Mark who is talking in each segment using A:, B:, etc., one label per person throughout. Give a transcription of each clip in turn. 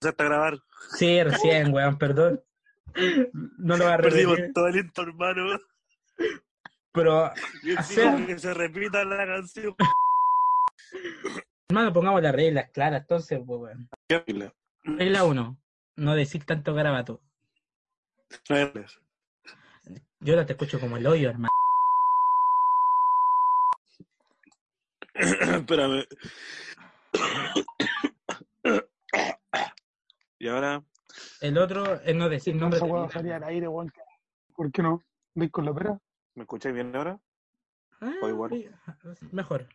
A: empezaste a grabar.
B: Sí, recién, weón, perdón. No lo voy a repetir,
A: Perdimos todo el intro, hermano.
B: pero
A: Y
B: Hacer-
A: encima que se repita la canción.
B: hermano, pongamos las reglas claras, entonces, pues, weón. Regla 1, no decir tanto garabato. Yo la te escucho como el hoyo, hermano.
A: Espérame. y ahora,
B: El otro es no decir
C: No,
B: nombre.
C: esa hueá salía al aire, weón. ¿Por qué no? ¿Vais con la pera?
A: ¿me escucháis bien ahora?
B: Ah,
A: O igual.
B: Mejor.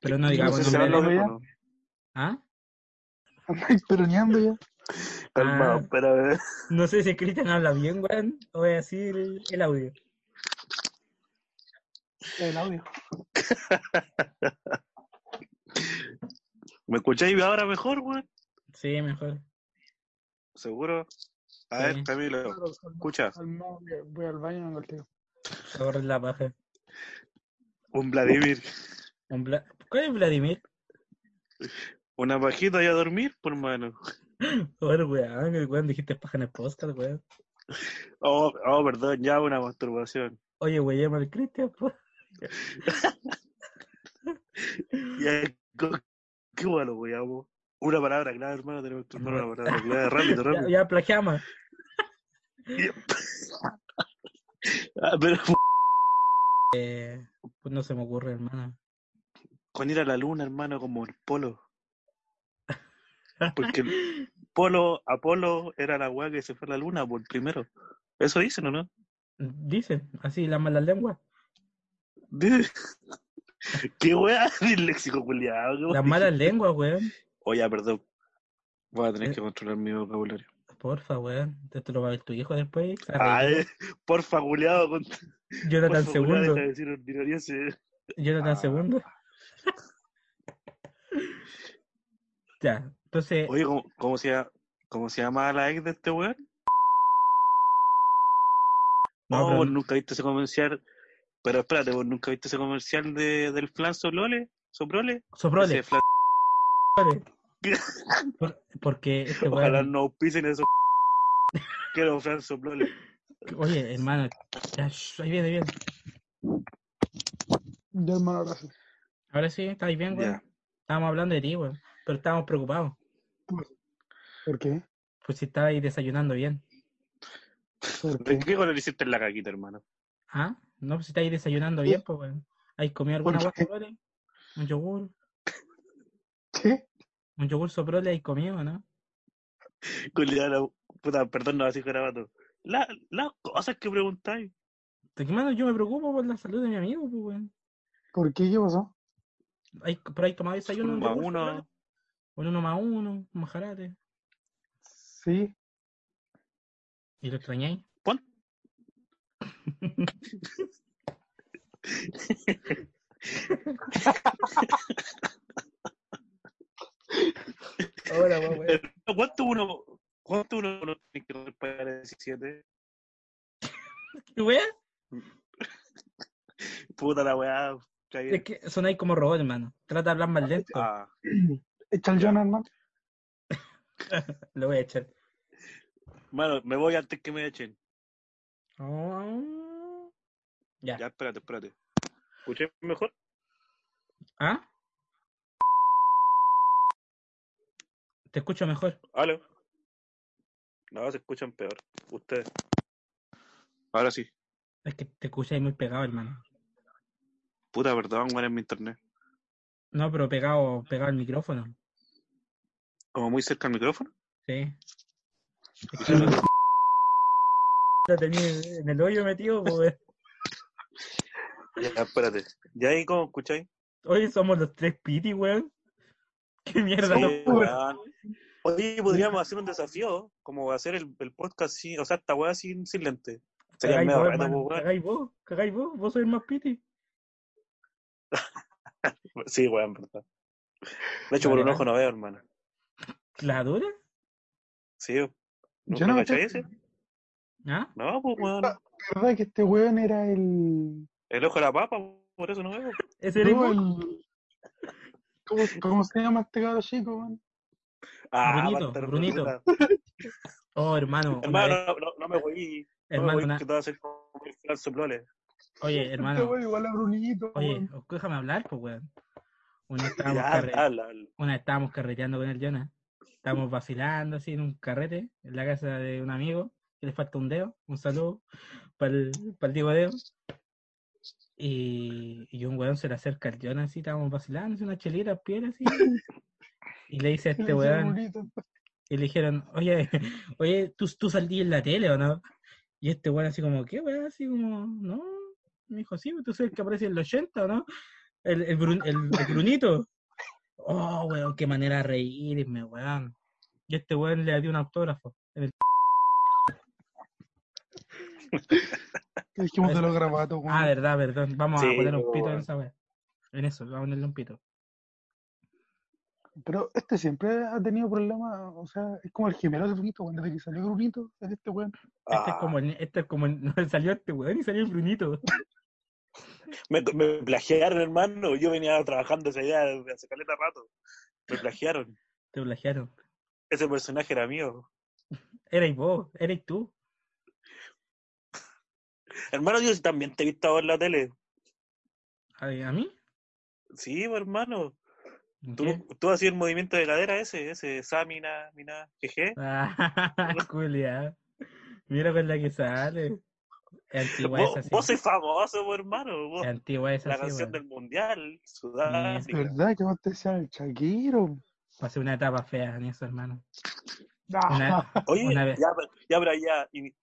B: Pero no
C: sé
B: digamos
C: si
B: nombre.
C: hablo-
B: ¿Ah?
C: ¿Andáis peroneando ya?
A: Calmado,
B: Ah.
A: espérame.
B: No sé si Cristian habla bien, weón, o es así el, el audio.
C: El audio.
A: ¿Me escucháis ahora mejor, weón?
B: Sí, mejor.
A: ¿Seguro? A
B: Sí.
A: ver, Camilo, escucha.
C: Calmado, voy a- voy al baño y vengo al tío.
B: Ahorren la paja.
A: Un Vladimir.
B: Un Vla- ¿Cuál es Vladimir?
A: Una pajita y a dormir, por mano.
B: Pobre weón, el weón dijiste paja en el podcast, weón.
A: Oh, oh, perdón, ya una masturbación.
B: Oye, güey, llama al Cristian, po.
A: Y ahí, co- qué bueno, güey, amo. Una palabra clave, hermano, tenemos que tomar una palabra clave. Rápido,
B: Ya,
A: rápido.
B: ya plagiamos.
A: Ah, pero
B: Eh, pues no se me ocurre, hermano.
A: con ir a la luna, hermano, como el polo. Porque el polo, Apolo era la weá que se fue a la luna por primero. Eso dicen, ¿o no?
B: Dicen, así la mala lengua.
A: qué weá, el léxico culiado. qué
B: La
A: weá.
B: mala lengua, weón.
A: Oye, perdón. Voy a
B: Eh.
A: tener que controlar mi vocabulario.
B: Porfa, weón. Esto lo va a ver tu hijo después.
A: Ay, porfa, culiado. Con...
B: Jonathan
A: porfa, culiao,
B: segundo.
A: deja de decir ordinarieces.
B: Jonathan
A: Ah.
B: segundo. ya, entonces,
A: Oye, ¿cómo, cómo se llama, ¿cómo se llama la ex de este weón? No,
B: no, pero-
A: Oh, vos nunca viste ese comercial. Pero espérate, vos nunca viste ese comercial de, del flan Solole, Soprole.
B: soprole,
A: Ese flan-
B: soprole. Por- porque este weón.
A: Ojalá no auspicen eso. Quiero flan Soprole.
B: Oye, hermano, ya, shh, ahí viene, ahí viene.
C: Ya, hermano, ahora sí.
B: Ahora sí, estáis bien, weón.
A: Ya.
B: Estábamos hablando de ti, weón. Pero estábamos preocupados.
C: ¿Por qué?
B: Pues si estabais desayunando bien.
C: ¿Por
A: ¿De
C: qué?
A: qué color hiciste la caquita, hermano?
B: Ah, no, pues si estáis desayunando
C: Sí.
B: bien, pues weón. ¿Hay comido alguna
C: ¿Por
B: agua
C: qué?
B: soprole? ¿Un yogur?
C: ¿Qué?
B: ¿Un yogur soprole hay comido, no?
A: Culiado, puta, perdón, no así grabando. La, las cosas que preguntáis.
B: Te hermano, yo me preocupo por la salud de mi amigo, pues weón.
C: ¿Por qué? ¿Qué pasó?
B: ¿Hay, pero hay tomado
A: Uno
B: desayuno. un
A: más
B: yogur
A: uno.
B: soprole? Un uno más uno, un majarate.
C: Sí.
B: ¿Y lo extrañáis?
A: Pon.
B: Ahora, weón. weón.
A: ¿Cuánto uno, cuánto uno no tiene que comer para llegar a 17?
B: ¿Qué weón?
A: Puta la weá. caí.
B: Es que sonáis como robot, hermano. Trata de hablar más lento.
A: Ah.
C: Echa el Jonas, hermano.
B: Lo voy a echar.
A: Mano, me voy antes que me echen.
B: Ah. Ya.
A: Ya, espérate, espérate. ¿Escuché mejor?
B: ¿Ah? Te escucho mejor.
A: ¿Aló? No, se escuchan peor. Ustedes. Ahora sí.
B: Es que te escucháis muy pegado, hermano.
A: Puta, perdón, weón, en mi internet.
B: No, pero pegado, pegado al micrófono.
A: Como muy cerca al micrófono.
B: Sí. Es que lo tenía en el hoyo metido, pues.
A: Ya, espérate. ¿Ya ahí cómo escucháis?
B: Hoy somos los tres piti, weón. Qué mierda, no,
A: Sí, weón. Oye, podríamos hacer un desafío, como hacer el, el podcast sin, o sea, esta weá sin, sin lente. Sería
B: Cagáis
A: medio
B: vos,
A: raro,
B: hermano.
A: pues, weón.
B: Cagáis vos, cagáis vos, vos sois el más piti.
A: Sí, weón, verdad. De hecho, por
B: Vale,
A: un ojo no veo, hermano.
B: ¿La dura?
A: Sí, ¿no,
C: Yo
A: no
C: no me
A: cacháis
C: cacho.
A: ese?
B: ¿Ah?
A: No, pues, weón.
C: ¿Verdad que este weón era el.
A: El ojo de la papa, por eso no veo.
B: ¿Ese eres
C: no,
B: vos?
C: el- ¿Cómo, cómo se llama este cabrón chico, weón?
A: Ah,
B: Brunito,
A: va a estar
B: Brunito.
A: brutal.
B: Oh, hermano. una
A: Hermano,
B: vez-
A: no, no, no me voy. no
B: hermano,
A: me voy,
B: una-
A: que te va a hacer como el Fran Soplole.
B: Oye,
C: Este
B: hermano.
C: weón igual a Brunito.
B: Oye,
C: weón.
B: os- déjame hablar, pues, weón. Una vez estábamos,
A: Ya,
B: carre-
A: habla, habla, habla.
B: una vez estábamos carreteando con el Jonas. Estábamos vacilando así en un carrete en la casa de un amigo que le falta un dedo. Un saludo para el, Diego Deo. Y, y un weón se le acerca al Jonas así, estábamos vacilando, así, una chelita, piel así. Y le dice a
C: Le
B: este
C: dice
B: weón,
C: Brunito.
B: Y le dijeron, oye, oye, ¿tú, tú salí en la tele o no? Y este weón así como, ¿qué weón? Así como, no. Me dijo, sí, tú soy el que aparece en el 80 o no? El, el, Brun- el- el Brunito. Oh, weón, qué manera de reírme, weón. Y este weón le dio un autógrafo. en el-
C: Te dijimos de los grabatos, weón.
B: Ah, verdad, perdón. Vamos
A: Sí, pues,
B: a poner un pito en
A: weón.
B: esa weón. En eso, vamos a ponerle un pito.
C: Pero este siempre ha tenido problemas, o sea, es como el gemelo de Brunito, weón. Desde que salió Brunito, es este weón.
B: Este es
A: Ah,
B: como, el, este es como, el- no, salió este weón y salió el Brunito.
A: me, me plagiaron, hermano. Yo venía trabajando esa idea de hace caleta rato. Me plagiaron.
B: Te plagiaron.
A: Ese personaje era mío.
B: Eres vos, eres tú.
A: Hermano, yo también te he visto ahora en la tele.
B: ¿A, a mí?
A: Sí, pues, hermano.
B: ¿En
A: Tú,
B: qué?
A: tú hacías el movimiento de cadera ese, ese, Samina, Mina, jeje.
B: Ah, culiao. Mira con la que sale. Es antigua
A: Vos,
B: esa, sí.
A: vos sois famoso, pues, hermano. Vos-
B: Es antigua esa,
A: la
B: sí,
A: canción
B: weón.
A: del mundial, Sudáfrica.
C: De verdad que vos te decían el Chaquiro.
B: Pasé una etapa fea en eso, hermano.
C: Ah,
B: Una-
A: Oye,
B: Una vez.
A: ya, ya, pero ya, y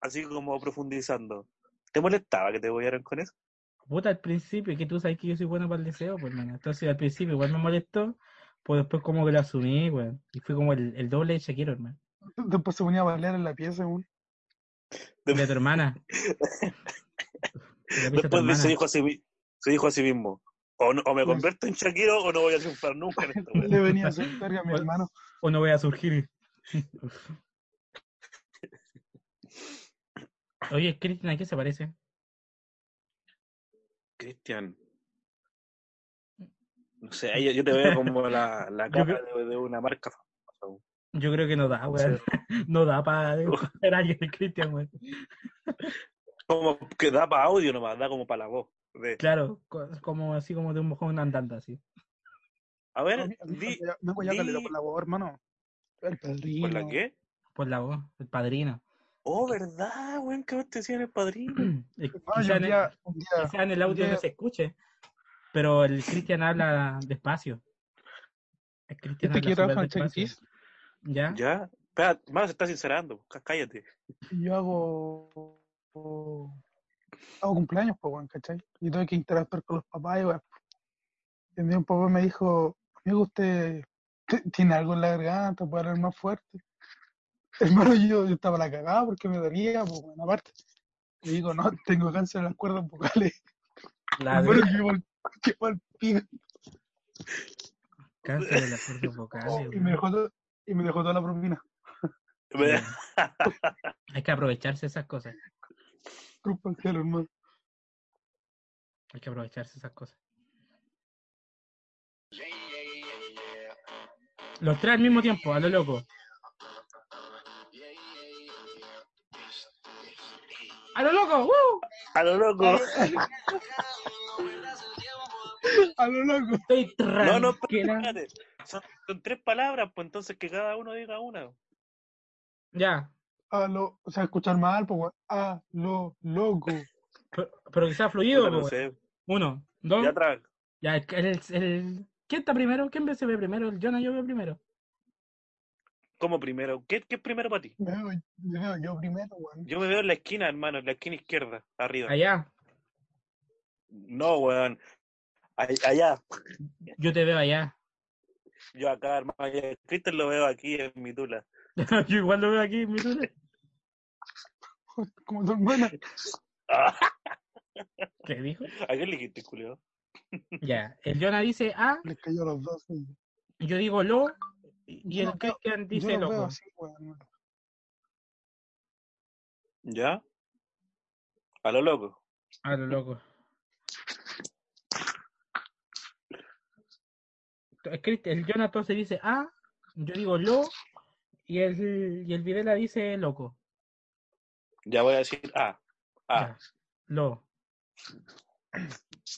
A: así como profundizando, ¿te molestaba que te voyaran con eso?
B: Puta, al principio, que tú sabes que yo soy bueno para el deseo, pues, hermano. Entonces, al principio igual me molestó, pues después como que lo asumí, weón. Y fui como el, el doble de Shakiro, hermano.
C: Después se ponía a bailar en la pieza, weón.
B: De tu hermana. De la pieza de tu
A: Después de- se
B: hermana.
A: dijo, a sí, mi- se dijo a sí mismo, o, no- o me
C: Pues-
A: convierto en Shakiro o no voy a triunfar nunca en esto. güey.
C: Le venía a hacer carga a mi
B: Bueno.
C: hermano.
B: O no voy a surgir. Oye, Cristian, ¿a qué se parece?
A: Cristian. No sé,
C: Mm.
A: ahí yo, yo te veo como la, la
B: Yo
A: cara de, de una marca famosa. güey.
B: Yo creo que no da, weón. No da para ser alguien de Cristian, weón.
A: Como que da para audio nomás, da como para la voz. de-
B: Claro, co- como así como de un mojón andando así.
A: a
C: A
A: ver,
C: mí- a mí
A: di,
C: Me voy a
A: di-
C: caleta por la voz, hermano. El padrino.
A: ¿por la qué?
B: Por la voz, el padrino.
A: Oh, ¿verdad, güey? Que vos te decían el padrino.
B: Eh,
C: Ah, yo
B: quizá,
C: un
B: en el,
C: día, un día- Este
B: quizá en el audio
C: ya.
B: no se escuche, pero el Cristian habla despacio. El Cristian
C: este que
B: habla
C: trabaja en
B: súper
C: Chuck E.
B: despacio.
C: Cheese, Mm.
B: ¿Ya?
A: Ya, espera, hermano, se está sincerando, cá- cállate.
C: y yo hago. Hago cumpleaños, pues, weón, ¿cachai? Y tengo que interactuar con los papás, y weón. Y un día un papá me dijo: Amigo, usted t- tiene algo en la garganta, puede hablar más fuerte. Hermano, yo, yo estaba la cagada porque me daría, pues, weón, aparte. Le digo: No, tengo cáncer en las cuerdas vocales.
B: La
C: Hermano,
B: de-
C: que mal- que mal pico.
B: cáncer de las cuerdas vocales.
C: Y me
B: weón.
C: dejó todo- y me dejó toda la propina.
A: Me-
B: Hay que aprovecharse esas cosas.
C: Cruz pa'l cielo, hermano.
B: Hay que aprovecharse esas cosas. Los tres al mismo tiempo, a lo loco. ¡A lo loco! ¡Woo!
A: A lo loco.
C: A lo loco.
B: Estoy
A: No, no,
B: tranquila.
A: espérate. Son, son tres palabras, pues entonces que cada uno diga una.
B: Ya,
C: a Ah, lo, o sea, escuchar mal, pues, weón. a lo loco.
B: pero, pero que sea fluido.
A: Puta, no
B: po,
A: sé.
B: Uno, dos.
A: Ya atrás.
B: Ya, el, el, el- ¿Quién está primero? ¿Quién se ve primero? El Jonah yo veo primero.
A: ¿Cómo primero? ¿Qué, ¿Qué es primero para ti?
C: Me veo, me veo yo primero, weón.
A: Yo me veo en la esquina, hermano, en la esquina izquierda, arriba.
B: Allá.
A: No, weón. Ay- Allá,
B: Yo te veo allá.
A: yo acá, hermano. Allá. Cristian lo veo aquí en mi tula.
B: yo igual lo veo aquí en mi tule.
C: Como tu hermana.
A: Ah,
B: ¿Qué dijo?
A: ¿A qué le dijiste, culio?
B: Ya. El Jonah dice A,
C: Les cayó a los dos. sí.
B: yo digo lo, y
C: Yo
B: el
C: los veo-
B: Christian
C: yo
B: dice
C: los veo
B: loco.
C: así, weón.
A: ¿Ya? A lo loco.
B: A lo loco. El, Crist- el Jonah entonces dice A, Yo digo lo y el, y el Videla dice loco.
A: Ya voy a decir ah, A. A.
B: Ya, Lo.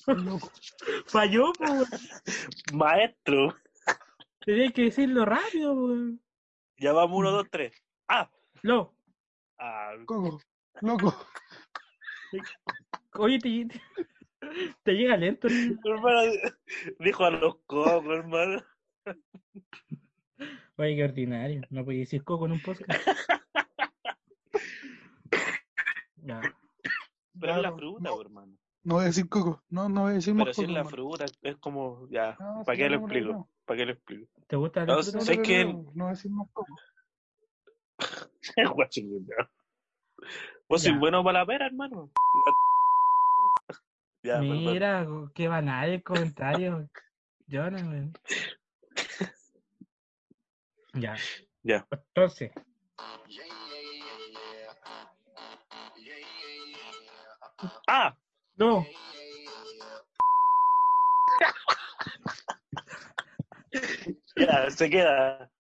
C: Loco.
B: Falló, po, weón.
A: Maestro.
B: Tenía que decirlo rápido, weón.
A: Ya vamos, uno, dos, tres. A.
B: Lo.
A: Ah,
C: Coco. Loco.
B: Oye, te, te llega lento. el-
A: hermano, dijo a los cocos, hermano.
B: Oye, qué ordinario. No podía decir coco en un podcast. Ya.
A: Pero es la
C: Claro,
A: fruta,
C: no.
A: po, hermano.
C: No voy a decir Coco. No, no voy a decir más
A: Pero si es
C: Coco,
A: la
C: hermano.
A: fruta, es como. Ya.
C: No,
A: ¿Para
C: sí,
A: qué lo
C: no, no,
A: explico?
C: no.
A: ¿Para qué lo explico?
B: ¿Te gusta la
A: No,
B: fruta?
C: No,
A: Sé
C: no, no,
A: que-
C: no, no, no voy a decir más Coco.
A: Guachimilla. Vos
B: Ya.
A: sois bueno para la pera, hermano. Ya, pues, perdón.
B: Mira, qué banal el comentario. Jonas, weón. Ya.
A: Ya.
B: Entonces,
A: Ah,
B: no.
A: ya, se queda.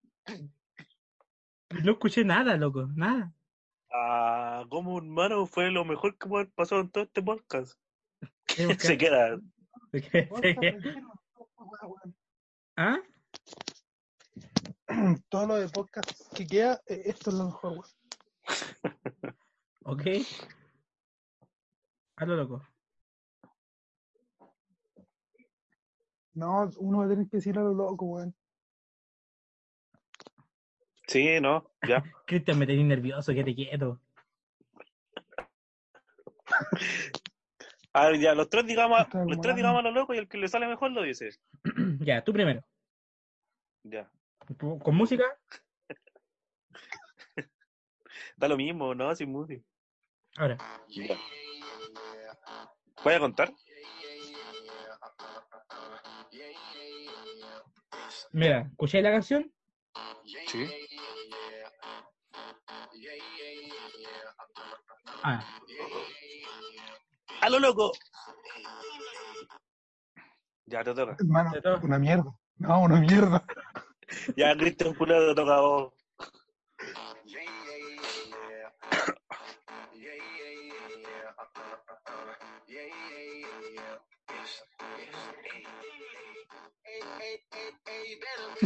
B: No escuché nada, loco. Nada.
A: Ah, como hermano fue lo mejor que puede haber pasado en todo este podcast.
B: Tengo que-
A: Se queda.
B: Porque-
C: pues,
B: ¿Ah?
C: Todo lo de podcast que queda, eh, esto es lo mejor, weón.
B: Ok. Hazlo, loco.
C: No, uno va a tener que decir a lo loco, weón.
A: Sí, no, ya.
B: Cristian, me tenés nervioso, que te quieto.
A: A ver, ya, los tres digamos,
C: Está
A: los
C: bueno.
A: tres digamos a lo loco y el que le sale mejor lo dice.
B: ya, tú primero.
A: Ya.
B: Tú- ¿Con música?
A: Da lo mismo, ¿no? Sin música.
B: Ahora.
A: Ya. ¿Voy a contar?
B: Mira, ¿escucháis la canción?
A: Sí.
B: Ah,
A: ¡A lo loco! Ya te toca.
C: Hermano,
B: De todo.
C: una mierda. No, una mierda.
A: Ya, Cristian Culado te toca a vos.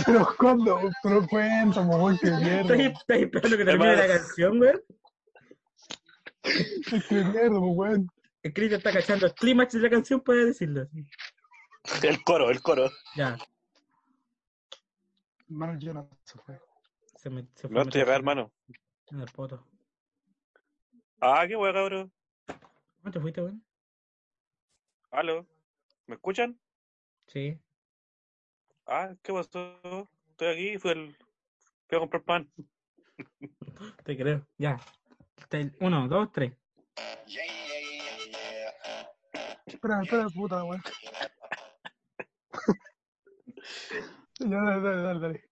C: Pero cuando, pero cuéntame, weón, qué mierda.
B: ¿Estás estás esperando que termine la
A: Hermano.
B: canción, güey?
C: Qué mierda, pues, weón.
B: El Cristian está cachando el clímax de la canción para decirlo. así.
A: El coro, el coro.
B: Ya,
C: Hermano, yo no se fue.
B: se me se
A: No estoy acá, hermano.
B: En el poto.
A: Ah, qué hueá, cabrón.
B: ¿Cómo te fuiste, güey?
A: Aló. ¿Me escuchan?
B: Sí.
A: Ah, ¿qué pasó? Estoy aquí, fui, al... fui a comprar pan.
B: Te creo. Ya. Te- Uno, dos, tres.
C: Espera, espera, puta, weón. Ya, dale, dale, dale, dale.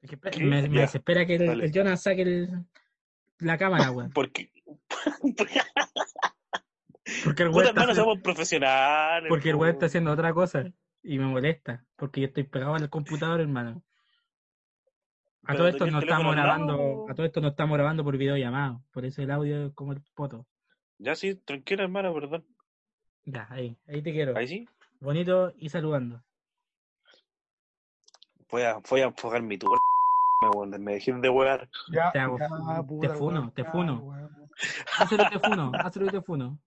B: Es que espera-
A: ¿Qué?
B: Me, me
A: Ya.
B: desespera que el,
A: Dale.
B: el Jonas saque el- la cámara, güey.
A: ¿Por qué?
B: Porque el güey
A: Puta,
B: está,
A: hermano,
B: haciendo-
A: somos profesionales.
B: porque el güey
A: po.
B: está haciendo otra cosa. Y me molesta. Porque yo estoy pegado al computador, hermano. A
A: Pero
B: todo esto
A: tenía el
B: no
A: teléfono
B: estamos
A: al lado.
B: grabando, a todo esto no estamos grabando por videollamado. Por eso el audio es como el poto.
A: Ya sí, tranquila, hermano, perdón.
B: Ya, ahí, ahí te quiero.
A: Ahí sí.
B: Bonito y saludando.
A: Voy a, voy a enfocar mi turno. Me, me dejé de huear.
C: Ya,
B: Te hago-
C: ya,
B: te
C: puta,
B: funo,
C: weón,
B: te
C: ya,
B: funo.
C: weón.
B: Hazlo y te funo, hazlo y te funo.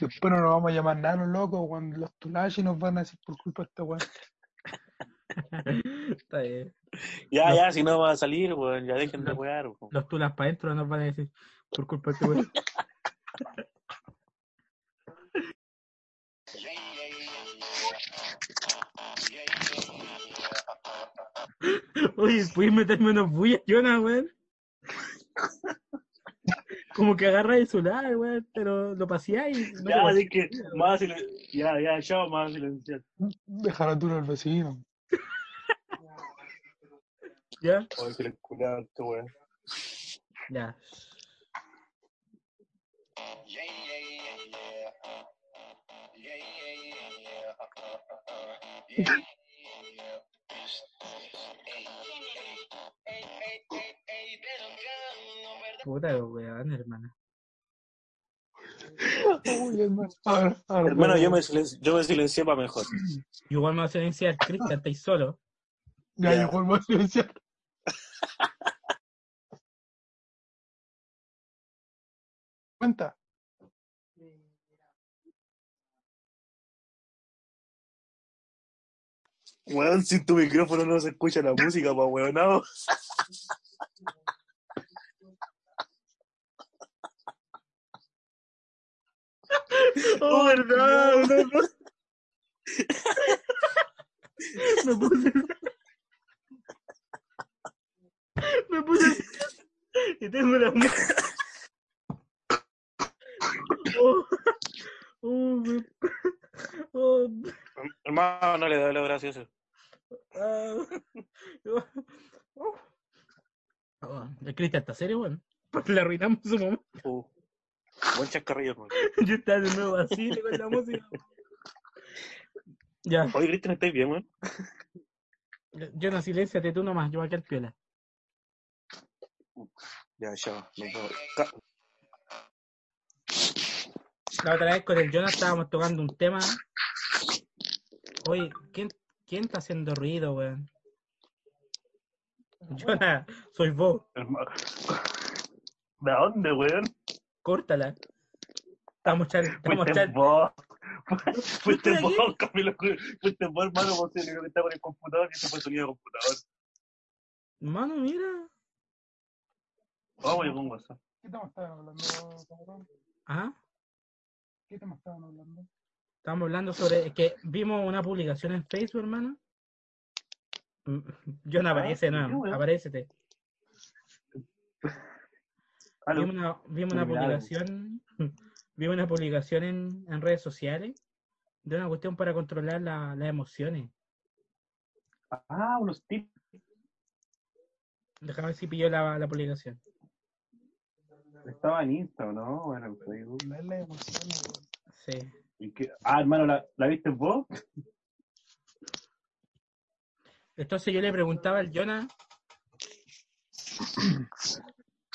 C: Después no nos vamos a llamar nada los locos, weón. Los tulachis nos van a decir por culpa de esta weón.
B: Está bien.
A: Ya,
B: No.
A: ya, si no va a salir, weón, ya dejen de
B: No.
A: huear. weón.
B: Los tulas para adentro nos van a decir por culpa de este güey. Uy, ¿puedes meterme unos bullas, Jonas, weón? Como que agarra el celular, weón, pero lo paseáis. No te
A: Ya,
B: paseáis.
A: así que, más silen- ya, ya, chao, más silenciar.
C: Dejar a duro al vecino.
B: ¿Ya?
A: Oye, que le culiao, este weón.
B: Ya. Puta, weón, hermana.
C: Uy, hermano. A ver, a ver,
A: Hermano,
C: bueno.
A: yo me, silen- yo me silencié para mejor.
B: Yo igual me voy a silenciar, Cristian, estáis solo.
C: Ya, ya, vuelvo a silenciar. Cuenta.
A: Weón, sin tu micrófono no se escucha la música, pa' weonado.
B: ¡Oh, verdad! No puse... me puse... me puse... Y tengo la... mu- Oh, oh, me- oh,
A: Hermano, no le da lo gracioso.
B: ah, oh, Oh, el Cristian está serio, bueno. Le arruinamos su momento.
A: Uh, buen chascarrillo, hermano.
B: Yo estaba de nuevo así con la música. Ya,
A: Oye, Cristian, ¿estáis bien, weón?
B: yo no, silenciate tú nomás, yo voy a quedar piola.
A: Ya, ya, nos vamos. Ca-
B: La otra vez con el Jonas estábamos tocando un tema. Oye, ¿quién, quién está haciendo ruido, weón? Jonas, soy vos,
A: hermano. ¿De dónde, weón?
B: córtala. Estamos chan, estamos
A: Fuiste
B: chan.
A: vos. Fuiste
B: ¿Estoy aquí?
A: vos, Camilo. Fuiste vos, hermano. Vos eres el que está con el computador y se fue el sonido del computador.
B: Mano, mira.
A: Vamos, yo con WhatsApp.
C: ¿Qué tema estaban hablando, cabrón?
B: Ah,
C: ¿Qué tema estaban hablando?
B: estábamos hablando sobre es que vimos una publicación en Facebook, hermano. Mm, Jonas,
A: Ah,
B: aparece,
A: sí,
B: no,
A: weón.
B: aparecete.
A: Aló.
B: Vimos una, vimos una
A: Claro.
B: publicación, vimos una publicación en, en redes sociales de una cuestión para controlar la- las emociones.
A: Ah, unos tips.
B: Déjame ver si pilló la, la publicación.
A: Estaba en Instagram, ¿no? Era en Facebook. pues.
C: La es la emoción, weón.
B: Sí.
A: ¿Y qué? Ah, hermano, ¿la, la viste vos?
B: Entonces yo le preguntaba al Jonah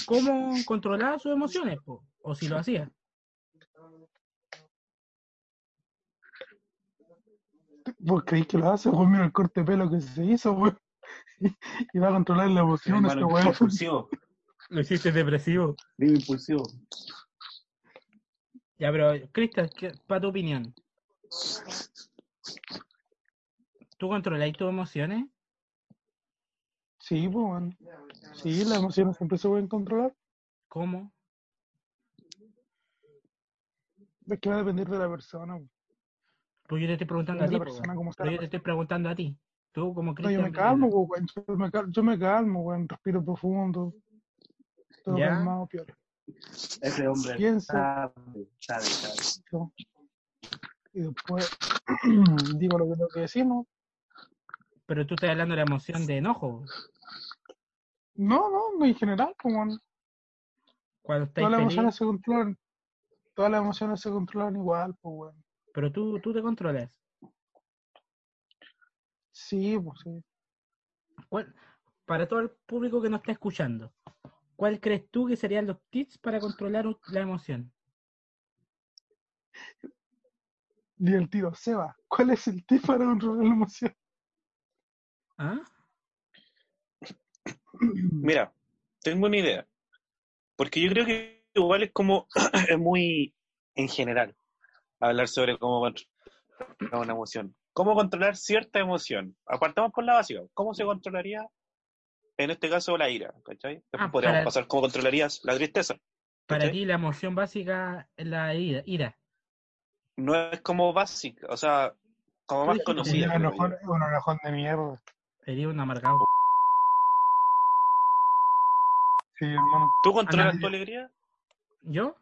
B: cómo controlaba sus emociones, po, o si lo hacía.
C: ¿Vos creís que lo hace? Pues mira el corte de pelo que se hizo, weón. Y va a controlar la emoción de este
A: Hermano,
C: weón.
A: impulsivo.
B: Lo hiciste depresivo.
A: Dime impulsivo.
B: Ya, pero Cristian, para tu opinión, ¿tú controláis tus emociones?
C: Sí, pues, weón. Sí, las emociones siempre se pueden controlar.
B: ¿Cómo?
C: Es que va a depender de la persona, weón.
B: Pues yo te estoy preguntando a
C: Depende
B: ti.
C: de la
B: po,
C: persona,
B: weón.
C: cómo está
B: Pero
C: la
B: yo te estoy preguntando a ti. Tú como
C: No, yo
B: Cristian.
C: me calmo, weón. Yo me, cal- yo me calmo, weón. Respiro profundo. Todo
B: Ya.
C: calmado, peor.
A: Ese hombre
C: Pienso.
A: sabe, sabe, sabe.
C: Y después digo lo que tengo que decir, ¿no?
B: Pero tú estás hablando de la emoción de enojo.
C: No, no, no, en general, pues, weón.
B: Cuando estás
C: Todas las
B: feliz.
C: emociones se controlan. Todas las emociones se controlan igual, pues, weón.
B: Pero tú, tú te controlas.
C: Sí, pues, sí.
B: ¿Cuál- para todo el público que nos está escuchando, ¿cuál crees tú que serían los tips para controlar u- la emoción?
C: Di el tiro, Seba. ¿Cuál es el tip para controlar la emoción?
B: ¿Ah?
A: Mira, tengo una idea. Porque yo creo que igual es como, es muy en general hablar sobre cómo controlar una emoción. Cómo controlar cierta emoción. Apartamos por la básica. ¿Cómo se controlaría, en este caso, la ira? ¿Cachai? Después
B: Ah,
A: podríamos
B: para-
A: pasar cómo controlarías la tristeza.
B: Para
A: ¿Cachai?
B: ti la emoción básica es la ira. ira.
A: No es como básica, o sea, como
B: Tú
A: más
B: dijiste,
A: conocida.
C: un
A: creo yo.
C: enojón, un enojón de mierda.
B: Sería un amargado.
C: Sí, hermano.
A: ¿Tú controlas
B: Ana-
A: tu alegría?
B: ¿Yo?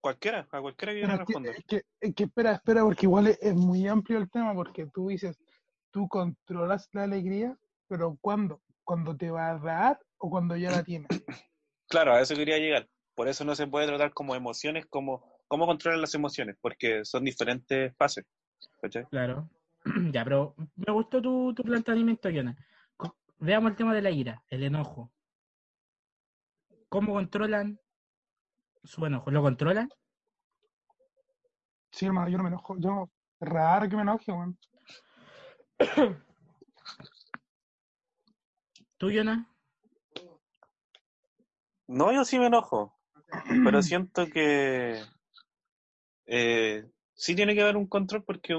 A: Cualquiera, a cualquiera que yo le
C: Pero es que,
A: responda.
C: es que- es que espera, espera, porque igual es, es muy amplio el tema, porque tú dices, tú controlas la alegría, pero ¿cuándo? ¿Cuándo te va a dar o cuando ya la tienes?
A: Claro, a eso quería llegar. Por eso no se puede tratar como emociones, como cómo controlar las emociones, porque son diferentes fases. ¿Cachai?
B: Claro. ya, pero me gustó tu, tu planteamiento, Jonah. Co- Veamos el tema de la ira, el enojo. ¿Cómo controlan su enojo? ¿Lo controlan?
C: Sí, hermano, yo no me enojo. Yo, raro que me enoje, weón.
B: ¿Tú, Jonah?
A: No, yo sí me enojo, pero siento que eh, sí tiene que haber un control porque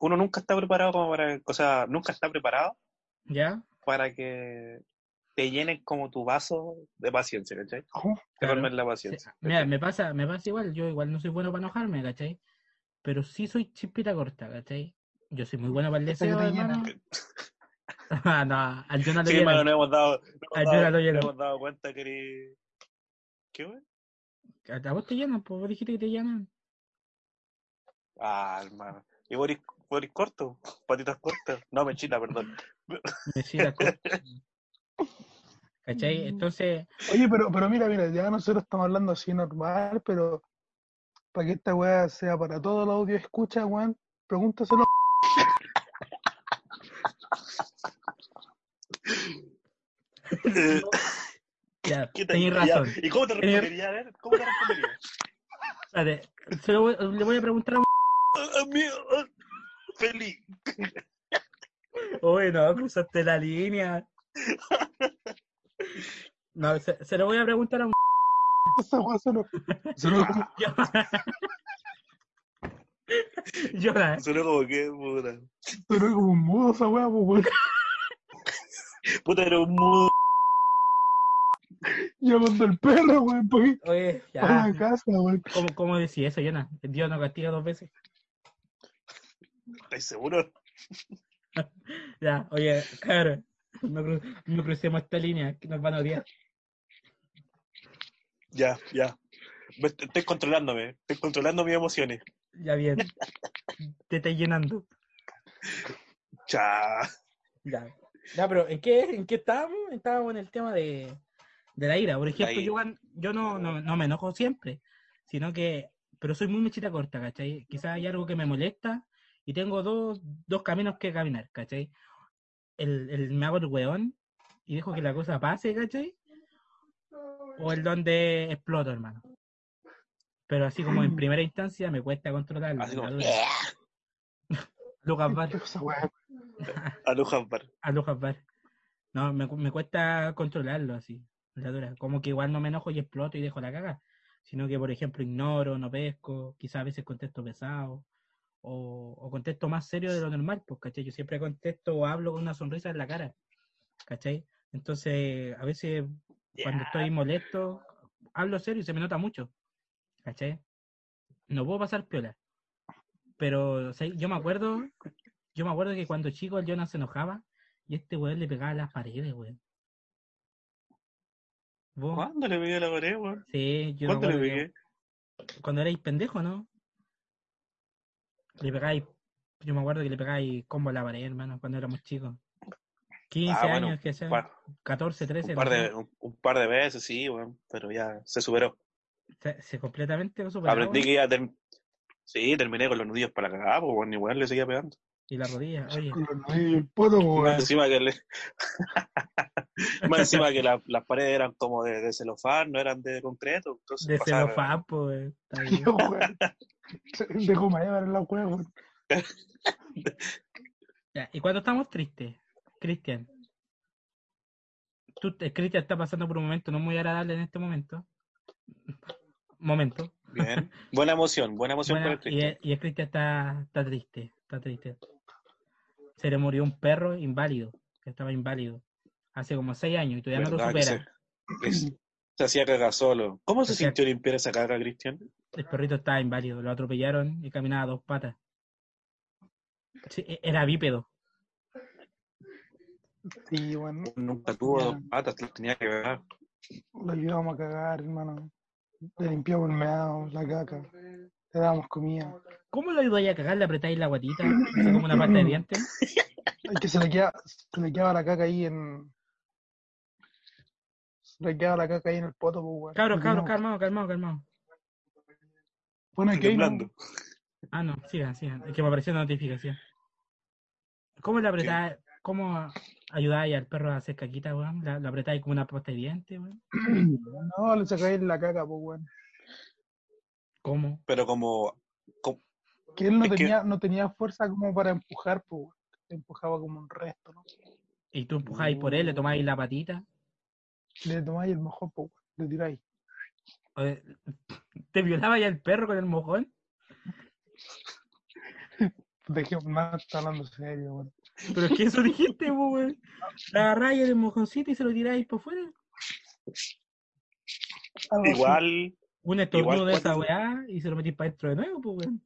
A: uno nunca está preparado como para, o sea, nunca está preparado
B: ¿Ya?
A: para que te llenen como tu vaso de paciencia, ¿cachai?
C: Ojo,
A: Te
B: Claro.
A: colmen la
B: Sí.
A: paciencia.
B: Eh, Mira, me pasa, me pasa igual, yo igual no soy bueno para enojarme, ¿cachai? Pero sí soy chispita corta, ¿cachai? Yo soy muy bueno para el
C: Esa que
B: deseo,
C: te llena.
B: hermano. Ah, no, al Jonah lo
A: Sí,
B: llenan.
A: hermano, nos hemos dado, nos hemos
B: Ay,
A: dado-
B: llénalo, llénalo.
A: nos hemos dado cuenta que eres- ¿Qué, weón?
B: A a vos te llenan, pues vos dijiste que te llenan.
A: Ah, hermano. Y Boris, Boris corto, patitas cortas. No, mechita, perdón.
B: Me decía la cosa. ¿Cachai?
C: Mm.
B: Entonces,
C: Oye, pero, pero mira, mira, ya nosotros estamos hablando así normal, pero para que esta weá sea para todos los audio escucha, weón, pregúntaselo.
A: Eh,
B: ya,
A: ¿qué
B: tenés
A: ya.
B: razón. Eh,
A: ¿Y cómo te respondería? A ver, ¿cómo te respondería?
B: Espérate, se lo voy- le voy a preguntar a
A: Ah, Amigo, ah, feliz.
B: Oye, no, Oh, cruzaste la línea. No, se, se lo voy a preguntar a un...
C: Esa weá solo. solo
B: Yo- Jonah,
A: Sonó como que, puta.
C: Pero es como un mudo esa weá, pues, weón.
A: Puta, era un mudo.
C: Llamando al perro, weón, para que
B: oye, ya.
C: para la casa, weón.
B: ¿Cómo, cómo decía eso, Jonah? Dios no castiga dos veces.
A: ¿Estás seguro?
B: Ya, oye, cabrón, no, cru- no crucemos esta línea, que nos van a odiar.
A: Ya, ya. Me- Estoy controlándome, estoy controlando mis emociones.
B: Ya bien. Te estás llenando.
A: Cha.
B: Ya. Ya, pero ¿en qué, en qué estábamos? Estábamos en el tema de, de la ira. Por ejemplo,
A: ira.
B: yo, cuan- yo no, no, no me enojo siempre, sino que, pero soy muy mechita corta, ¿cachai? Quizás hay algo que me molesta y tengo dos, dos caminos que caminar, ¿cachai? El, el me hago el weón y dejo que la cosa pase, ¿cachai? O el donde exploto, hermano. Pero así como en primera instancia me cuesta controlarlo.
A: Así como.
B: me duele. Lucas Bar.
C: Esa weá.
A: Aloha, par.
B: a Lucas Bar. No, me, cu- me cuesta controlarlo así, la dura. Como que igual no me enojo y exploto y dejo la caga. Sino que, por ejemplo, ignoro, no pesco, quizás a veces contesto pesado o, o contesto más serio de lo normal, pues, ¿cachai? Yo siempre contesto o hablo con una sonrisa en la cara, ¿cachai? Entonces, a veces cuando
A: pues.
B: estoy molesto, hablo serio y se me nota mucho, ¿cachai? No puedo pasar piola. Pero o sea, yo me acuerdo, yo me acuerdo que cuando chico el Jonas se enojaba y este weón le pegaba a las paredes, weón. ¿Vos?
A: ¿Cuándo le pegué a la pared, weón?
B: Sí, yo me
A: ¿Cuándo le
B: acuerdo que-
A: pegué?
B: cuando erais pendejo, ¿no? Le pegáis, yo me acuerdo que le pegáis combo a la pared, hermano, cuando éramos chicos. 15
A: Ah, bueno,
B: años, que sea,
A: Pa-
B: 14, 13,
A: Un
B: no
A: par,
B: sé.
A: de, un, un par de veces, sí, weón, pero ya se superó.
B: se, se completamente superado
A: Aprendí
B: weón,
A: que ya term- sí, terminé con los nudillos para la cagada, pues bueno, igual le seguía pegando.
B: y la rodilla, oye,
C: Con los nudillos y el poto,
A: Más
C: weón.
A: encima que le... Más encima que la- las paredes eran como de, de celofán, no eran de concreto, entonces
B: de
A: pasaba-
B: celofán, pues, está bien.
C: Yo, weón. Dejo mañana en la weá, weón.
B: Ya, Y cuando estamos tristes, Cristian, tú, eh, Cristian está pasando por un momento no muy agradable en este momento. Momento.
A: Bien. Buena emoción, buena emoción
B: Bueno,
A: por el
B: y,
A: Cristian.
B: el- y el Cristian está, está triste, está triste. Se le murió un perro inválido, que estaba inválido, hace como seis años y todavía no lo
A: Verdad que
B: supera.
A: se, que se- se hacía cagar solo. ¿Cómo se
B: Se hacía-
A: sintió limpiar esa caga, Cristian?
B: El perrito estaba inválido, lo atropellaron y caminaba a dos patas. Sí, e- era bípedo.
C: Sí, weón.
A: Nunca tuvo dos patas, las tenía que cagar.
C: Lo ayudábamos a cagar, hermano. Le limpiábamos el meado, la caca. Le dábamos comida.
B: ¿Cómo lo ayudáis a cagar? ¿Le apretáis la guatita? Así como una parte de dientes.
C: Ay, que se le, queda, se le quedaba la caca ahí en. Se le quedaba la caca ahí en el poto, pues, weón.
B: Cabros,
C: Y
B: cabros,
C: teníamos-
B: calmado, calmado, calmado.
C: Bueno, aquí hay, ¿no?
A: Temblando.
B: Ah, no, sigan, sigan. Es que me apareció una notificación. ¿Cómo le apretáis? ¿Cómo ayudáis al perro a hacer caquita, weón. La, la apretáis como una pasta de dientes, weón.
C: No, le sacáis la caca, pues, weón.
B: ¿Cómo?
A: Pero como, como-
C: Que él no
A: Es que-
C: tenía, no tenía fuerza como para empujar, pues, weón. Empujaba como un resto, ¿no?
B: Y tú empujáis por él, le tomáis la patita.
C: Le tomáis el mojón, pues, weón. Le tiráis.
B: O de- ¿Te violabais al perro con el mojón?
C: De que más está hablando serio, weón.
B: Pero es que eso dijiste, po, weón. Le agarráis el mojoncito y se lo tiráis por fuera. Ah,
C: Algo así.
A: igual,
B: Un estornudo
A: Igual
B: de esa
A: cuando-
B: weá y se lo metís para dentro de nuevo, pues, weón.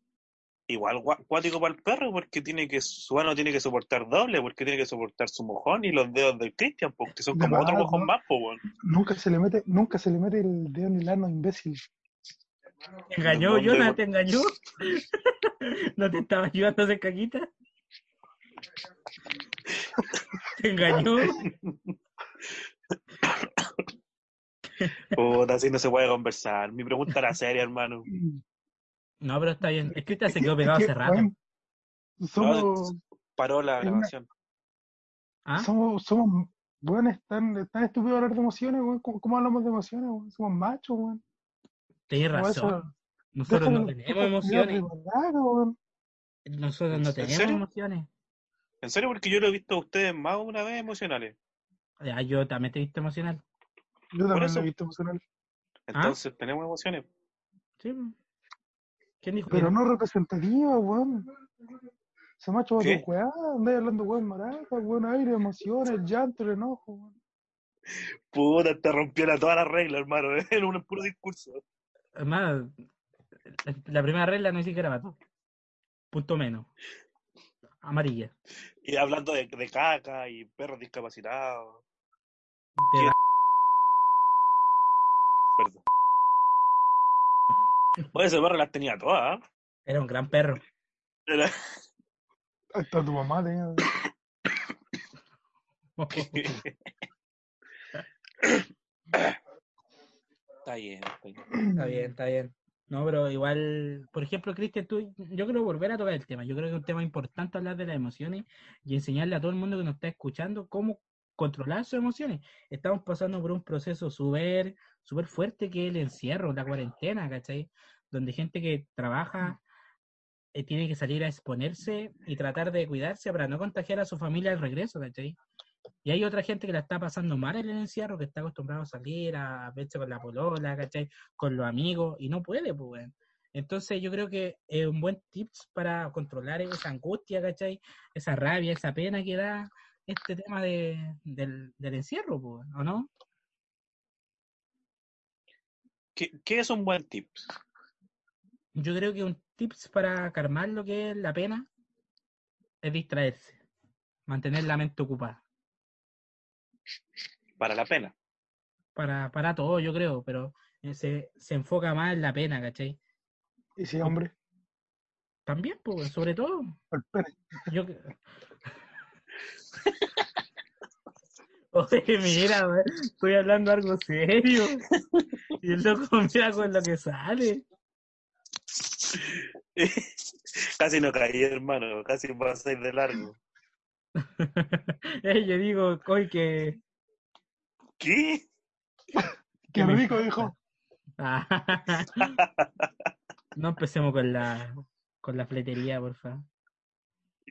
A: igual gua- cuático para el perro, porque tiene que, su mano tiene que soportar doble, porque tiene que soportar su mojón y los dedos del Christian, porque son
C: De
A: como otro
C: más,
A: mojón
C: ¿no?
A: más, po, weón.
C: Nunca se le mete, nunca se le mete el dedo en el ano, imbécil.
B: Te engañó,
A: ¿Dónde,
B: Jonah,
A: weón?
B: te engañó. No te estaba ayudando a hacer caquita. Te engañó.
A: Puta, así no se puede conversar. Mi pregunta era seria, hermano.
B: No, pero está bien. Es que usted se quedó pegado hace rato.
C: weón, somos,
A: Paró la
C: Hay una-
A: grabación.
B: ¿Ah?
C: somos, somos, weón, es tan, es tan estúpido hablar de emociones, weón. ¿Cómo, cómo hablamos de emociones, weón? Somos machos, weón.
B: Tenés
C: Como
B: razón.
C: eso-
B: Nosotros
C: déjalo-
B: no tenemos
C: déjalo
B: emociones.
C: de verdad, weón.
B: Nosotros no
A: ¿En
B: tenemos
A: serio?
B: emociones.
A: En serio, porque yo lo he visto a ustedes más de una vez emocionales.
B: Ah, yo también te he visto emocional.
C: Yo también
A: eso.
C: lo he visto emocional.
A: ¿Ah? Entonces, tenemos emociones.
B: Sí. po. ¿Quién dijo que
C: Pero
B: no?
C: no representativa, weón. Ese macho va a
A: ¿Qué?
C: tu weá, andáis hablando weón maraca, weón, aire, emociones, llanto, el enojo, weón.
A: Puta, te rompió la, toda la regla, hermano. ¿eh? Era un puro discurso.
B: Además, la, la primera regla no es que garabato. Punto menos. Amarilla.
A: Y hablando de, de caca y perros discapacitados.
B: De
A: ¿Qué?
B: la-
A: Perdón. Oye, ese perro las tenía todas. ¿ah?
B: Era un gran perro.
A: Era-
C: Hasta tu mamá tenía.
A: está bien, está bien.
B: Está bien, está bien. No, pero igual, por ejemplo, Cristian, tú, yo quiero volver a tocar el tema. Yo creo que es un tema importante hablar de las emociones y enseñarle a todo el mundo que nos está escuchando cómo controlar sus emociones. Estamos pasando por un proceso súper, súper fuerte que es el encierro, la cuarentena, ¿cachai? Donde gente que trabaja eh, tiene que salir a exponerse y tratar de cuidarse para no contagiar a su familia al regreso, ¿cachai? Y hay otra gente que la está pasando mal en el encierro, que está acostumbrado a salir, a verse con la polola, ¿cachai? con los amigos y no puede, pues, weón. Entonces yo creo que es un buen tips para controlar esa angustia, ¿cachai? Esa rabia, esa pena que da este tema de, del, del encierro, pues, weón, ¿o no?
A: ¿Qué, qué es un buen tip?
B: Yo creo que un tips para calmar lo que es la pena es distraerse, mantener la mente ocupada.
A: Para la pena.
B: Para, para todo, yo creo, pero eh, se, se enfoca más en la pena, ¿cachai?
C: Y sí, hombre,
B: También, pues, weón, sobre todo,
C: al pene.
B: Yo. que- Oye, mira, weón, estoy hablando algo serio. Y el loco mira con lo que sale.
A: casi no caí, hermano. Casi pasáis de largo.
B: Eh, yo digo, hoy que.
A: ¿Qué?
C: Qué
B: me
C: rico,
B: encanta.
C: dijo.
B: no empecemos con la con la fletería, por favor.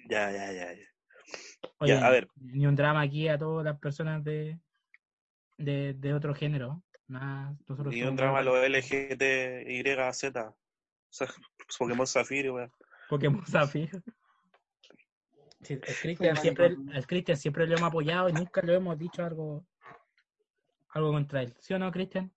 A: Ya, ya, ya. ya.
B: Oye,
A: Ya, a ver.
B: ni un drama aquí a todas las personas de, de, de otro género. Nada, nosotros
A: Y
B: somos
A: un drama
B: más
A: los LGTYZ. Sa- Pokémon Zafiro, weón.
B: Pokémon Zafiro. Sí, al Cristian
C: Son
B: siempre,
C: varios.
B: al Cristian siempre lo hemos apoyado y nunca lo hemos dicho algo algo contra él. ¿Sí o no, Cristian?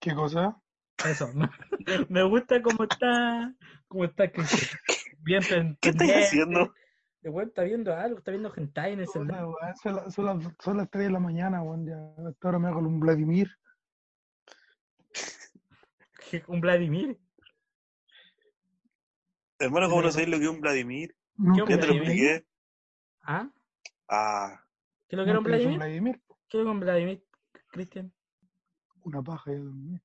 C: ¿Qué cosa?
B: Eso. Me gusta cómo está cómo está Cristian. Bien pen-
A: ¿Qué estáis
B: pendiente.
A: haciendo?
B: El weón está viendo algo, está viendo hentai en el
C: Hola,
B: celular.
C: weón, Son, las- son las, son las 3 de la mañana, weón. Ya, hasta ahora me hago un Vladimir.
B: Un Vladimir.
A: Hermano, ¿cómo no sabéis lo que es un Vladimir?
C: Nunca
A: Ya te lo
B: Vladimir?
A: expliqué.
B: ¿Ah?
A: Ah,
B: ¿Qué es lo que era un
C: nunca hice un
B: Vladimir?
C: Vladimir.
B: ¿Qué es un Vladimir, Cristian?
C: Una paja, yo dormí.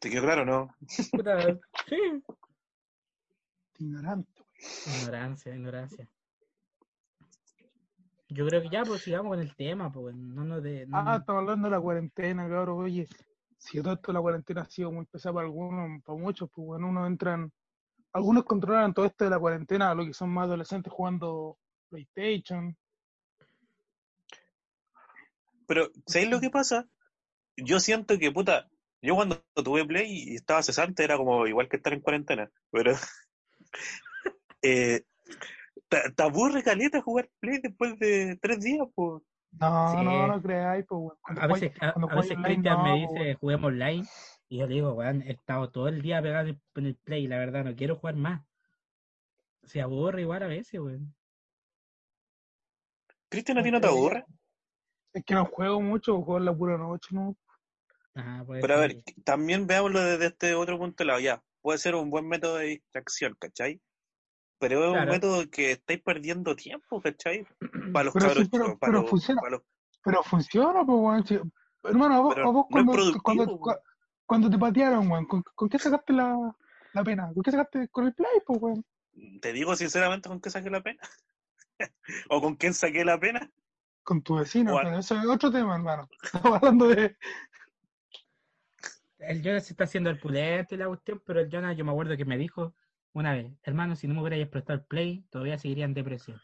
A: ¿te quedó claro o no?
B: Puta, sí.
C: Ignorante,
B: Ignorancia, ignorancia. Yo creo que ya, pues sigamos con el tema, pues no nos de. no
C: Ah,
B: nos-
C: estamos hablando de la cuarentena, cabrón. Oye, si todo esto de la cuarentena ha sido muy pesada para algunos, para muchos, pues bueno, uno entran. Algunos controlan todo esto de la cuarentena, lo que son más adolescentes jugando PlayStation.
A: Pero, ¿sabéis lo que pasa? Yo siento que, puta, yo cuando tuve Play y estaba cesante era como igual que estar en cuarentena, pero... eh, te, te aburre caleta jugar Play después de tres días, pues.
C: No,
B: Sí.
C: no, no creáis, pues bueno. Cuando
B: A
C: juegas-
B: veces, a,
C: cuando
B: a veces
C: juegas online,
B: Cristian me
C: no,
B: dice
C: pues,
B: juguemos online y yo le digo, weón, he estado todo el día pegado en el, en el play, la verdad, no quiero jugar más. Se aburre igual a veces, weón.
A: Cristian, ¿a ti no te
C: Sí.
A: aburre?
C: Es que no juego mucho, pues, juego en la pura noche, ¿no?
B: Ajá, pues, puede
A: Pero a
B: ser.
A: ver, también veámoslo desde este otro punto de lado, ya. Puede ser un buen método de distracción, ¿cachai? Pero es un
B: Claro.
A: método que estáis perdiendo tiempo, ¿cachai? Para los
C: Pero
A: cabros
C: sí, pero-
A: chicos,
C: pero
A: para los,
C: funciona.
A: pa' los-
C: Pero funciona, pues, weón. si- Hermano, a vos,
A: Pero
C: a vos
A: no es
C: cuando,
A: productivo,
C: cuando,
A: weón.
C: cuando te patearon, weón, ¿con, con qué sacaste la, la pena? ¿Con qué sacaste con el play, pues, weón?
A: Te digo sinceramente con qué saqué la pena. o con quién saqué la pena.
C: Con tu vecino,
A: Bueno.
C: pero eso es otro tema, hermano. Estamos hablando de.
B: El Jonas se está haciendo el pulente y la cuestión, pero el Jonas, yo me acuerdo que me dijo una vez, hermano, si no me hubierais prestado el play, todavía seguiría en depresión.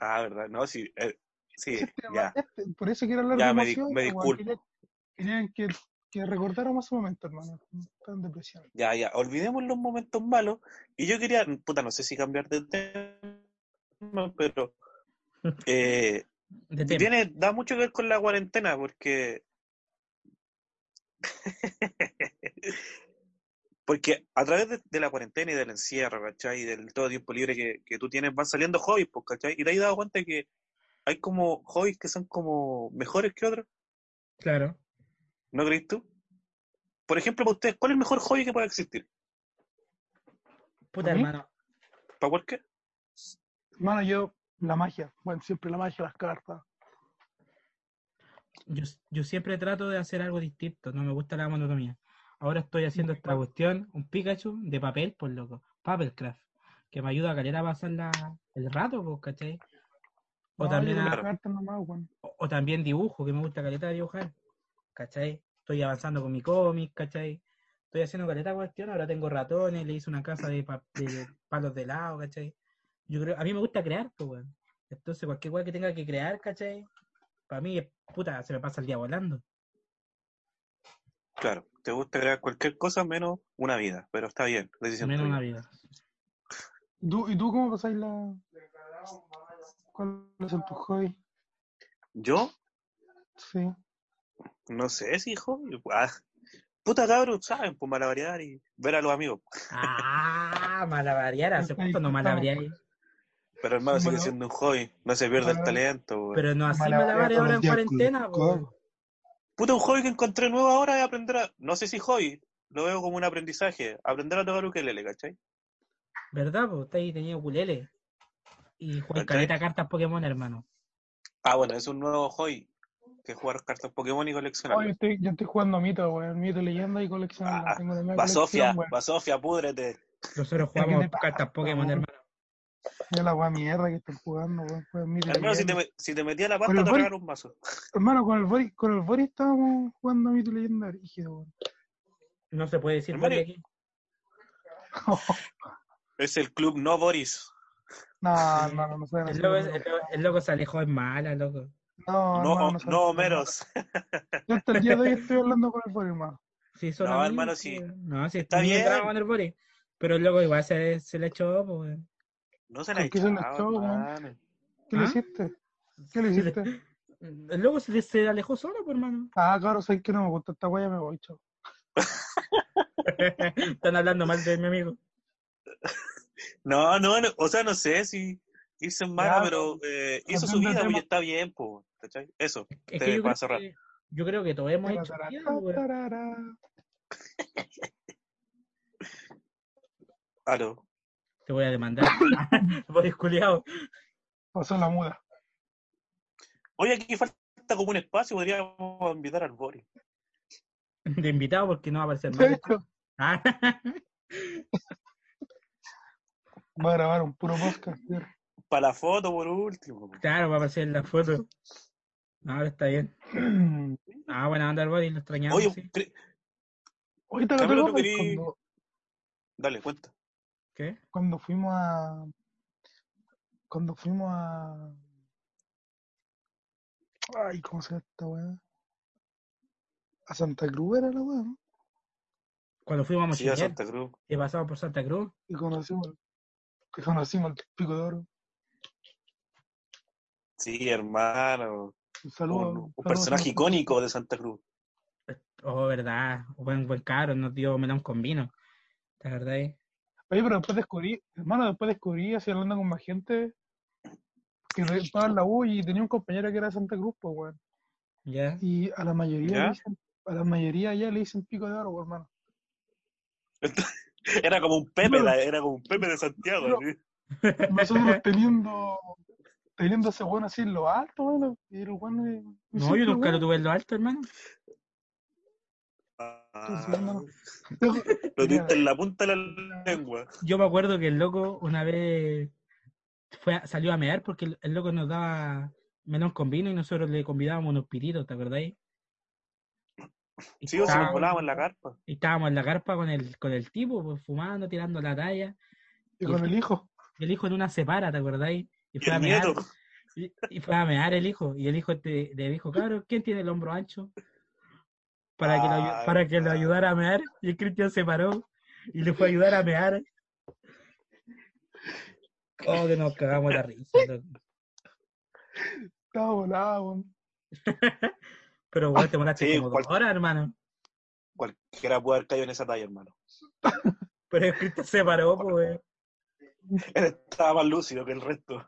A: Ah, verdad, no, sí, eh, sí,
C: ese tema,
A: ya.
C: este, por eso quiero hablar
A: Ya,
C: de
A: me di-
C: emociones,
A: me
C: weón.
A: disculpo.
C: Quería, querían que, que recordáramos ese momento, hermano. Tan depresión.
A: Ya, ya, olvidemos los momentos malos. Y yo quería, puta, no sé si cambiar de tema, pero eh,
B: De tema.
A: tiene, da mucho que ver con la cuarentena, porque. porque a través de, de la cuarentena y del encierro, ¿cachai? Y del todo tiempo libre que, que tú tienes, van saliendo hobbies, pues, ¿cachai? Y te has dado cuenta que hay como hobbies que son como mejores que otros,
B: Claro.
A: ¿no crees tú? Por ejemplo, para ustedes, ¿cuál es el mejor hobby que pueda existir?
B: Puta,
C: ¿A mí?
B: hermano.
A: ¿Para cualquier?
C: Hermano, yo, la magia, bueno, siempre la magia, las cartas.
B: Yo, yo siempre trato de hacer algo distinto, no me gusta la monotonía. Ahora estoy haciendo esta cuestión, un Pikachu de papel, por loco, Papercraft, que me ayuda a calera a pasar la- el rato, pues, ¿cachai? O
C: No,
B: también
C: yo de
B: a-
C: las cartas nomás, weón.
B: o, o también dibujo, que me gusta caleta dibujar, ¿cachai? Estoy avanzando con mi cómic, ¿cachai? Estoy haciendo caleta cuestión, ahora tengo ratones, le hice una casa de, pa- de palos de helado, ¿cachai? Yo creo, a mí me gusta crear, pues, weón. Entonces, cualquier weón que tenga que crear, ¿cachai? Para mí, es- puta, se me pasa el día volando.
A: Claro, te gusta crear cualquier cosa menos una vida, pero está bien, decisión
B: Menos
A: tuya.
B: una vida.
C: ¿Y tú, ¿Y tú cómo pasáis la. ¿Cuáles son tus hobbies?
A: Yo
C: Sí.
A: no sé si hobby. ah, puta cabros, saben, pues malabarear y ver a los amigos.
B: Ah, malabarear, hace
C: Ahí
B: cuánto no
C: estamos. pues.
B: malabareáis.
A: Pero hermano, sigue
C: Bueno. Ah.
A: siendo un hobby, no se pierde el
C: Bueno.
A: talento. weón.
B: Pero no así
C: Malabarear
B: malabares
C: todos
B: ahora en
C: los días con
B: cuarentena,
C: los
B: po, weón.
C: cabros.
A: Puta, un hobby que encontré nuevo ahora es aprender a, no sé si hobby, lo veo como un aprendizaje, aprender a tocar ukelele, ¿cachai?
B: ¿verdad? Pues estáis teniendo culele. Y jugáis
A: ¿Cachai?
B: caleta cartas Pokémon, hermano.
A: Ah, bueno, es un nuevo hobby, que es jugar cartas Pokémon y
C: Oh, yo,
A: coleccionarlas.
C: estoy, yo estoy jugando mito, weón. Mito leyenda y coleccionarla.
A: Ah,
C: Tengo la mía
A: Va Sofía,
C: colección, weón.
A: va Sofía, púdrete.
B: Nosotros
C: ¿Qué
B: jugamos
C: le pasa,
B: cartas Pokémon,
C: weón?
B: hermano.
C: Mira la weá mierda que estoy jugando, weón. Juego Mito
A: Hermano, si te,
C: leyenda.
A: me- si te metía la
C: Con
A: pasta,
C: el
A: te
C: boli-
A: regalaron un mazo.
C: Hermano, con el Boris, con el Boris estábamos jugando mito leyenda rígido, weón.
B: No se puede decir
A: Hermano,
B: Boris aquí.
A: Es el club No Boris.
C: No, no, no, no saben
B: El
C: hacer
B: loco,
C: eso.
B: el loco- el loco se alejó es mala, loco.
C: No,
A: No,
C: hermano,
A: no,
C: saben hacer
A: Homeros.
C: nada. Yo hasta el día de hoy estoy hablando con el Boris, hermano.
B: Sí, son
A: No,
B: amigos,
A: hermano,
B: pues,
A: sí.
B: weón. No, sí,
A: Está
B: ni el drama
A: bien.
B: con el Boris. Pero el loco igual se, se le echó, pues, weón.
A: No se la
C: ¿Con qué se la
A: echaba,
C: echó, weón?
A: hermano.
C: ¿Qué le
B: ¿Ah?
C: hiciste? ¿Qué le
B: Se le-
C: hiciste?
B: El loco se, se alejó solo, pues, hermano.
C: Ah, claro, sé que no me gusta esta weá, me voy, chao.
B: Están hablando mal de mi amigo.
A: No, no, no, o sea, no sé si irse en mala,
C: Ya,
A: pero eh, hizo su
C: cambiando
A: vida,
C: de tema.
A: pues y está bien, pues. ¿cachai? Eso.
B: Es
A: Te-
B: que yo,
A: para
B: creo
A: cerrar.
B: que yo creo que todos hemos hecho vida, pues, weón.
C: Tararara.
A: Claro.
B: Te voy a demandar. Boris culiao.
C: Pasó la muda.
A: Oye, aquí falta como un espacio, podríamos invitar al Boris.
B: De invitado porque no va a aparecer
C: De
B: mal.
C: hecho,
B: Ah,
C: Va a grabar un puro podcast. ¿cierto?
A: Para la foto, por último.
B: Claro, va a aparecer en la foto. Ahora está bien. Ah, buena onda el body, lo extrañamos.
A: Oye,
B: sí.
A: cre-
C: Ahorita que
A: Camilo,
C: tengo,
A: tú querí-
C: cuando,
A: dale, cuenta.
B: ¿Qué?
C: cuando fuimos a. Cuando fuimos a. Ay, ¿cómo se llama esta weá? A Santa Cruz era la weá, ¿no?
B: Cuando fuimos a
A: Sí, a
B: Mochilear
A: Santa Cruz.
B: y pasamos por Santa Cruz.
C: Y conocimos, y conocimos el pico de oro.
A: Sí, hermano.
C: Un
A: Un,
C: saludo.
A: un
C: saludo,
A: personaje
C: señor.
A: icónico de Santa Cruz.
B: Oh, verdad. Buen, buen caro, nos dio melón con vino. La verdad eh, es.
C: Oye, pero después descubrí, hermano, después descubrí, así hablando con más gente, que re- estaba en la U y tenía un compañero que era de Santa Cruz, pues, weón.
B: Ya.
C: Y a la mayoría,
A: ¿Ya?
C: le dicen, a la mayoría ya le dicen pico de oro, pues, hermano.
A: Era como un Pepe,
C: No.
A: la- era como un Pepe de Santiago.
C: No.
A: así.
C: Nosotros teniendo, teniendo ese weón así en lo alto, weón, y el weón... eh,
B: No, yo
C: siempre,
B: nunca lo
C: weón,
B: tuve en lo alto, hermano.
A: Ah,
C: sí, hermano. eh.
A: lo tuviste en la punta de la lengua.
B: Yo me acuerdo que el loco una vez fue a- salió a mear porque el, el loco nos daba melón con vino y nosotros le convidábamos unos piritos, ¿te acordáis? Y
A: Sí, o si
B: estábamos-
A: nos volábamos en la carpa.
B: y estábamos en la carpa con el, con el tipo, pues, fumando, tirando la talla.
C: Y con el hijo.
B: Y el hijo en una separa, ¿te acordáis? Y
A: Y
B: fue a
A: el
B: mear.
A: nieto.
B: Y, y fue a mear el hijo. Y el hijo este- le dijo, cabrón, ¿quién tiene el hombro ancho? Para que, lo, ayu-
A: Ah,
B: para que lo
A: verdad.
B: ayudara a mear. Y el Cristian se paró y le fue a ayudar a mear. Oh, que nos cagamos la risa. loco.
C: Estaba volado, weón.
B: Pero bueno, te molaste
A: Sí,
B: como
A: cual-
B: dos horas, hermano.
A: Cualquiera puede haber caído en esa talla, hermano.
B: Pero el Cristian se paró, pues.
A: Él estaba más lúcido que el resto.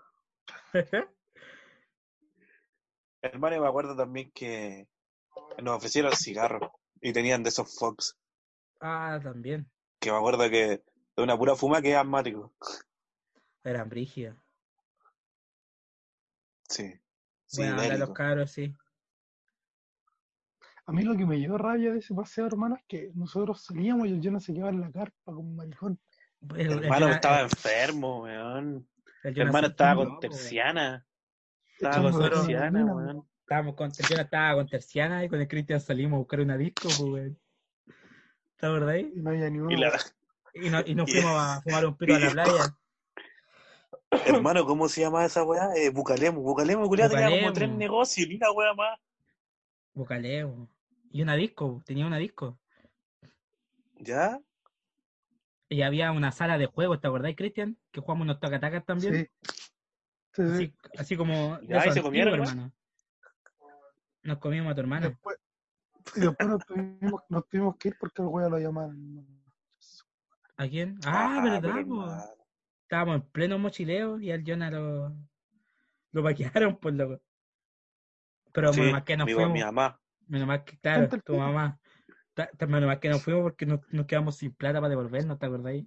A: Hermano, y me acuerdo también que nos ofrecieron cigarros y tenían de esos Fox,
B: ah, también.
A: que me acuerdo que de una pura fuma que es asmático.
B: Eran brígidos.
A: Sí. Sí,
B: Bueno, ahora los
A: bélico.
B: cabros, sí.
C: A mí lo que me dio rabia de ese paseo, hermano, es que nosotros salíamos y el Jonas se quedaba en la carpa como un maricón.
B: El- el
A: hermano
B: Jonas-
A: estaba enfermo, weón.
B: el
A: Mi
B: Jonas
A: hermano
B: se-
A: estaba
B: no,
A: con
B: pues, weón.
A: terciana. Estaba
C: Echando
A: con
B: nosotros-
A: terciana,
C: adrenalina,
A: Ah, weón.
B: Estábamos con, yo no estaba con Terciana y con el Cristian salimos a buscar una disco, pues, weón. ¿Te acordáis?
C: Y no había ni uno.
A: Y la,
B: Y, no- y nos
A: Y-
B: fuimos a fumar un piro a la
A: y-
B: playa.
A: hermano, ¿cómo se llama esa weá? Eh, Bucalemo. Bucalemo, culiao, tenía como
B: Bucalemo.
A: tres negocios y ni una weá más.
B: Bocaleo. Y una disco, pues, tenía una disco.
A: ¿Ya?
B: Y había una sala de juegos, ¿te acordáis, Cristian? Que jugamos unos tacatacas
C: Sí.
B: también.
C: Sí, sí.
B: Así, así como.
A: Ya,
B: eso
A: ¿y se comieron, hermano?
B: hermano. Nos comimos a tu hermano.
C: Después, y después nos, tuvimos, nos tuvimos que ir porque el güey lo llamaron.
B: ¿A quién? Ah,
A: pero
B: ¿verdad? po?
A: hermano.
B: Estábamos en pleno mochileo y al Jonah lo. Lo vaquearon, por loco. Pero
A: Sí,
B: menos mal que nos
A: mi-
B: fuimos.
A: mi mamá.
B: Menos mal que, claro,
C: Tanto el
B: tu
C: pico.
B: mamá. Ta- ta- Menos mal que nos fuimos porque nos, nos quedamos sin plata para devolvernos, ¿te acordáis?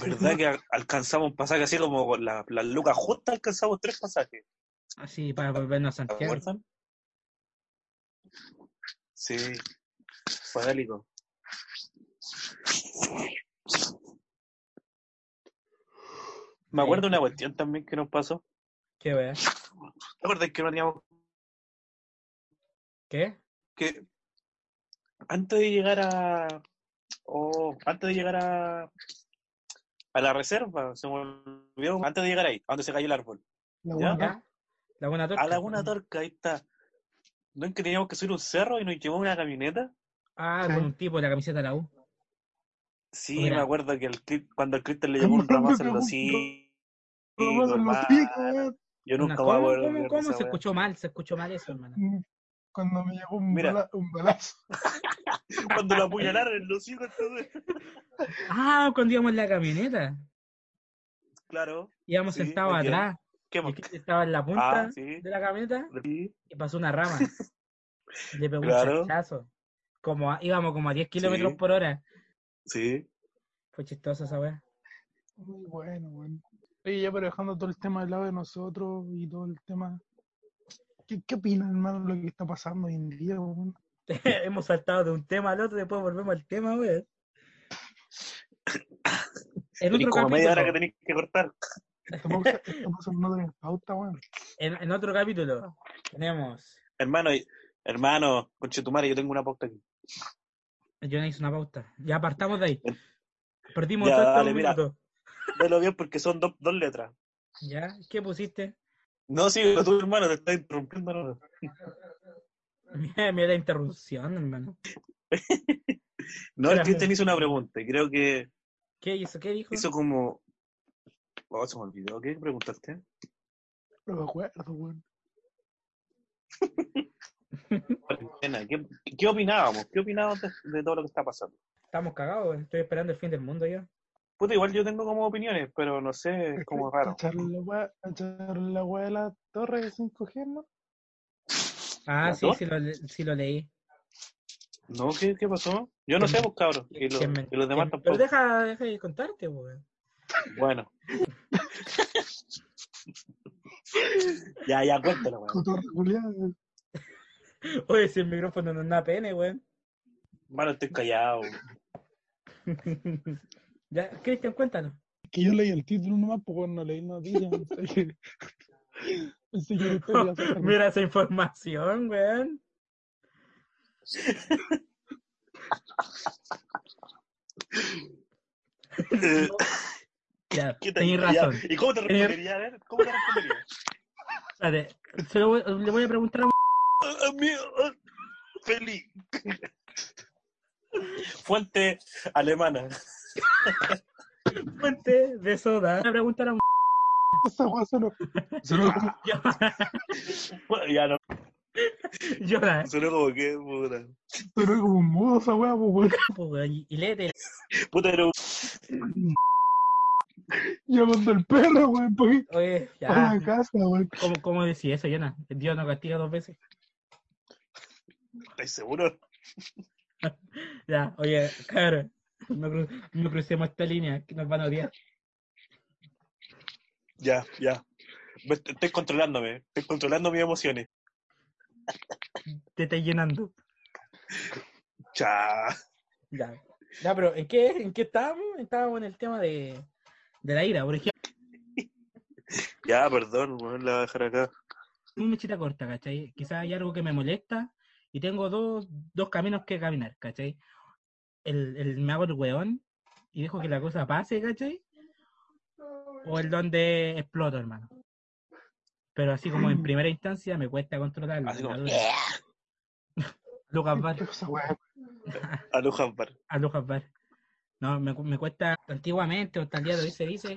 A: ¿Verdad que al- alcanzamos un pasaje así como con la- las lucas justas alcanzamos tres pasajes?
B: Así, Ah, para volvernos a
A: ¿Te
B: Santiago.
A: acuerdan? Sí, fue bélico. Me acuerdo de una cuestión también que nos pasó.
B: ¿Qué, wea?
A: ¿Te acuerdas que veníamos
B: ¿Qué?
A: que antes de llegar a oh, antes de llegar a a la reserva, se me olvidó, antes de llegar ahí, a donde se cayó el árbol,
C: La
A: ¿Ya?
C: buena
B: ¿Ya? pues, Laguna Torca.
A: a Laguna Torca, ahí está. ¿No es que teníamos que subir un cerro y nos llevó una camioneta?
B: Ah,
C: Sí.
B: con un tipo de la camiseta de la U.
A: Sí,
B: Mira.
A: me acuerdo que el clip, cuando el Cristian le llevó un
C: Cuando
A: ramazo
C: le
A: en
C: llevó
A: los
C: un
A: hijos.
C: Lo más en los picos, weón.
A: Yo
B: Una-
A: nunca me
B: ¿Cómo,
A: voy a
B: cómo,
A: olvidar de
B: cómo
A: esa
B: se
A: weá.
B: escuchó mal? Se escuchó mal eso, hermano.
C: Cuando me llegó un,
A: Mira.
C: bala- un balazo.
A: Cuando la apuñalaron en los hijos, entonces,
B: Ah, cuando íbamos en la camioneta.
A: claro.
B: Íbamos
A: Sí,
B: sentados
A: ¿de quién?
B: atrás.
A: ¿Qué
B: Y
A: más?
B: el Cristian estaba en la punta
A: Ah, sí.
B: de la camioneta
A: Sí,
B: y pasó una rama. Le pegó
A: Claro.
B: un chachazo. Como a- íbamos como a 10 kilómetros
A: Sí.
B: por hora.
A: sí.
B: Fue chistosa esa weá.
C: Muy bueno, weón. Oye, ya pero dejando todo el tema del lado de nosotros y todo el tema. ¿Qué, qué opinan, hermano, de lo que está pasando hoy en día, weón?
B: Hemos saltado de un tema al otro, después volvemos al tema, weón. en
A: Y
B: otro
A: como media hora que
B: capítulo,
A: tenéis que cortar.
C: Esto pasa, esto pasa no tener pauta, weón.
B: en, en otro capítulo tenemos.
A: Hermano, y- hermano, conchetumare, yo tengo una pauta aquí.
B: Yo no hice una pauta. Ya partamos de ahí. Perdimos
A: Ya,
B: todo este
A: dale, mira. Velo bien porque son dos- dos letras.
B: ¿Ya? ¿Qué pusiste?
A: No, sí, pero tú, hermano, te estás interrumpiendo. hermano.
B: Mira, mira la interrupción, hermano.
A: No,
B: Espera.
A: el Cristian hizo una pregunta. y Creo que
B: ¿Qué hizo? ¿Qué dijo?
A: hizo como. Oh, se me olvidó. ¿Qué preguntaste?
C: No me acuerdo, weón.
A: Cuarentena, ¿Qué, qué opinábamos? ¿Qué opinábamos de, de todo lo que está pasando?
B: Estamos cagados, estoy esperando el fin del mundo ya.
A: Puta, igual yo tengo como opiniones, pero no sé, es como raro.
C: Echarle Este, la weá, echarle la weá de la torre de 5G, ¿no?
B: Ah,
A: ¿La
B: sí,
A: dos?
B: sí lo, le- sí lo leí.
A: ¿No? ¿Qué, qué pasó? Yo no sé, pues, cabrón. Y, lo-
B: Que me-
A: y los demás
B: que- Pero
A: tampoco.
B: deja, deja de contarte, weón.
A: Bueno. ya, ya, cuéntalo, weón.
C: Cotorra culiada.
B: Oye, si el micrófono no es una pene, weón.
A: Hermano, estoy callado. weón.
B: ya, Cristian, cuéntanos.
C: Que yo leí el título nomás, pues weón, no leí noticias. Pensé que. Pensé que usted iba a sacar-
B: Mira esa información, weón.
A: Eh,
B: Ya,
A: ¿qué te-
B: tenéis
A: ya,
B: razón.
A: ¿Y cómo te
B: Tenés-
A: respondería? A ver, ¿cómo te respondería?
B: Espérate, se lo voy- le voy a preguntar a
A: Ah, Amigo, ah, feliz. Fuente alemana.
B: un fuente de soda. Le voy a preguntar a un...
C: Esa weá solo. Solo.
A: Bueno, ya no,
B: Llora, eh.
A: sonó como que, puta.
C: Pero como un mudo esa weá, pues weón.
B: Pues, weón, y y léete.
A: Puta, pero
C: Llamando al perro, weón, para que
B: Oye,
C: para
B: ya.
C: la casa, weón.
B: ¿Cómo, cómo decir eso, Yana? Dios no castiga dos veces.
A: ¿estás seguro?
B: Ya, oye, cabrón. No, cru- no crucemos esta línea, que nos van a odiar.
A: Ya, ya. Me- Estoy controlándome, estoy controlando mis emociones.
B: Te está llenando.
A: Cha.
B: Ya. Ya, pero ¿en qué, en qué estábamos? Estábamos en el tema de, de la ira. Por ejemplo,
A: Ya, perdón, weón, la voy a dejar acá.
B: una mechita corta, ¿cachai? Quizás hay algo que me molesta y tengo dos, dos caminos que caminar, ¿cachai? El, el me hago el weón y dejo que la cosa pase, ¿cachai? O el donde exploto, hermano. Pero así como en primera instancia me cuesta controlarlo.
A: Así como,
B: la dura. Lucas Bar.
C: Esa weá,
A: A lo Hampar.
B: a Lucas Bar. No, me, cu- me cuesta antiguamente, o hasta el día de hoy se dice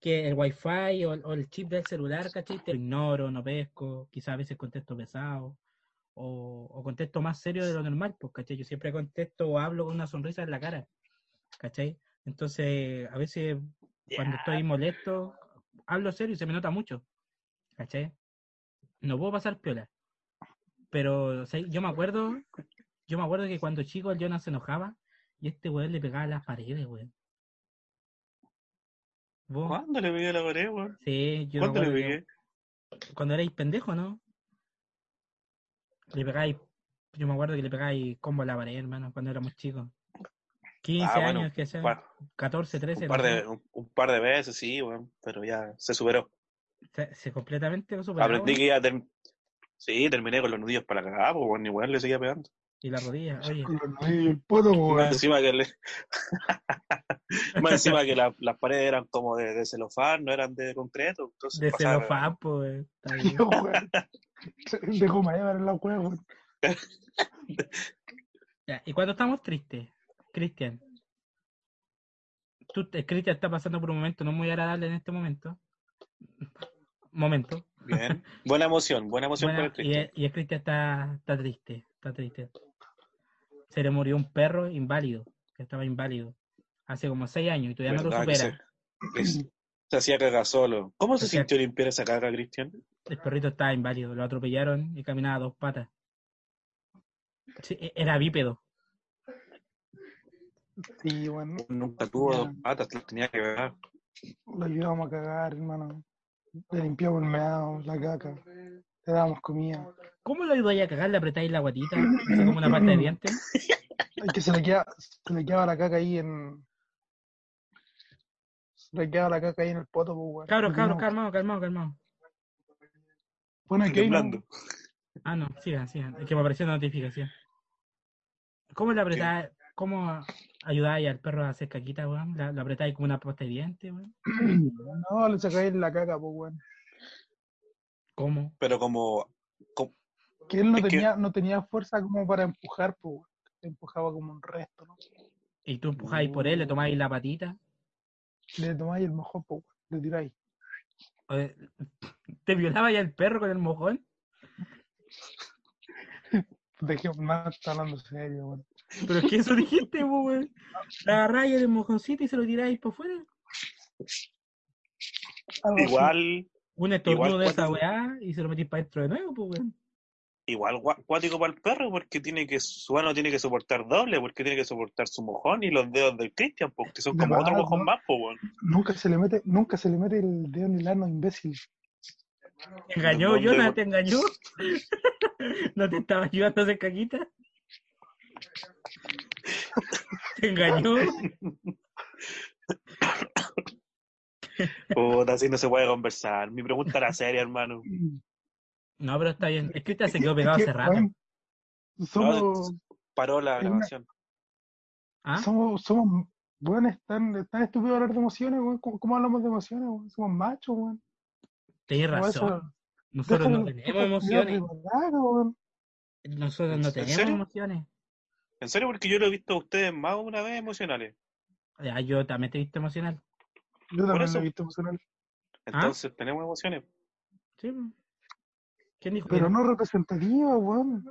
B: que el wifi o, o el chip del celular, ¿cachai? Te lo ignoro, no pesco, quizás a veces contesto pesado, o, o contesto más serio de lo normal, pues, ¿cachai? Yo siempre contesto o hablo con una sonrisa en la cara, ¿cachai? Entonces, a veces cuando estoy molesto, hablo serio y se me nota mucho, ¿cachai? No puedo pasar piola. Pero o sea, yo me acuerdo, yo me acuerdo que cuando chico el Jonas se enojaba y este weón le pegaba a las paredes, weón. ¿Vos?
A: ¿Cuándo le pegué a la pared, weón?
B: Sí, yo me
A: ¿Cuándo le
B: acuerdo que
A: pegué?
B: cuando erais pendejo, ¿no? Le pegáis, yo me acuerdo que le pegáis combo a la pared, hermano, cuando éramos chicos. 15
A: Ah, bueno,
B: años, que sea,
A: Pa-
B: 14, 13,
A: Un par,
B: no sé.
A: de, un, un par de veces, sí, weón, pero ya se superó.
B: se, se completamente superado,
A: Aprendí
B: weón.
A: que ya term- sí, terminé con los nudillos para cagar, pues, weón, igual le seguía pegando.
B: y la rodilla, oye.
C: con los nudillos y el poto,
A: Más
C: weón.
A: encima que, le- más encima que la- las paredes eran como de, de celofán, no eran de concreto. Entonces
B: De
A: pasaba-
B: celofán, pues. está bien.
C: Yo, weón. Dejó mayor en la weá, weón.
B: Ya, Y cuando estamos tristes, Cristian, tú, eh, Cristian está pasando por un momento no muy agradable en este momento. Momento.
A: Bien. Buena emoción, buena emoción
B: Bueno,
A: por el
B: y,
A: Cristian.
B: el- y el Cristian está, está triste, está triste. Se le murió un perro inválido, que estaba inválido, hace como seis años y todavía no lo
A: ¿Verdad que
B: supera.
A: se, que se- se hacía cagar solo. ¿Cómo se
B: Se hacía-
A: sintió limpiar esa caga, Cristian?
B: El perrito estaba inválido, lo atropellaron y caminaba a dos patas. Sí, e- era bípedo.
C: Sí, weón.
A: Nunca tuvo dos patas, las tenía que ver.
C: Lo ayudábamos a cagar, hermano. Le limpiábamos el meado, la caca. Le dábamos comida.
B: ¿Cómo lo ayudáis a cagar? ¿Le apretáis la guatita? Así como una pasta de dientes.
C: Ay, que se le, queda, se le quedaba la caca ahí en. Le quedaba la caca ahí en el poto, pues, weón.
B: Cabros,
C: Y
B: cabros,
C: no-
B: calmado, calmado, calmado.
C: Bueno, aquí hay no-
A: temblando.
B: Ah, no, sigan, sigan. Es que me apareció una notificación. ¿Cómo le apretáis, cómo ayudáis al perro a hacer caquita, weón? ¿La- ¿Lo apretáis como una pasta de dientes, weón?
C: No, le sacáis la caca, pues, weón.
B: ¿Cómo?
A: Pero
B: Ah,
A: como, como-
C: Que él no
A: Es que-
C: tenía, no tenía fuerza como para empujar, pues, weón. Empujaba como un resto, ¿no?
B: ¿Y tú empujáis por él, le tomáis la patita?
C: Le tomáis el mojón, pues, weón. Le tiráis.
B: ¿O de- ¿Te violabais al perro con el mojón?
C: De que más está hablando serio, weón.
B: ¿Pero es que eso dijiste, po, weón? La agarráis el mojoncito y se lo tiráis por fuera.
C: Algo así.
A: igual,
B: Un estornudo
A: Igual,
B: de esa
A: ¿cuánto-
B: weá y se lo metís para dentro de nuevo, pues, weón.
A: igual gua- cuático para el perro, porque tiene que, su ano tiene que soportar doble, porque tiene que soportar su mojón y los dedos del Christian, porque son
C: De
A: como otro
C: más,
A: mojón
C: ¿no?
A: más, po, weón.
C: Nunca se le mete, nunca se le mete el dedo en el ano, imbécil.
B: Te engañó,
A: ¿Dónde,
B: Jonah,
A: weón?
B: te engañó. No te estaba ayudando a hacer caquita. Te engañó.
A: Puta, así no se puede conversar. Mi pregunta era seria, hermano.
B: No, pero está bien. Es que usted se quedó pegado hace rato.
C: Weón, Somos,
A: Paró la
C: Hay una-
A: grabación.
B: ¿Ah?
C: somos, somos, weón, es tan, es tan estúpido hablar de emociones, weón. ¿Cómo, cómo hablamos de emociones, weón? Somos machos, weón.
B: Tenés
C: Como eso-
B: razón. Nosotros
C: déjalo-
B: no tenemos
C: déjalo
B: emociones.
C: privado, weón.
B: Nosotros no
A: ¿En
B: tenemos
A: serio?
B: emociones.
A: En serio, porque yo lo he visto a ustedes más una vez emocionales.
B: Ah, yo también te he visto emocional.
C: Yo también
A: eso.
C: lo he visto emocional.
A: Entonces, tenemos emociones.
B: Sí. po. ¿Quién dijo?
C: Pero
B: que-
C: no representativa, weón.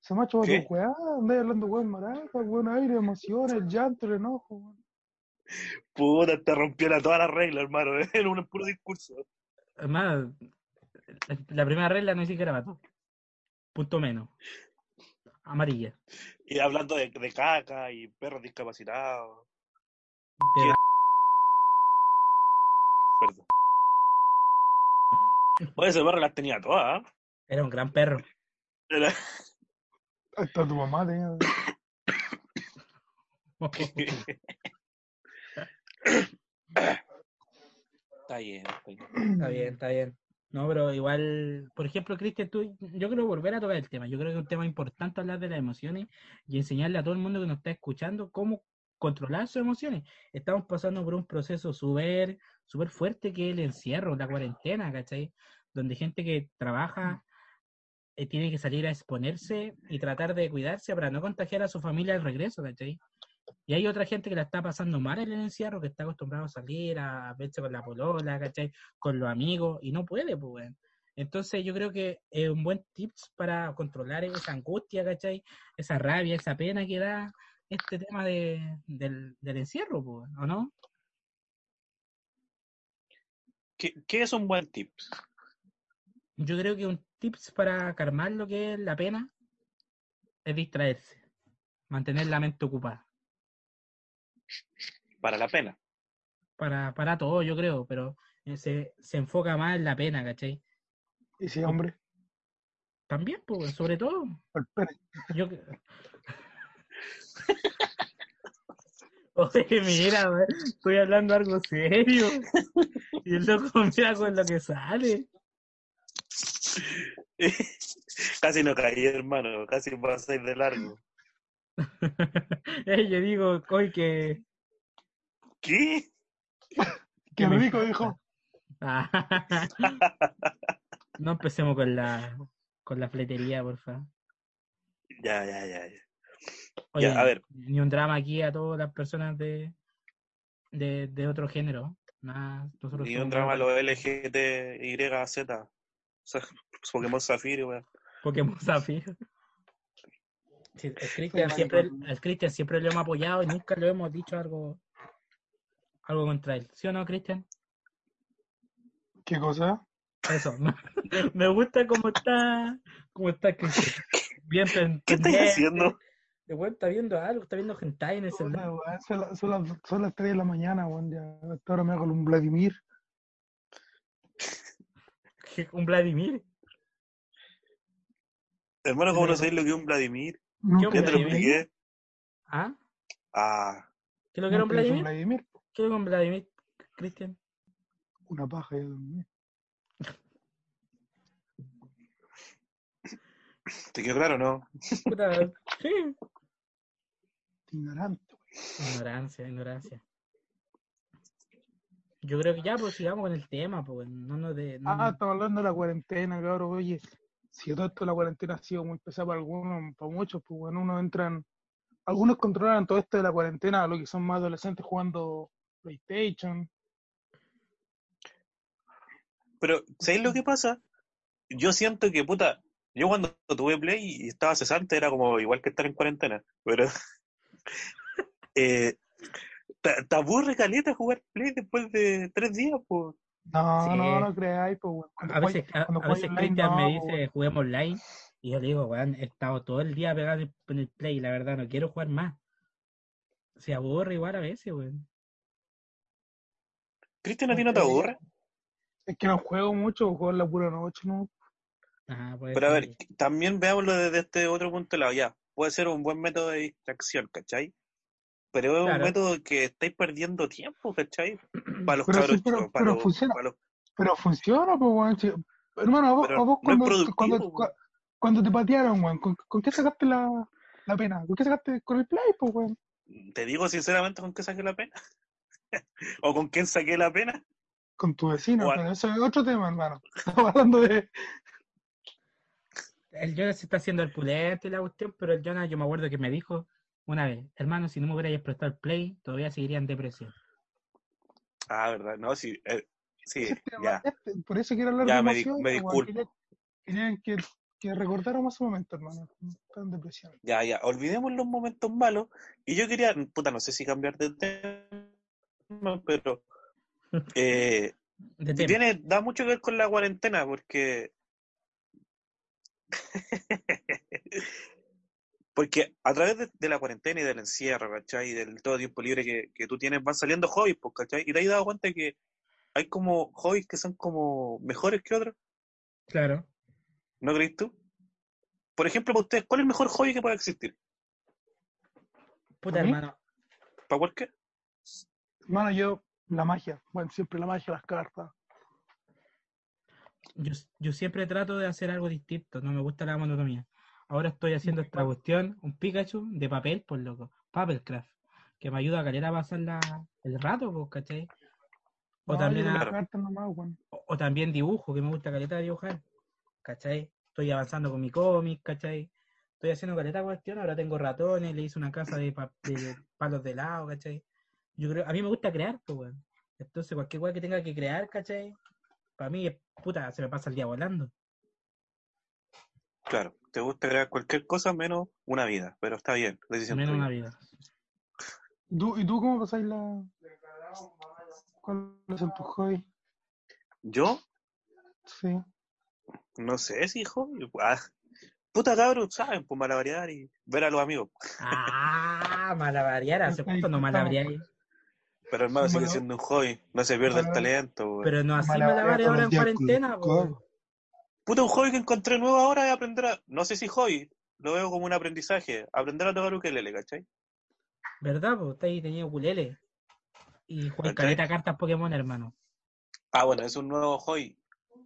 C: Se me ha hecho
A: ¿Qué?
C: tu weá, andáis hablando weón maraca, weón, aire, emociones, llanto, el enojo, weón.
A: Puta, te rompieron todas las reglas, hermano. Era un puro discurso.
B: Hermano, la- la primera regla no es que garabato. Punto menos. Amarilla.
A: Y hablando de, de caca y perros discapacitados.
B: De
A: ¿Qué? Perdón. Oye, ese perro las tenía todas. ¿ah?
B: Era un gran perro.
A: Era-
C: Hasta tu mamá tenía.
A: está bien, está bien.
B: Está bien, está bien. No, pero igual, por ejemplo, Cristian, tú, yo quiero volver a tocar el tema. Yo creo que es un tema importante hablar de las emociones y enseñarle a todo el mundo que nos está escuchando cómo controlar sus emociones. Estamos pasando por un proceso súper, súper fuerte que es el encierro, la cuarentena, ¿cachai? Donde gente que trabaja eh, tiene que salir a exponerse y tratar de cuidarse para no contagiar a su familia al regreso, ¿cachai? Y hay otra gente que la está pasando mal en el encierro, que está acostumbrado a salir, a verse con la polola, ¿cachai? con los amigos y no puede, pues, weón. Entonces yo creo que es un buen tips para controlar esa angustia, ¿cachai? Esa rabia, esa pena que da este tema de, del, del encierro, pues, weón, ¿o no?
A: ¿Qué, qué es un buen tip?
B: Yo creo que un tips para calmar lo que es la pena es distraerse, mantener la mente ocupada.
A: Para la pena.
B: Para, para todo, yo creo, pero eh, se, se enfoca más en la pena, ¿cachai?
C: Y sí, hombre,
B: También, pues, weón, sobre todo.
C: al pene.
B: Yo que- Oye, mira, weón, estoy hablando algo serio. Y el loco mira con lo que sale.
A: casi no caí, hermano. Casi pasáis de largo.
B: Eh, yo digo, hoy que.
A: ¿Qué?
C: Qué
B: me
C: rico,
B: encanta.
C: dijo.
B: no empecemos con la con la fletería, por favor.
A: Ya, ya, ya. ya.
B: Oye,
A: Ya, a ver.
B: ni un drama aquí a todas las personas de, de, de otro género. Nada, nosotros
A: Ni
B: somos
A: un drama
B: una-
A: los LGTYZ. Sa- Pokémon Zafiro, weón.
B: Pokémon Zafiro. Sí, al Cristian
C: Soy
B: siempre,
C: maricón.
B: al Cristian siempre lo hemos apoyado y nunca le hemos dicho algo algo contra él. ¿Sí o no, Cristian?
C: ¿Qué cosa?
B: Eso. Me gusta cómo está, cómo está Cristian. Bien pen-
A: ¿Qué estáis
B: pendiente.
A: haciendo?
B: El weón está viendo algo, está viendo hentai en el celular.
C: Hola, weón, Son las, son, las, son las 3 de la mañana, weón. Ya, hasta ahora me hago un Vladimir.
B: Un Vladimir.
A: Hermano, ¿cómo no sabéis lo que es un Vladimir?
C: Nunca
A: Ya te lo
B: Vladimir?
A: expliqué.
B: ¿Ah?
A: Ah,
B: ¿Qué es lo que era un
C: nunca he hecho
B: Vladimir?
C: Vladimir.
B: ¿Qué es lo que era un Vladimir? Cristian?
C: Una paja y a dormir.
A: ¿Te quedó claro, no?
B: Puta, sí.
C: Ignorante, güey.
B: Ignorancia, ignorancia. Yo creo que ya, pues sigamos con el tema, pues no nos de. no
C: Ah,
B: nos-
C: estamos hablando de la cuarentena, cabrón. Oye, si todo esto de la cuarentena ha sido muy pesada para algunos, para muchos, pues bueno, uno entran. Algunos controlan todo esto de la cuarentena, lo que son más adolescentes jugando PlayStation.
A: Pero, ¿sabéis lo que pasa? Yo siento que, puta, yo cuando tuve Play y estaba cesante era como igual que estar en cuarentena, pero... eh, te, te aburre caleta jugar Play después de tres días, pues.
C: No,
B: Sí.
C: no, no creáis, pues bueno. Cuando
B: a veces,
C: juegas-
B: a,
C: cuando
B: a
C: juegas
B: veces
C: online,
B: Cristian
C: no,
B: me
C: pues,
B: dice juguemos online y yo le digo, weón, he estado todo el día pegado en el- en el play, la verdad, no quiero jugar más. Se aburre igual a veces, weón.
A: Cristian, ¿a ti no te
C: Eh,
A: aburre?
C: Es que no juego mucho, juego en la pura noche, ¿no?
B: Ajá, puede
A: Pero a
B: ser.
A: ver, también veámoslo desde este otro punto de lado, ya. Puede ser un buen método de distracción, ¿cachai? Pero es un
B: Claro.
A: método que estáis perdiendo tiempo, ¿cachai? Para los
C: Pero sí,
A: cabros
C: pero-
A: chicos, para
C: pero
A: los-
C: funciona.
A: para los-
C: Pero funciona, pues, weón. si- Hermano, a vos,
A: Pero
C: a vos
A: no es
C: cuando,
A: productivo,
C: cuando,
A: weón.
C: cua- cuando te patearon, weón, ¿con, con qué sacaste la, la pena? ¿Con qué sacaste con el play, pues, weón?
A: Te digo sinceramente con qué saqué la pena. o con quién saqué la pena.
C: Con tu vecino,
A: Weón.
C: pero eso es otro tema, hermano. Estamos hablando de.
B: El Jonas se está haciendo el pulento y la cuestión, pero el Jonas yo me acuerdo que me dijo una vez, hermano, si no me hubierais prestado el play, todavía seguiría en depresión.
A: Ah, verdad, no, sí, eh, sí,
C: ese tema,
A: ya.
C: este, por eso quiero hablar
A: Ya,
C: de
A: me di-
C: emociones,
A: me
C: weón.
A: disculpo.
C: Quería, quería que, que recordáramos ese momento, hermano. Tan depresión.
A: Ya, ya, olvidemos los momentos malos. Y yo quería, puta, no sé si cambiar de tema, pero eh,
B: De tema.
A: tiene, da mucho que ver con la cuarentena, porque. porque a través de, de la cuarentena y del encierro, ¿cachai? Y del todo tiempo libre que, que tú tienes, van saliendo hobbies, pues, ¿cachai? Y te has dado cuenta que hay como hobbies que son como mejores que otros,
B: Claro.
A: ¿no crees tú? Por ejemplo, para ustedes, ¿cuál es el mejor hobby que pueda existir?
B: Puta,
C: ¿A mí?
B: hermano.
A: ¿Para cuál qué?
C: Hermano, yo, la magia. Bueno, siempre la magia, las cartas.
B: Yo, yo siempre trato de hacer algo distinto, no me gusta la monotonía. Ahora estoy haciendo esta cuestión, un Pikachu de papel, por loco, Papercraft, que me ayuda a calera a pasar la- el rato, pues, ¿cachai? O
C: No,
B: también
C: yo
B: a-
C: las cartas nomás, weón.
B: o, o también dibujo, que me gusta caleta de dibujar, ¿cachai? Estoy avanzando con mi cómic, ¿cachai? Estoy haciendo caleta de cuestión, ahora tengo ratones, le hice una casa de, pa- de palos de helado, ¿cachai? Yo creo, a mí me gusta crear, pues, weón. Entonces, cualquier weón que tenga que crear, ¿cachai? Para mí, puta, se me pasa el día volando.
A: Claro, te gusta crear cualquier cosa menos una vida, pero está bien, decisión
B: Menos
A: tuya.
B: una vida.
C: ¿Y tú, y tú cómo pasáis la.? ¿Cuáles son tus hobbies?
A: Yo
C: Sí.
A: no sé si hobby. ah, puta cabros, saben, pues malabarear y ver a los amigos.
B: Ah, malabarear, hace cuánto no malabareáis.
A: Pero hermano, sigue
C: Bueno.
A: siendo un hobby, no se pierde el
C: Bueno.
A: talento. weón.
B: Pero no así
C: Malabarear
B: malabares
C: todos
B: ahora en
C: los días con
B: cuarentena,
C: los
A: pues,
B: po.
C: cocos.
A: Puta, un hobby que encontré nuevo ahora es aprender a. No sé si hobby, lo veo como un aprendizaje, aprender a tocar ukelele, ¿cachai?
B: ¿verdad? po? Está ahí tenía ukulele. Y
A: ¿Cachai?
B: Juan Caleta cartas Pokémon, hermano.
A: Ah, bueno, es un nuevo hobby,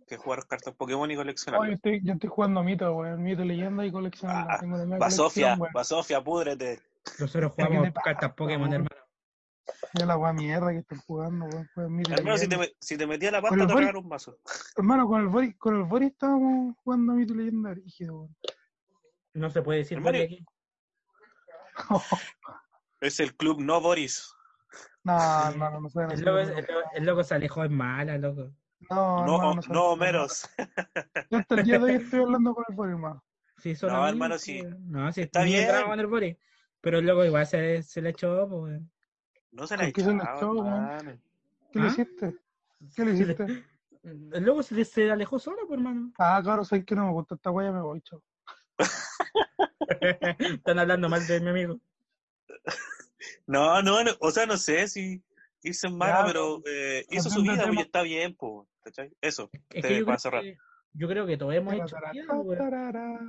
A: que es jugar cartas Pokémon y
C: Oh, yo,
A: coleccionarlas.
C: estoy, yo estoy jugando a Mito, weón. Mito leyenda y coleccionando.
A: Ah,
C: Tengo la nueva
A: Va Sofía,
C: colección, weón.
A: va Sofía, púdrete.
B: Nosotros
C: ¿Pero qué
B: jugamos
C: te pasa,
B: cartas Pokémon,
C: weón?
B: hermano.
C: Mira la weá mierda que están jugando, weón. Juegan Mito
A: Hermano, si te,
C: leyenda.
A: me- si te metía la
C: Pero
A: pasta, te
C: bueno.
A: regalan un vaso.
C: Hermano, con el Boris, con el Boris estábamos jugando a Mito leyenda rígido, weón.
B: No se puede decir
A: Hermano,
B: Boris aquí.
A: Es el club No Boris.
C: no, hermano, no saben
B: El
C: hacer
B: loco,
C: eso.
B: el loco- el loco se alejó en mala, loco.
C: No,
A: No,
C: hermano,
A: no,
C: saben hacer eso.
A: Homeros.
C: Yo hasta el día de hoy estoy hablando con el Boris, hermano.
B: Sí, son
A: No,
B: amigos,
A: hermano,
B: po,
A: sí.
B: weón. No, sí,
A: Está
B: ni
A: bien.
B: entraba con el Boris. Pero el loco igual se, se le echó, po, weón.
A: No se la
C: ¿Con qué se la
A: echaba,
C: echó, weón?
A: hermano.
C: ¿Qué le
B: ¿Ah?
C: hiciste? ¿Qué le
B: Se le-
C: hiciste?
B: El loco se, le- se alejó solo, po, hermano.
C: Ah, claro, sabes que no me gusta esta weá, me voy, chao.
B: Están hablando mal de mi amigo.
A: No, no, no, o sea, no sé si irse en mano,
C: Ya,
A: pero eh, hizo su
C: cambiando
A: vida,
C: de tema.
A: pues y está bien, pues. ¿cachai? Eso.
B: Es
A: Te-
B: que yo,
A: para
B: creo
A: cerrar.
B: que yo creo que todos hemos hecho vida, weón.
C: Tararara.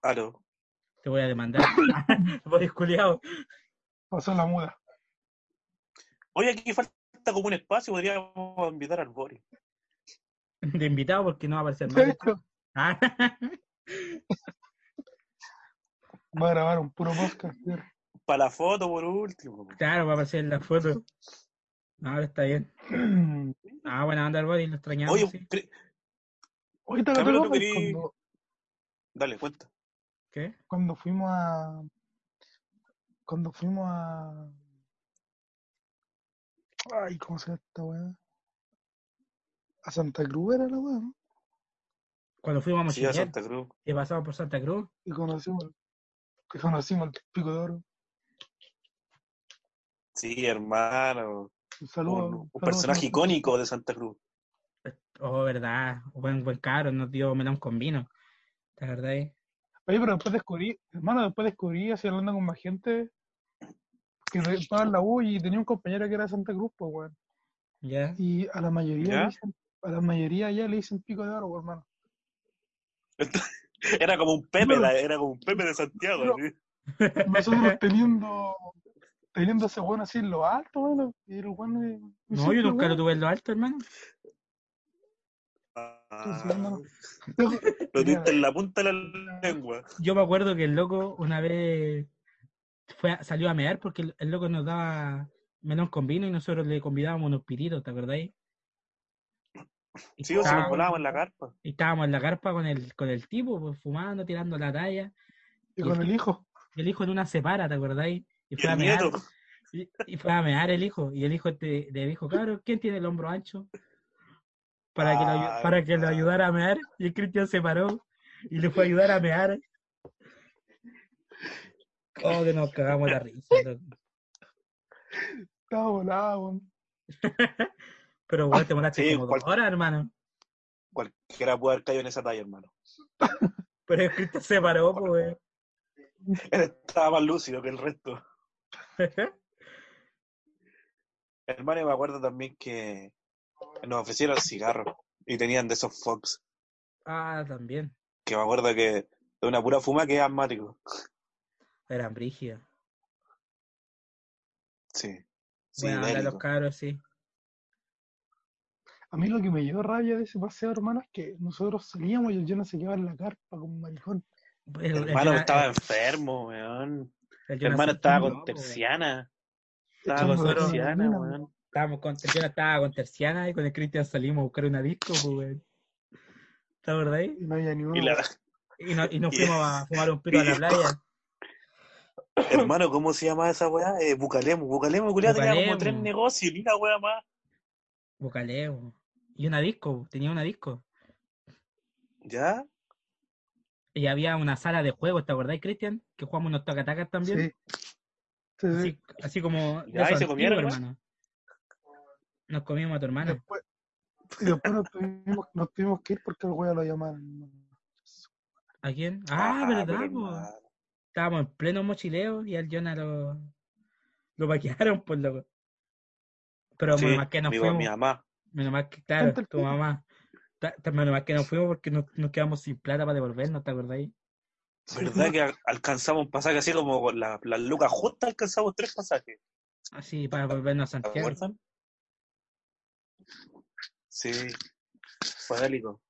A: Claro.
B: Te voy a demandar. Boris culiao.
C: Pasó la muda.
A: Oye, aquí falta como un espacio, podríamos invitar al Boris.
B: De invitado porque no va a aparecer
C: De
B: más.
C: hecho,
B: Ah,
C: va a grabar un puro podcast. tío.
A: Para la foto, por último.
B: claro, va a aparecer en la foto. Ahora está bien. Ah, buena onda, Boris, lo extrañamos.
A: Oye,
B: sí.
A: cre-
C: Oye, ¿te
A: Camilo, ¿tú
C: acuerdas
A: Ah, querí-
C: cuando,
A: dale, cuenta.
B: ¿Qué?
C: cuando fuimos a. Cuando fuimos a. Ay, ¿cómo se llama esta weá? A Santa Cruz era la weá, ¿no?
B: Cuando fuimos a
A: Sí, a
B: mochilear,
A: Santa Cruz.
B: que pasamos por Santa Cruz.
C: Y conocimos, y conocimos al pico de oro.
A: Sí, hermano.
C: Un
A: Un,
C: saludo.
A: un
C: saludo,
A: personaje
C: señor.
A: icónico de Santa Cruz.
B: Oh, verdad. Buen, buen caro, nos dio melón con vino. La verdad es.
C: Oye, pero después descubrí, hermano, después descubrí, así hablando con más gente, que re- estaba en la U y tenía un compañero que era de Santa Cruz, pues, weón.
B: Ya.
C: Y a la mayoría
A: ¿Ya?
C: le dicen, a la mayoría ya le dicen pico de oro, pues, hermano.
A: Era como un Pepe,
C: No.
A: la- era como un Pepe de Santiago.
C: No.
A: ¿sí?
C: Nosotros teniendo, teniendo ese weón así en lo alto, weón, y el weón le-
B: No, yo
C: siempre,
B: nunca lo
C: weón,
B: tuve en lo alto, hermano.
A: Ah,
C: sí, hermano.
A: lo tuviste en la punta de la lengua.
B: Yo me acuerdo que el loco una vez fue a- salió a mear porque el, el loco nos daba melón con vino y nosotros le convidábamos unos piritos, ¿te acordáis?
A: Sí, o
B: Y
A: se lo
B: estábamos-
A: volábamos en la carpa.
B: y estábamos en la carpa con el, con el tipo, pues, fumando, tirando la talla.
C: Y con el hijo.
B: Y el hijo en una separa, ¿te acordáis? Y
A: Y
B: fue a
A: el
B: mear.
A: nieto.
B: Y, y fue a mear el hijo. Y el hijo te, le dijo, cabrón, ¿quién tiene el hombro ancho? Para que, lo, ayu-
A: Ah,
B: para que lo
A: verdad.
B: ayudara a mear. Y el Cristian se paró y le fue a ayudar a mear. Oh, que nos cagamos la risa. loco.
C: Estaba volado, weón.
B: Pero bueno, te molaste
A: Sí,
B: como
A: cual-
B: dos horas, hermano.
A: Cualquiera puede haber caído en esa talla, hermano.
B: Pero el Cristian se paró, pues.
A: Él estaba más lúcido que el resto.
B: weón.
A: Hermano, y me acuerdo también que nos ofrecieron cigarros y tenían de esos Fox.
B: ah, también.
A: Que me acuerdo que de una pura fuma que es asmático.
B: Eran brígidas.
A: Sí. Sí,
B: Bueno, de los
A: bélico.
B: cabros, sí.
C: A mí lo que me dio rabia de ese paseo, hermano, es que nosotros salíamos y el Jonas se quedaba en la carpa como un maricón.
B: El- el
A: hermano
B: Jonah-
A: estaba
B: el-
A: enfermo, weón.
B: el Jonah
A: hermano
B: se-
A: estaba
B: no,
A: con
B: po, weón.
A: Terciana. Estaba
C: Echando
A: con
B: Nosotros-
A: Terciana,
C: adrenalina,
A: weón.
B: Estábamos con, yo estaba con Terciana y con el Cristian salimos a buscar una disco, pues, weón. ¿Te acordáis?
C: Y no había ni uno.
A: Y la,
B: Y, no- y nos
A: Y-
B: fuimos a fumar un pito a la
A: y-
B: playa.
A: hermano, ¿cómo se llama esa weá? Eh, Bucalemo. Bucalemo, culiao, tenía como
B: Bucalemo.
A: tres negocios y una weá más.
B: Bocaleo. Y una disco, tenía una disco.
A: ¿Ya?
B: Y había una sala de juegos, ¿te acordáis, Cristian? Que jugamos unos tacatacas también.
C: Sí. Sí, sí.
B: Así, así como de
A: Ya,
B: esos
A: y se comieron,
B: antiguos,
A: ¿no?
B: hermano. Nos comimos a tu hermano.
C: Después, y después nos, tuvimos, nos tuvimos que ir porque el weón lo llamaron. hermano.
B: ¿A quién? Ah,
A: pero
B: verdad, po.
A: hermano.
B: Estábamos en pleno mochileo y al Jonah lo, lo vaquearon, por loco. Pero
A: Sí,
B: menos mal que nos
A: mi,
B: fuimos.
A: mi mamá.
B: Menos mal que, claro,
C: Tanto el
B: tu
C: tiempo.
B: mamá. Ta- ta- Menos mal que nos fuimos porque nos, nos quedamos sin plata para devolvernos, ¿te acordáis?
C: Sí,
A: ¿Verdad que al- alcanzamos un pasaje así como con la- las lucas justas alcanzamos tres pasajes?
B: Así, Ah, para volvernos a
A: ¿Te
B: Santiago.
A: acuerdan? Sí, fue bélico.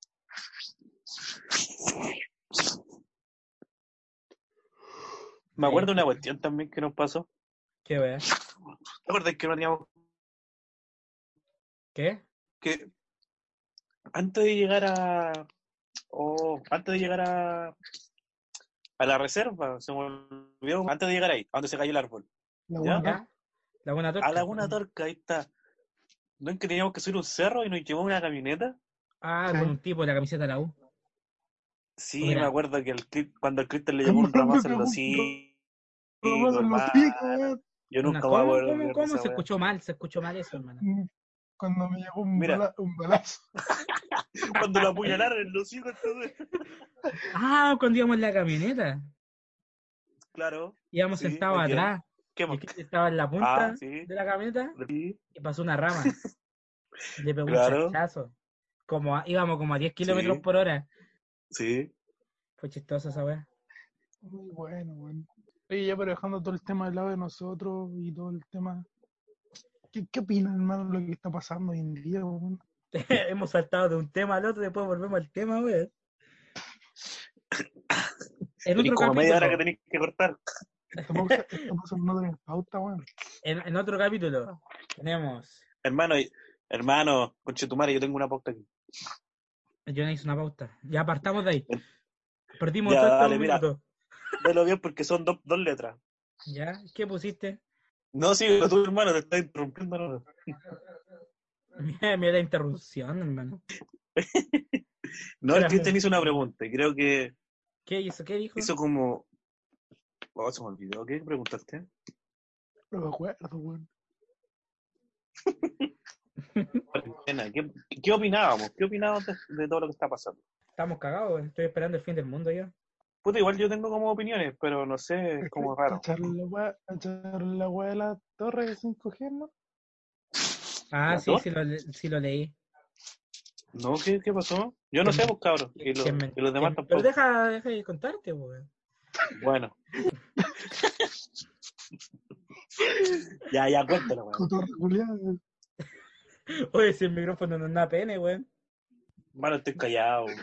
A: Me acuerdo de una cuestión también que nos pasó.
B: ¿Qué, wea?
A: ¿Te acuerdas que no teníamos
B: ¿Qué?
A: que antes de llegar a oh, antes de llegar a a la reserva, se me olvidó, antes de llegar ahí, a donde se cayó el árbol.
C: La
A: Ya.
C: buena tarde.
B: ¿Ya? Laguna Torca.
A: A Laguna Torca, ahí está. ¿No es que teníamos que subir un cerro y nos llevó una camioneta?
B: Ah,
C: Sí.
B: con un tipo de la camiseta de la U.
A: Sí,
B: Mira.
A: me acuerdo que el, Cri- cuando el Cristian le llegó un
C: Cuando
A: ramazo
C: le
A: en
C: llegó
A: los
C: un
A: hijos.
C: Lo ¿eh? más en los hijos, weón.
A: Yo
B: Una-
A: nunca voy a
B: ¿Cómo,
A: poder
B: cómo,
A: olvidar
B: cómo?
A: esa
B: Se
A: wea.
B: escuchó mal, se escuchó mal eso, hermano.
C: Mm, Cuando me llegó un,
A: Mira.
C: bala- un balazo.
A: Cuando lo apuñalaron en los hijos, entonces.
B: Ah, cuando íbamos en la camioneta.
A: Claro.
B: Íbamos
A: Sí,
B: sentados
A: ok.
B: atrás.
A: ¿Qué
B: Y
A: más?
B: el Cristian estaba en la punta
A: Ah, sí.
B: de la camioneta
A: Sí,
B: y pasó una rama. Y le pegó
A: Claro.
B: un chachazo. Como a- íbamos como a 10 kilómetros
A: Sí.
B: por hora.
A: sí.
B: Fue chistosa esa weá.
C: Muy bueno, weón. Oye, ya pero dejando todo el tema del lado de nosotros y todo el tema. ¿Qué, qué opinan, hermano, de lo que está pasando hoy en día, weón?
B: Hemos saltado de un tema al otro, después volvemos al tema, weón. En
A: Tenés
B: otro
A: como media hora que
B: capítulo,
A: tenés que cortar.
C: Está pausa- está pasando en otra pauta, weón.
B: en, en otro capítulo tenemos.
A: Hermano, y- hermano, conchetumare, yo tengo una pauta aquí.
B: Yo no hice una pauta. Ya partamos de ahí. Perdimos
A: Eh, Ya,
B: todo esto en
A: dale,
B: un
A: mira.
B: minuto.
A: Velo bien porque son dos- dos letras.
B: ¿Ya? ¿Qué pusiste?
A: No, sí, pero tú, hermano, te estás interrumpiendo. ¿no?
B: Mira, mira la interrupción, hermano.
A: No, el
B: Espera.
A: Cristian hizo una pregunta y creo que
B: ¿Qué hizo? ¿Qué dijo?
A: hizo como... Oh, se me olvidó. ¿Qué preguntaste?
C: No me acuerdo, weón.
A: Cuarentena. ¿Qué, qué opinábamos? ¿Qué opinábamos de, de todo lo que está pasando?
B: Estamos cagados, weón. estoy esperando el fin del mundo ya.
A: Puta, igual yo tengo como opiniones, pero no sé, es como raro.
C: Echar la weá- echar la weá de la torre de 5G, ¿no?
B: Ah,
A: ¿La
B: sí,
A: dos?
B: sí lo, le- sí lo leí.
A: ¿No? ¿Qué, qué pasó? Yo no sé, pues, cabros. Y, lo-
B: Que me-
A: y los demás
B: que-
A: tampoco.
B: Pero deja, deja de contarte, weón.
A: Bueno. ya, ya, cuéntalo, weón.
C: Tu torre culiada, weón.
B: Oye, si el micrófono no es una pene, weón.
A: Hermano, estoy callado. weón.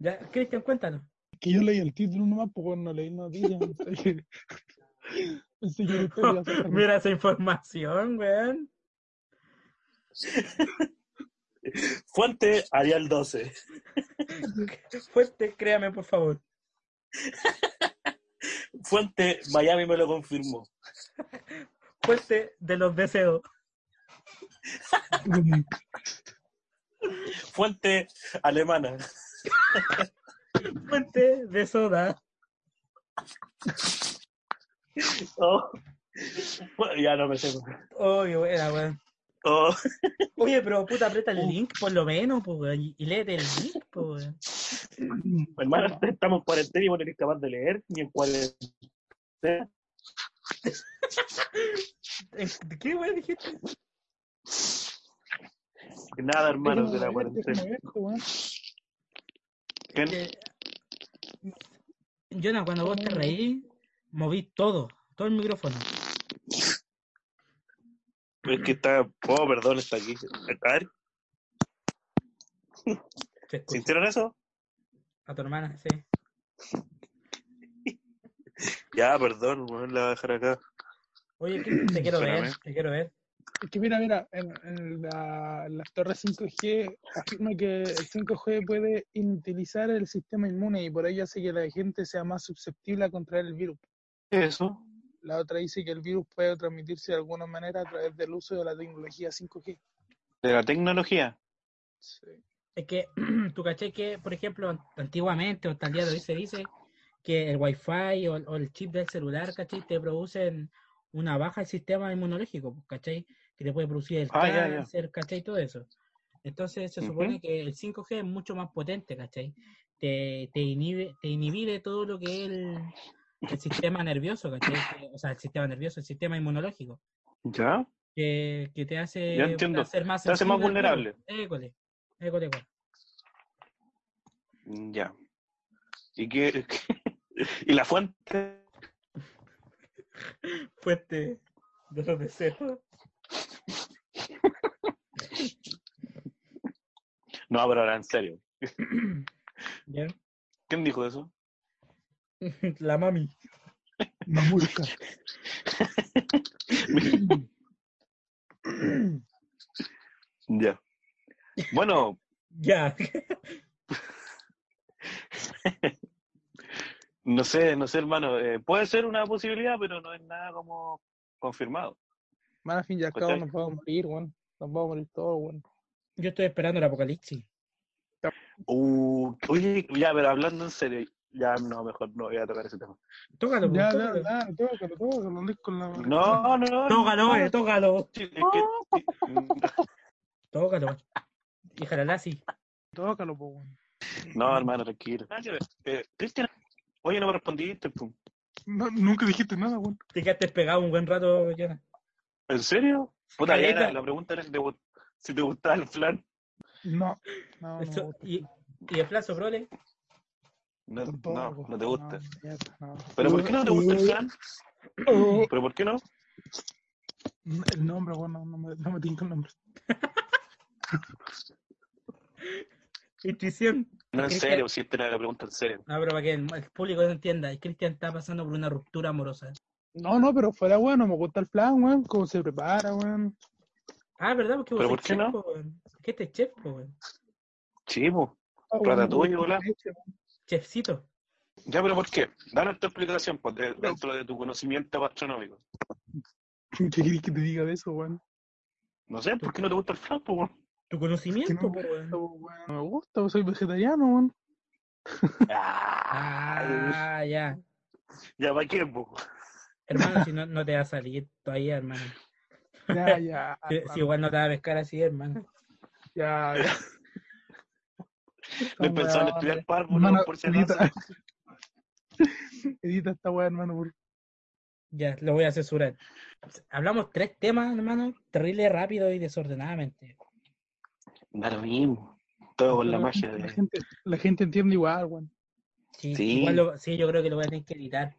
B: ya, Cristian, cuéntanos.
C: Que yo leí el título nomás, pues weón, no leí noticias. Pensé que- pensé que la historia iba a ser-
B: Mira esa información, weón.
A: Fuente, Arial 12.
B: Fuerte, créame, por favor.
A: Fuente, Miami me lo confirmó.
B: Fuerte de los deseos.
A: Fuente, alemana.
B: Fuente de soda.
A: Oh. Bueno, ya no me sé. weón.
B: Oh, qué buena, weón.
A: Oh.
B: Oye, pero puta, aprieta el link, por lo menos, pues, weón. Y y léete el link, pues, weón.
A: Pues, Hermano, estamos en cuarentena y vos no eres capaz de leer ni en cuarentena.
B: Eh, ¿Qué, weón, dijiste?
A: Nada, hermano, de la
C: Déjame ver,
A: cuarentena.
C: déjame ver, weón.
A: ¿Quién?
B: Eh, Jonah, cuando vos te reí, moví todo, todo el micrófono.
A: Es que está. Oh, perdón, está aquí. A ver,
B: Se escucha.
A: ¿sintieron eso?
B: A tu hermana, sí.
A: Ya, perdón, weón, la voy a dejar acá.
B: Oye, Cristian, te quiero ver,
A: Espérame.
B: te quiero ver.
C: Es que mira, mira, en, en la, la torre 5G afirma que el 5G puede inutilizar el sistema inmune y por ello hace que la gente sea más susceptible a contraer el virus.
A: Eso.
C: La otra dice que el virus puede transmitirse de alguna manera a través del uso de la tecnología 5G.
A: De la tecnología.
C: Sí.
B: Es que tú caché que, por ejemplo, an- antiguamente o hasta el día de hoy se dice que el wifi o, el- o el chip del celular, ¿cachai? Te producen una baja del sistema inmunológico, pues, ¿cachai? Que te puede producir el
A: Ah, ya, ya.
B: cáncer, ¿cachai? Todo eso. Entonces se
A: Ujú.
B: supone que el 5G es mucho más potente, ¿cachai? Te, te inhibe, te inhibe todo lo que es el, el sistema nervioso, ¿cachai? Que- O sea, el sistema nervioso, el sistema inmunológico,
A: ¿Ya?
B: que, que te hace
A: Ya entiendo.
B: ser más,
A: Te hace más
B: sensible al
A: vulnerable.
B: virus. École, école, école.
A: Ya. ¿Y qué? ¿Y la fuente?
B: fuente de los deseos.
A: No, pero ahora en serio. ¿Quién dijo eso?
B: La mami.
C: Mamurca.
A: Ya. Bueno,
B: Ya.
A: no sé, no sé, hermano. eh, puede ser una posibilidad, pero no es nada como confirmado.
C: Más al fin y al cabo
A: ¿Cachai?
C: nos vamos a morir, weón. Nos vamos a morir todos, weón.
B: Yo estoy esperando el apocalipsis.
A: Uh, oye, ya, pero hablando en serio, ya no, mejor no voy a tocar ese tema.
B: Tócalo, pues,
C: Ya, ya,
B: tócalo.
C: ya, tócalo, tócalo, andés con la...
A: No, no, no.
B: Tócalo, eh, tócalo.
A: sí, es que-
B: Tócalo. Hija la Lassie.
C: Tócalo, po, weón.
A: no, hermano, tranquilo. Eh, Cristian, oye, no me respondiste. pum.
C: No, nunca dijiste nada, weón.
B: Te quedaste pegado un buen rato, Jonah.
A: ¿En serio? Puta, ya
B: Caleta.
A: era- la pregunta era si te, gu- si te gustaba el flan.
C: No, no, no.
B: Eso-
C: weón.
B: y, y el plazo, prole.
A: No, no,
C: Tampoco.
A: no te gusta.
C: No, eso, no.
A: ¿Pero por qué no te gusta el flan? ¿Pero por qué no?
C: El nombre, weón, no, no me, no me tinca el nombre.
B: Intuición.
A: No, en
B: Cristian-
A: serio, si esta era la pregunta en serio.
B: No, pero para que el, el público no entienda, Cristian está pasando por una ruptura amorosa.
C: No, no, pero fuera, weón, no me gusta el plan, weón. Cómo se prepara, weón.
B: Ah, ¿verdad? Porque vos
A: ¿Pero
B: sos
A: por qué
B: chef,
A: no?
B: po, weón. ¿Qué este chef, po, weón?
A: Chivo.
C: Ah, weón,
A: Ratatouille,
C: me gusta
A: hola.
C: la leche, weón.
B: Chefcito.
A: Ya, pero ¿por qué? Danos tu explicación pues, de- dentro de tu conocimiento gastronómico.
C: ¿Qué querés que te diga de eso, weón?
A: No sé, ¿por qué no te gusta el flan? po, weón?
B: Tu conocimiento,
C: no
B: po, weón.
C: No, weón, no me gusta, soy vegetariano, weón.
A: Ah,
B: Ah, ya.
A: ya, ¿para qué? po?
B: Hermano, si no, no te va a salir todavía, hermano.
C: Ya, ya.
B: Si, si igual no te va a pescar así, hermano.
C: Ya, ya.
A: No he pensado en estudiar párvulo
C: Hermano,
A: por si acaso.
C: edita. edita esta weá, hermano. por-
B: Ya, lo voy a censurar. Pues, Hablamos tres temas, hermano, terrible, rápido y desordenadamente.
A: Da lo mismo. Todo con la
C: Pero
A: magia
C: La
A: de.
C: gente, la gente entiende igual, weón.
B: Sí,
A: Sí.
B: igual lo- sí, yo creo que lo voy a tener que editar.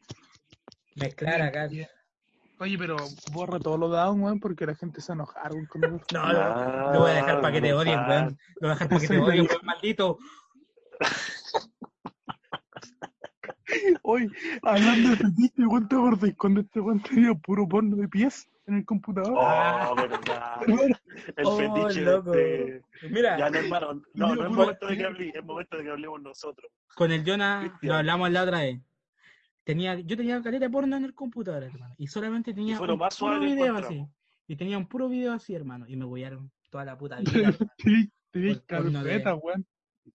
B: Mezclar acá.
C: Oye, Oye, pero borra todo lo down, weón, porque la gente se enoja, weón. con nosotros.
B: No, lo, lo voy a dejar para que
A: Ah,
B: te odien, weón. Lo voy a dejar para que te odien, weón, maldito.
C: Oye, hablando de fetiche, weón, te acordás cuando este weón tenía puro porno de pies en el computador.
A: Oh, verdad.
C: Weón,
A: El
B: Oh,
A: fetiche
B: loco.
A: de este-
B: Mira,
A: Ya, no, hermano, no, no
C: Mira,
A: es
C: puro-
A: momento de que hablemos, es momento de que hablemos nosotros.
B: con el Jonah lo
A: Cristian.
B: hablamos la otra vez. Tenía, yo tenía caleta de porno en el computador, hermano. Y solamente tenía
A: fue lo
B: un
A: más suave
B: puro
A: que
B: video así.
A: encontramos.
B: Y tenía un puro video así, hermano. Y me huellaron toda la puta vida. hermano.
C: Tenía tenía
B: Por porno de-
C: carpeta, weón.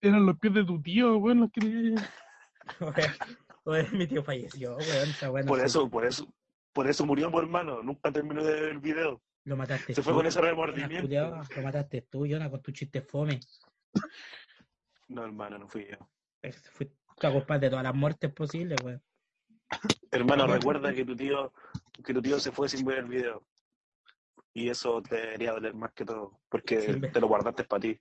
C: Eran los pies de tu tío, weón, los que tenía.
B: Weón, weón, mi tío falleció, weón. esa weá no
A: Por
B: sé.
A: eso, por eso, por eso murió mi hermano, nunca terminó de ver el video.
B: Lo mataste
A: Se fue
B: tú,
A: con ese
B: Jonah,
A: remordimiento.
B: culiao. Lo mataste tú, Jonah, con tu chiste fome.
A: No, hermano, no fui yo.
B: Ese Fue tu culpa de todas las muertes posibles, weón.
A: Hermano, recuerda que tu tío, que tu tío se fue sin ver el video. Y eso te debería doler más que todo, porque
B: Sí, ve.
A: te lo guardaste para ti.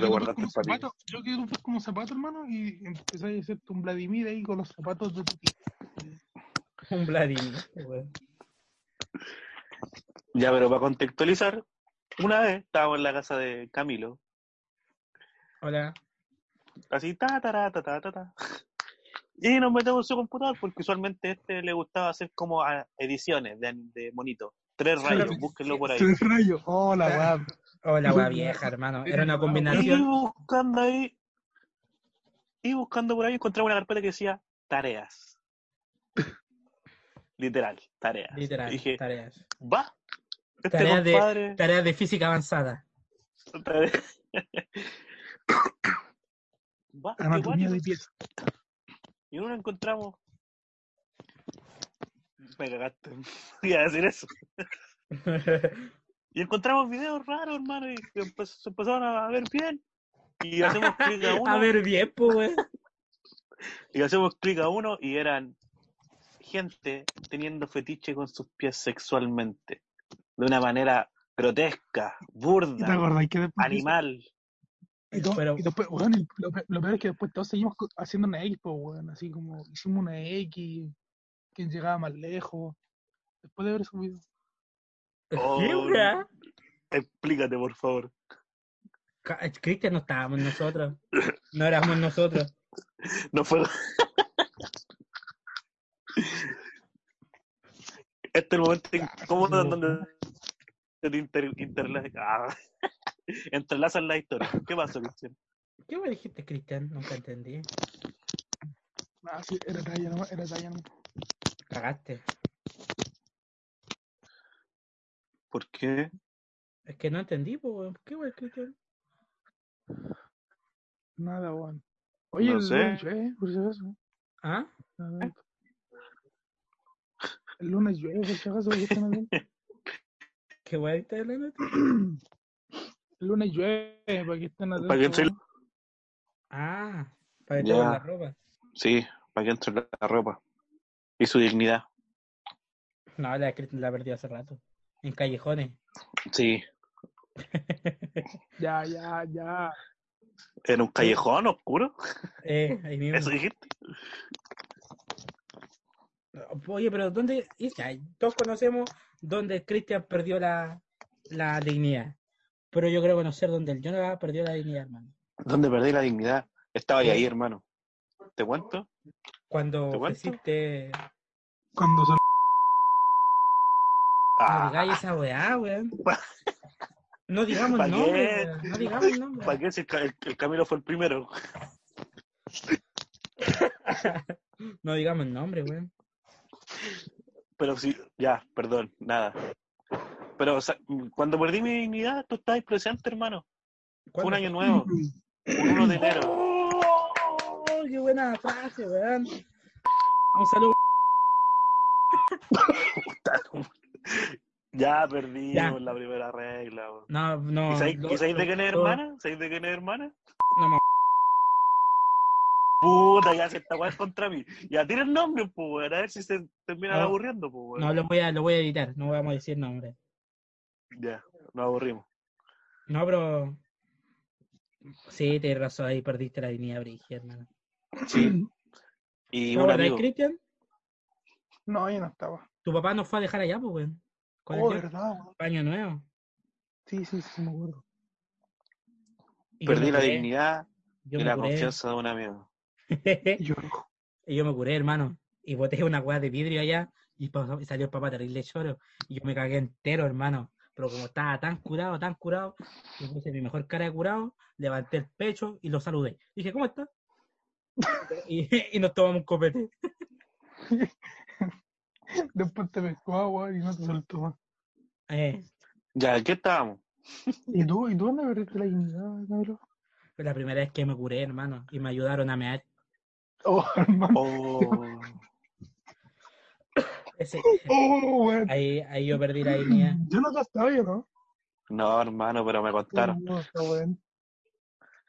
A: Te lo
C: quiero ver
A: guardaste
C: como
A: para ti.
C: zapato, yo quiero ver como zapato, hermano, y empezás a hacerte un Vladimir ahí con los zapatos de tu tío.
B: Un Vladimir, weón.
A: Ya, pero para contextualizar, una vez estábamos en la casa de Camilo,
B: Hola.
A: así ta ta ta ta ta ta, ta. Y nos metemos en su computador porque usualmente a este le gustaba hacer como a- ediciones de, de monito. Tres rayos, búsquenlo por ahí.
C: Tres rayos. Oh, la weá.
B: Hola, weá vieja, hermano. Era una
A: Y
B: combinación.
A: buscando ahí, y buscando por ahí, encontraba una carpeta que decía tareas. Literal, tareas.
B: Literal,
A: Y dije,
B: tareas.
A: va, este
B: Tareas de-
A: compadre.
B: Tareas de física avanzada.
A: tare- va, qué
C: Anatomía
A: guay.
C: de pies.
A: Y no lo encontramos. Me cagaste. Voy a decir eso. Y encontramos videos raros, hermano, y que empe- se empezaron a ver bien. Y hacemos clic a uno.
B: A ver, bien, pues, weón.
A: Y hacemos clic a uno y eran gente teniendo fetiche con sus pies sexualmente. De una manera grotesca,
C: ¿Y te
A: burda,
C: acordás que después
A: animal.
C: Y, todo-
B: Pero-
C: y después, weón, y lo, pe- lo peor es que después todos seguimos co- haciendo una X, po, weón. Así como hicimos una X, quien llegaba más lejos. Después de haber subido.
A: Oh.
B: ¿Qué, weá?
A: Explícate, por favor.
B: Ca- Cristian no estábamos nosotros. No éramos nosotros.
A: No fue. este es el momento incómodo en donde te inter- interla- ah, entrelazan la historia. ¿Qué pasó, Cristian?
B: ¿Qué me dijiste, Cristian? Nunca entendí.
C: Ah, sí, era talla nomás, era talla nomás.
B: Cagaste.
A: ¿Por qué?
B: Es que no entendí, pues, weón. ¿Qué, weón, Cristian?
C: Nada, weón. Oye,
A: No
C: el
A: sé. ¿Eh?
C: lunes llueve, por si acaso.
B: ¿Ah?
C: Nada. El lunes llueve, por si acaso. porque está en el-
B: ¿Qué weón estás hablando? tú?
C: El lunes llueve, para que estén atentos.
A: Para que se-
C: weón.
B: Ah, para que te
A: Ya.
B: vean la ropa.
A: Sí, para que entre la ropa. Y su dignidad.
B: No, la de Cristian la perdí hace rato. En callejones.
A: Sí.
C: Ya, ya, ya.
A: En un callejón oscuro.
B: Eh, ahí mismo.
A: Eso dijiste.
B: Oye, pero ¿dónde? y ya, Todos conocemos dónde Christian perdió la, la dignidad. Pero yo creo conocer dónde el Jonathan perdió la dignidad, hermano.
A: ¿Dónde perdí la dignidad? Estaba ahí, ahí, hermano. ¿Te cuento?
B: Cuando
A: ¿Te cuento?
B: ofreciste.
C: Cuando se
B: No
A: Ah,
B: digáis esa weá, weón. No digamos
A: ¿Pa'
B: el nombre,
A: qué?
B: weón. No digamos el nombre.
A: ¿Para qué si el, ca- el- el Camilo fue el primero?
B: No digamos el nombre, weón.
A: Pero sí, ya, perdón, nada. Pero o sea, cuando perdí mi dignidad, tú estabas presente, hermano. Fue un
B: ¿Cuándo?
A: año nuevo. Un 1 de enero.
B: ¡Oh! ¡Qué buena frase, weón! Un saludo.
A: Ya perdimos
B: Ya.
A: la primera regla. weón.
B: No, no.
A: ¿Y sabéis
B: lo-
A: y sabéis de quién es
B: lo-
A: hermana? ¿Sabéis de quién es hermana?
B: No, ma-
A: Puta, ya se está weá es contra mí. Ya tira el nombre, pues, weón, a ver si se terminan
B: No.
A: aburriendo, pues, weón.
B: no lo, voy a, lo voy a editar. No vamos a decir nombre.
A: Ya, nos aburrimos.
B: No, pero. Sí, tienes razón. Ahí perdiste la dignidad, Brigia, hermano.
A: Sí. Y
B: ¿No
A: un
B: acordás,
A: amigo.
B: Cristian?
C: No, yo no estaba.
B: Tu papá nos fue a dejar allá, pues, weón. Con
C: Oh,
B: el día-
C: verdad, weón.
B: año nuevo.
C: Sí, sí, sí, me acuerdo.
B: Y yo
A: Perdí
B: me
A: la
B: curé,
A: dignidad
B: Yo
A: y
B: me
A: la
B: curé.
A: confianza de un amigo.
C: Y yo, ojo,
B: y yo me curé, hermano. Y boté una weá de vidrio allá y, pasó- y salió el papá terrible lloro. Y yo me cagué entero, hermano. Pero como estaba tan curado, tan curado, yo puse mi mejor cara de curado, levanté el pecho y lo saludé. Dije, ¿cómo está? y, y nos tomamos un copete.
C: después te pescó agua y no te soltó más.
B: Eh,
A: Ya, ¿en qué estábamos?
C: ¿Y tú? ¿Y tú dónde perdiste la dignidad, cabrón?
B: fue la primera vez que me curé, hermano. Y me ayudaron a mear.
C: Oh, hermano.
A: Oh,
B: Ese-
C: Oh, weón.
B: ahí, ahí yo perdí la dignidad.
C: Yo no estaba yo, ¿no?
A: no, hermano, pero me contaron.
C: Oh, está weón.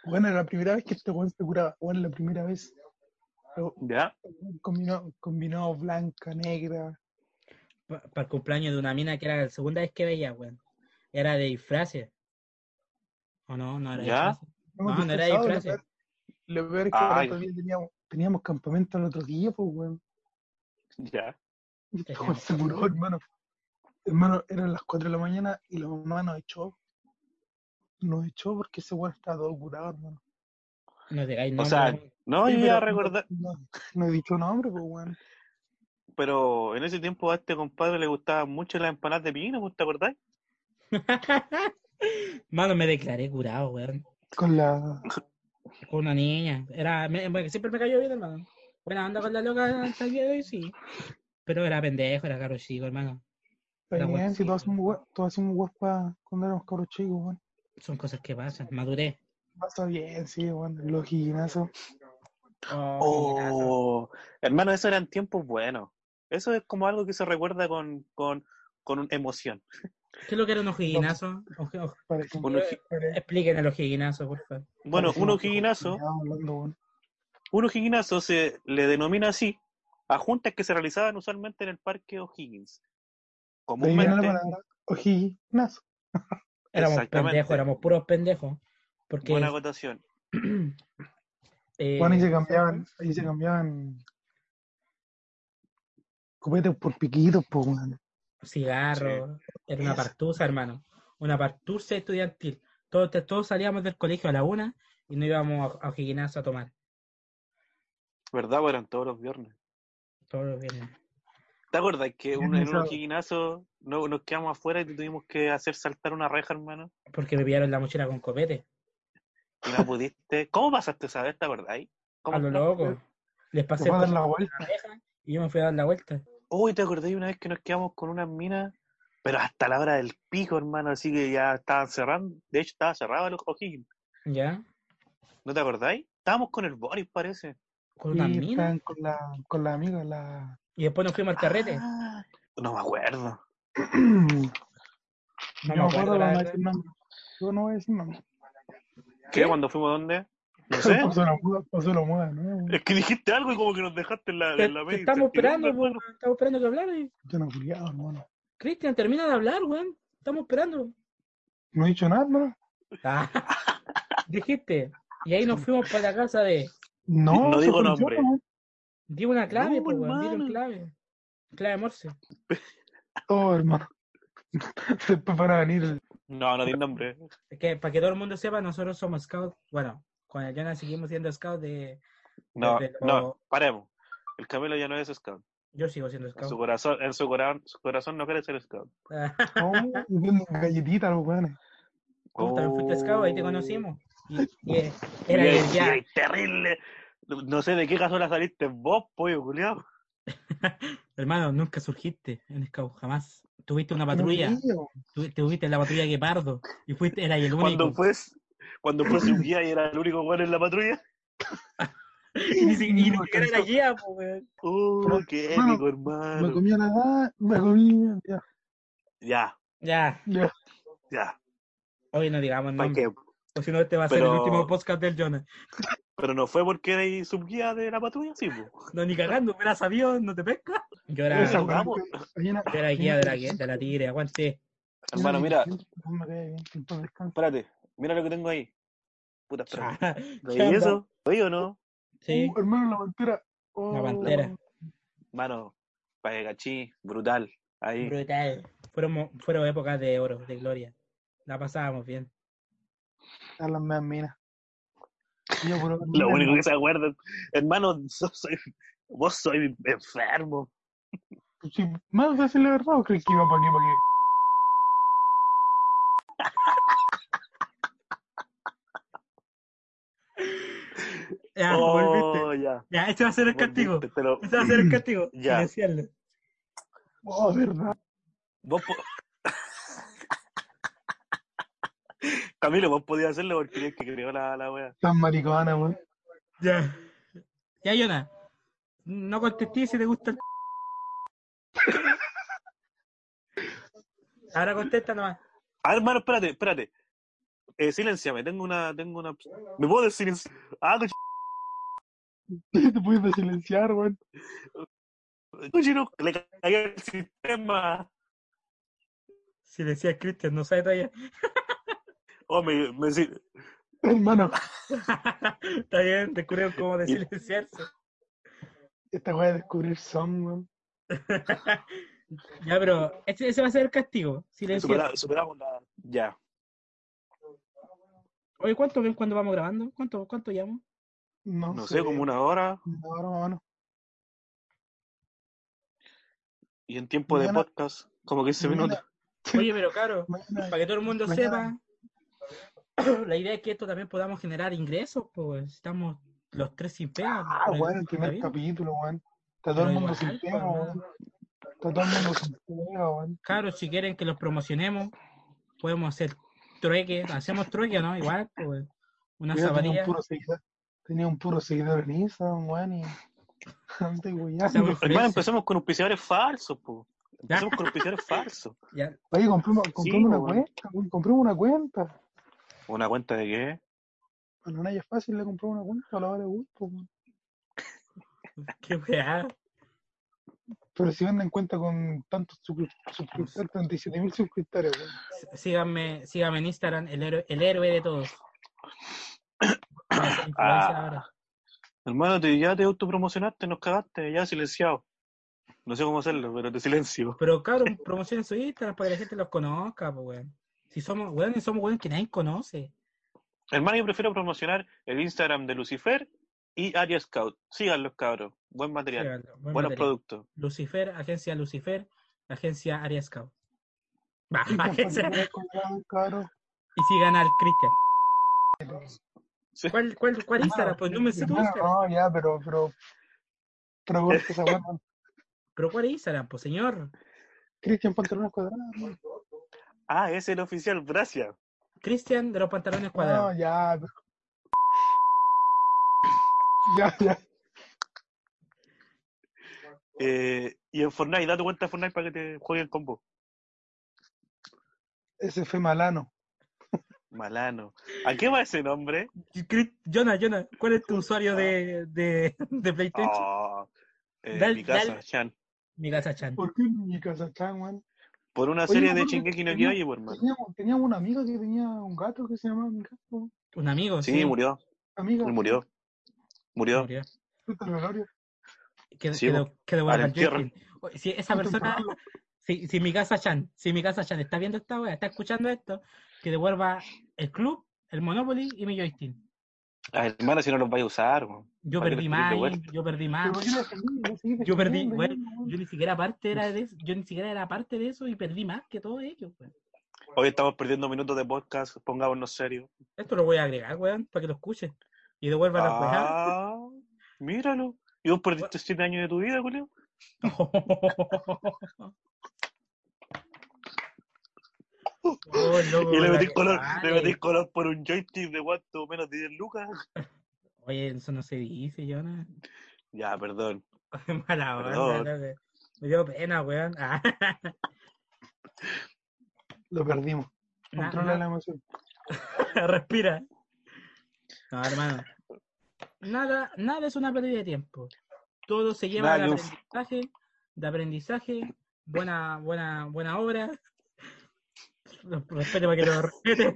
C: Bueno, era la primera vez que este weón se curaba. Bueno, la primera vez. Pero,
A: Ya,
C: weón, Combinado, combinado blanca, negra.
B: para el cumpleaños de una mina que era la segunda vez que veía, weón. Era de disfraces. ¿O no? No era
A: ¿Ya?
B: disfraces.
C: Hemos
B: Ah, No, no era
C: disfrazado,
B: disfraces.
C: Lo peor, lo peor es que
A: Ay.
C: ahora todavía teníamos, teníamos campamento el otro día, pues, weón.
A: ya.
C: Y este
B: Teníamos
C: weón se curó, hermano. Hermano, eran las 4 de la mañana y la mamá nos echó. Nos echó porque ese weón estaba todo curado, hermano.
B: No digáis
A: O
B: nombre,
A: sea,
B: weón.
A: no, yo
C: Sí,
A: iba a
C: pero-
A: recordar,
C: No, no he dicho nombre, pues, weón.
A: pero en ese tiempo a este compadre le gustaban mucho las empanadas de pino, ¿te acordás?
B: Mano, me declaré curado, weón.
C: Con la.
B: Con una niña. Era, me- bueno, que siempre me cayó bien, hermano. Buena onda con la loca hasta el día de hoy, sí. Pero era pendejo, era caro chico, hermano. La
C: Pero
B: weá,
C: bien, si
B: sí,
C: todos hacemos
B: weón.
C: weas, todos hacemos weas pa- cuando éramos cabros chicos, weón.
B: Son cosas que pasan. Maduré.
C: Pasa bien, sí, weón. Los guillinazos.
B: Oh,
A: Oh, hermano, esos eran tiempos buenos. Eso es como algo que se recuerda con, con, con emoción.
B: ¿Qué es lo que eran los jiguinazos? Oje- oje-
C: Parecen,
A: Un oji-
C: parecen-
B: Explíquenle los jiguinazos, por favor.
A: Bueno,
C: parecen
A: un
C: unos
A: ojiguinazo,
C: culiados hablando, weón.
A: un ojiguinazo se le denomina así a juntas que se realizaban usualmente en el parque O'Higgins.
C: De ahí viene la
A: Comúnmente,
C: palabra ojinazo.
B: Éramos
A: Exactamente.
B: pendejos, éramos puros pendejos. Porque
A: buena acotación.
B: Eh,
C: Bueno, ahí se cambiaban, ahí se cambiaban copetes por piquitos, pues, weón.
B: Cigarro, era una
C: Eso.
B: partusa, hermano. Una partusa estudiantil. Todos, te- todos salíamos del colegio a la una y no íbamos a, a O'Higginazo a tomar.
A: ¿Verdad? Bueno, eran todos los viernes.
B: Todos los viernes.
A: ¿Te acuerdas que un- en un
C: Sábado.
A: ojiguinazo no, nos quedamos afuera y tuvimos que hacer saltar una reja, hermano?
B: Porque me pillaron la mochila con copete.
A: Y no pudiste. ¿Cómo pasaste esa vez? ¿Te acordáis? ¿Cómo?
B: A lo loco. Les
C: Te
B: pasé
C: voy a
B: por
C: dar
B: la
C: la vuelta.
B: oreja y yo me fui a dar la vuelta.
A: Uy, ¿te acordáis una vez que nos quedamos con unas minas? Pero hasta la hora del pico, hermano, así que ya estaban cerrando. De hecho, estaba cerrado el O'Higgins.
B: ¿Ya?
A: ¿No te acordáis? Estábamos con el Boris, parece.
B: Con una
C: Y
B: mina.
C: estaban con la, con la amiga, la.
B: Y después nos fuimos al carrete.
A: Ah, no me acuerdo.
B: No
C: Yo
B: me acuerdo, la
C: no voy a
B: verdad.
C: decir nombre. Yo no voy a decir nombre.
A: ¿Qué? ¿Cuando fuimos a dónde? No sé. Eh,
C: Pasó la muda, pasó la muda, ¿no? weón.
A: es que dijiste algo y como que nos dejaste en la,
B: Te,
A: en la
B: te
A: media
B: estamos
A: incertidumbre,
B: esperando, pues.
A: hermano.
B: po, estamos esperando que hablar. y-
C: Yo no he culiado, hermano.
B: Cristian, termina de hablar, weón. Estamos esperando.
C: No he dicho nada, hermano.
B: Ah, dijiste, Y ahí nos fuimos para la casa de.
C: No,
A: No
C: se
A: digo
C: fue
A: nombre.
C: yo, weón.
B: Di una clave,
A: No,
B: pues, weón, dile un
A: hermano.
B: clave. Clave Morse.
C: Oh, hermano. Después van a venir el-
A: No, no di nombre.
B: Es que para que todo el mundo sepa, nosotros somos scout. Bueno, con el Jonas seguimos siendo scout de.
A: No,
B: Pero-
A: no, paremos. El Camilo ya no es scout.
B: Yo sigo siendo
A: En su
B: scout.
A: corazón, en su corazón, su corazón no quiere ser scout.
C: oh, y venden galletitas, los weones.
B: Tú también fuiste scout, ahí te
A: Oh.
B: conocimos. Y, y era-
A: Y
B: era
A: ahí-
B: el ya.
A: y ahí, terrible. No no sé de qué casola saliste vos, pollo, culiao.
B: Hermano, nunca surgiste en scout, jamás. Tuviste una
C: No
B: patrulla,
C: me digo.
B: tu- tuviste la patrulla Guepardo. Y fuiste, era el
A: Cuando
B: único.
A: fue, cuando fue su guía y era el único bueno en la patrulla.
B: Y ni si- y ni
C: No,
B: siquiera era guía, pues, weón.
A: Oh, qué
C: Hermano,
A: épico,
C: Me
A: hermano.
C: comía la edad, me comía. Ya,
A: Ya,
B: Ya,
C: ya.
A: ya.
B: hoy no digamos
A: ¿Para
B: nombre.
A: qué?
B: O si no, este va a ser el
A: Pero-
B: último podcast del Jonas.
A: Pero no fue porque era subguía de la patrulla, sí, po.
B: No, ni cagando, hubiera sabido, no te pesca. Yo era,
C: Esa
A: Pero
B: yo
C: weá,
A: vamos.
C: hay una-
B: era guía de la, de la tigre, aguante.
A: Hermano, mira,
C: No me cae bien, que en paz descanse.
A: espérate. Mira lo que tengo ahí. Puta, espérate.
B: Ya,
A: ¿Veis eso? ¿Veis o no?
B: Sí,
C: Uh, hermano, la pantera.
B: la
C: Oh,
B: pantera.
A: Mano, Pagachí, brutal. Ahí.
B: Brutal. Fueron, mo- fueron épocas de oro, de gloria. La pasábamos bien.
C: A las meas minas. Yo, puro-
A: Lo único que se acuerdan. Hermano, so- soy- vos soy enfermo.
C: Sí, más de decir la verdad, ¿o crees que iba para qué, para qué?
B: Ya,
A: oh,
B: volviste.
A: ya.
B: Ya, este va a ser el castigo.
A: volviste, pero
B: Este va a ser el castigo.
A: Ya.
B: Silenciarlo.
C: Oh, verdad.
A: vos po- Camilo, vos podías hacerlo porque es que creó la, la wea.
C: Tan maricona, weón.
B: Ya. Ya, Jonas. No contesté si te gusta el. Ahora contesta nomás.
A: Ah, hermano, espérate, espérate. Eh, silenciame, tengo una, tengo una. ¿Me puedo silenciar? Ah, coche,
C: Te puedes silenciar, weón.
A: coche, no, le caí el sistema.
B: Si decía Cristian, no sabe todavía.
A: Oh, me, me si-
C: Hermano,
B: Está bien, te creo como de silenciarse.
C: esta weá de descubrir son, weón.
B: Ya, pero ese, ese va a ser el castigo. Silenciarse.
A: supera- superamos la. Ya.
B: Oye, ¿cuánto ven cuando vamos grabando? ¿Cuánto, cuánto llamo?
C: No,
A: No sé, como una hora.
C: Ahora, hermano.
A: Y en tiempo de
C: Mañana-
A: podcast, como 15
C: mañana-
A: minutos.
B: Oye, pero claro, para
C: Mañana,
B: que todo el mundo sepa,
C: Mañana.
B: la idea es que esto también podamos generar ingresos, pues estamos los tres sin pega.
C: ah,
B: por el-
C: weón,
B: por
C: el
B: la
C: primer
B: vida.
C: capítulo, weón. Está todo
B: Pero
C: el mundo
B: igual,
C: sin
B: pues,
C: tema, weón.
B: hermano.
C: Está todo el mundo sin tema, weón.
B: Claro, si quieren que los promocionemos, podemos hacer trueque, hacemos trueque, ¿no? Igual, pues, una
C: Yo tenía un
B: zapatilla.
C: puro seguidor. Tenía un puro seguidor en Instagram, weón, y. Ande, weón.
B: Estamos
A: Hermano,
B: frescos.
A: empezamos con auspiciadores falsos, po. Empezamos con auspiciadores falsos.
B: Ya,
C: Oye, compremos, compremos una
A: weón.
C: cuenta, weón. Compremos una cuenta.
A: ¿Una cuenta de qué?
C: A la Naya es fácil le compró una cuenta, a la vale gusto, weón.
B: qué weá.
C: Pero si venden cuenta con tantos suscri- suscriptores, 37.000 suscriptores, weón.
B: Sí- Síganme, síganme en Instagram, el héroe, el héroe de todos. Voy a ser influencer
A: Ah.
B: ahora.
A: Hermano, te, ya te autopromocionaste, nos cagaste, ya silenciado. No sé cómo hacerlo, pero te silencio.
B: Pero cabrón, promocionen su Instagram para que la gente los conozca, pues weón. Si somos, weón, somos weón que nadie conoce.
A: Hermano, yo prefiero promocionar el Instagram de Lucifer y Aria Scout. Síganlos, cabros. Buen material,
B: Síganlo, buen
A: buenos
B: material.
A: productos.
B: Lucifer, agencia Lucifer, agencia Arias Scout. Va, agencia.
C: pues, Claro.
B: Y sigan al Cristian.
A: Sí.
B: ¿Cuál, cuál, cuál Instagram? Pues no me sé tu
C: Hermano,
B: Instagram.
C: No, ya, pero, pero, pero pues, vos que esa weá, weón.
B: Pero ¿cuál es Instagram? Pues señor.
C: Cristian Pantalones Cuadrados. weón.
A: Ah, ese es el oficial, gracias.
B: Cristian de los pantalones
C: No,
B: cuadrados.
C: ya, pues. pero... Ya, ya.
A: Eh, y en Fortnite, da tu cuenta de Fortnite para que te jueguen con vos.
C: Ese fue malano.
A: Malano. ¿A qué va ese nombre?
B: Y Cri- Jonas, Jonas, ¿cuál es tu usuario de, de, de PlayStation?
A: Ah, eh,
B: Dal-
A: mi casa,
B: dal-
A: Chan.
B: Mi gasa Chan.
C: ¿Por qué en mi casa está, weón?
A: Por una
C: Oye,
A: serie de
C: hermano,
A: Shingeki no
C: tenía-
A: Kyoji, pues, hermano.
C: Teníamos, teníamos una amiga que tenía un gato que se llamaba mi gato.
B: Un amigo,
A: Sí,
B: sí.
A: murió.
C: Amigo,
A: Él murió. Murió.
B: murió.
C: puta, Gregorio.
B: Quedó,
A: Sí,
B: quedó, quedó buena
A: Al
B: para el
A: entierro.
B: Jenkins. Oye, Si esa persona,
C: Enterrarlo.
B: si, si mi casa Chan, si mi casa Chan está viendo esta wea, está escuchando esto, que devuelva el club, el Monopoly y mi joystick.
A: Las hermanas si no los vaya a usar. weón.
B: Yo
A: ¿Para qué
B: perdí
A: los querés
B: más,
A: de
B: ahí,
A: vuelta?
B: yo perdí
C: Pero
B: más.
C: ¿por qué lo defendí? Lo seguí
B: Ah. Yo perdí,
C: defendiendo,
B: bueno,
C: ya, weón.
B: yo ni siquiera parte era de eso, yo ni siquiera era parte de eso y perdí más que todos ellos, weón.
A: Hoy estamos perdiendo minutos de podcast, pongámonos serios.
B: Esto lo voy a agregar, weón, para que lo escuchen. Y devuelvan la weá.
A: Ah, míralo. Y vos perdiste siete años de tu vida, Julio.
B: Oh, loco,
A: Y le
B: la
A: metís
B: que
A: color,
B: vale.
A: le metís color por un joystick de cuánto menos de 10 lucas.
B: Oye, eso no se dice, Jonah.
A: Ya, perdón.
B: Mala
A: Perdón.
B: onda, loco. Me dio pena, weón. Ah,
C: Lo perdimos.
B: na-
C: Controla la
B: na-
C: emoción.
B: respira. No, hermano. Nada, nada es una pérdida de tiempo. Todo se
A: Nada
B: lleva de
A: que un-
B: aprendizaje, de aprendizaje, buena, buena, buena obra. Lo- Respeto para que lo respete.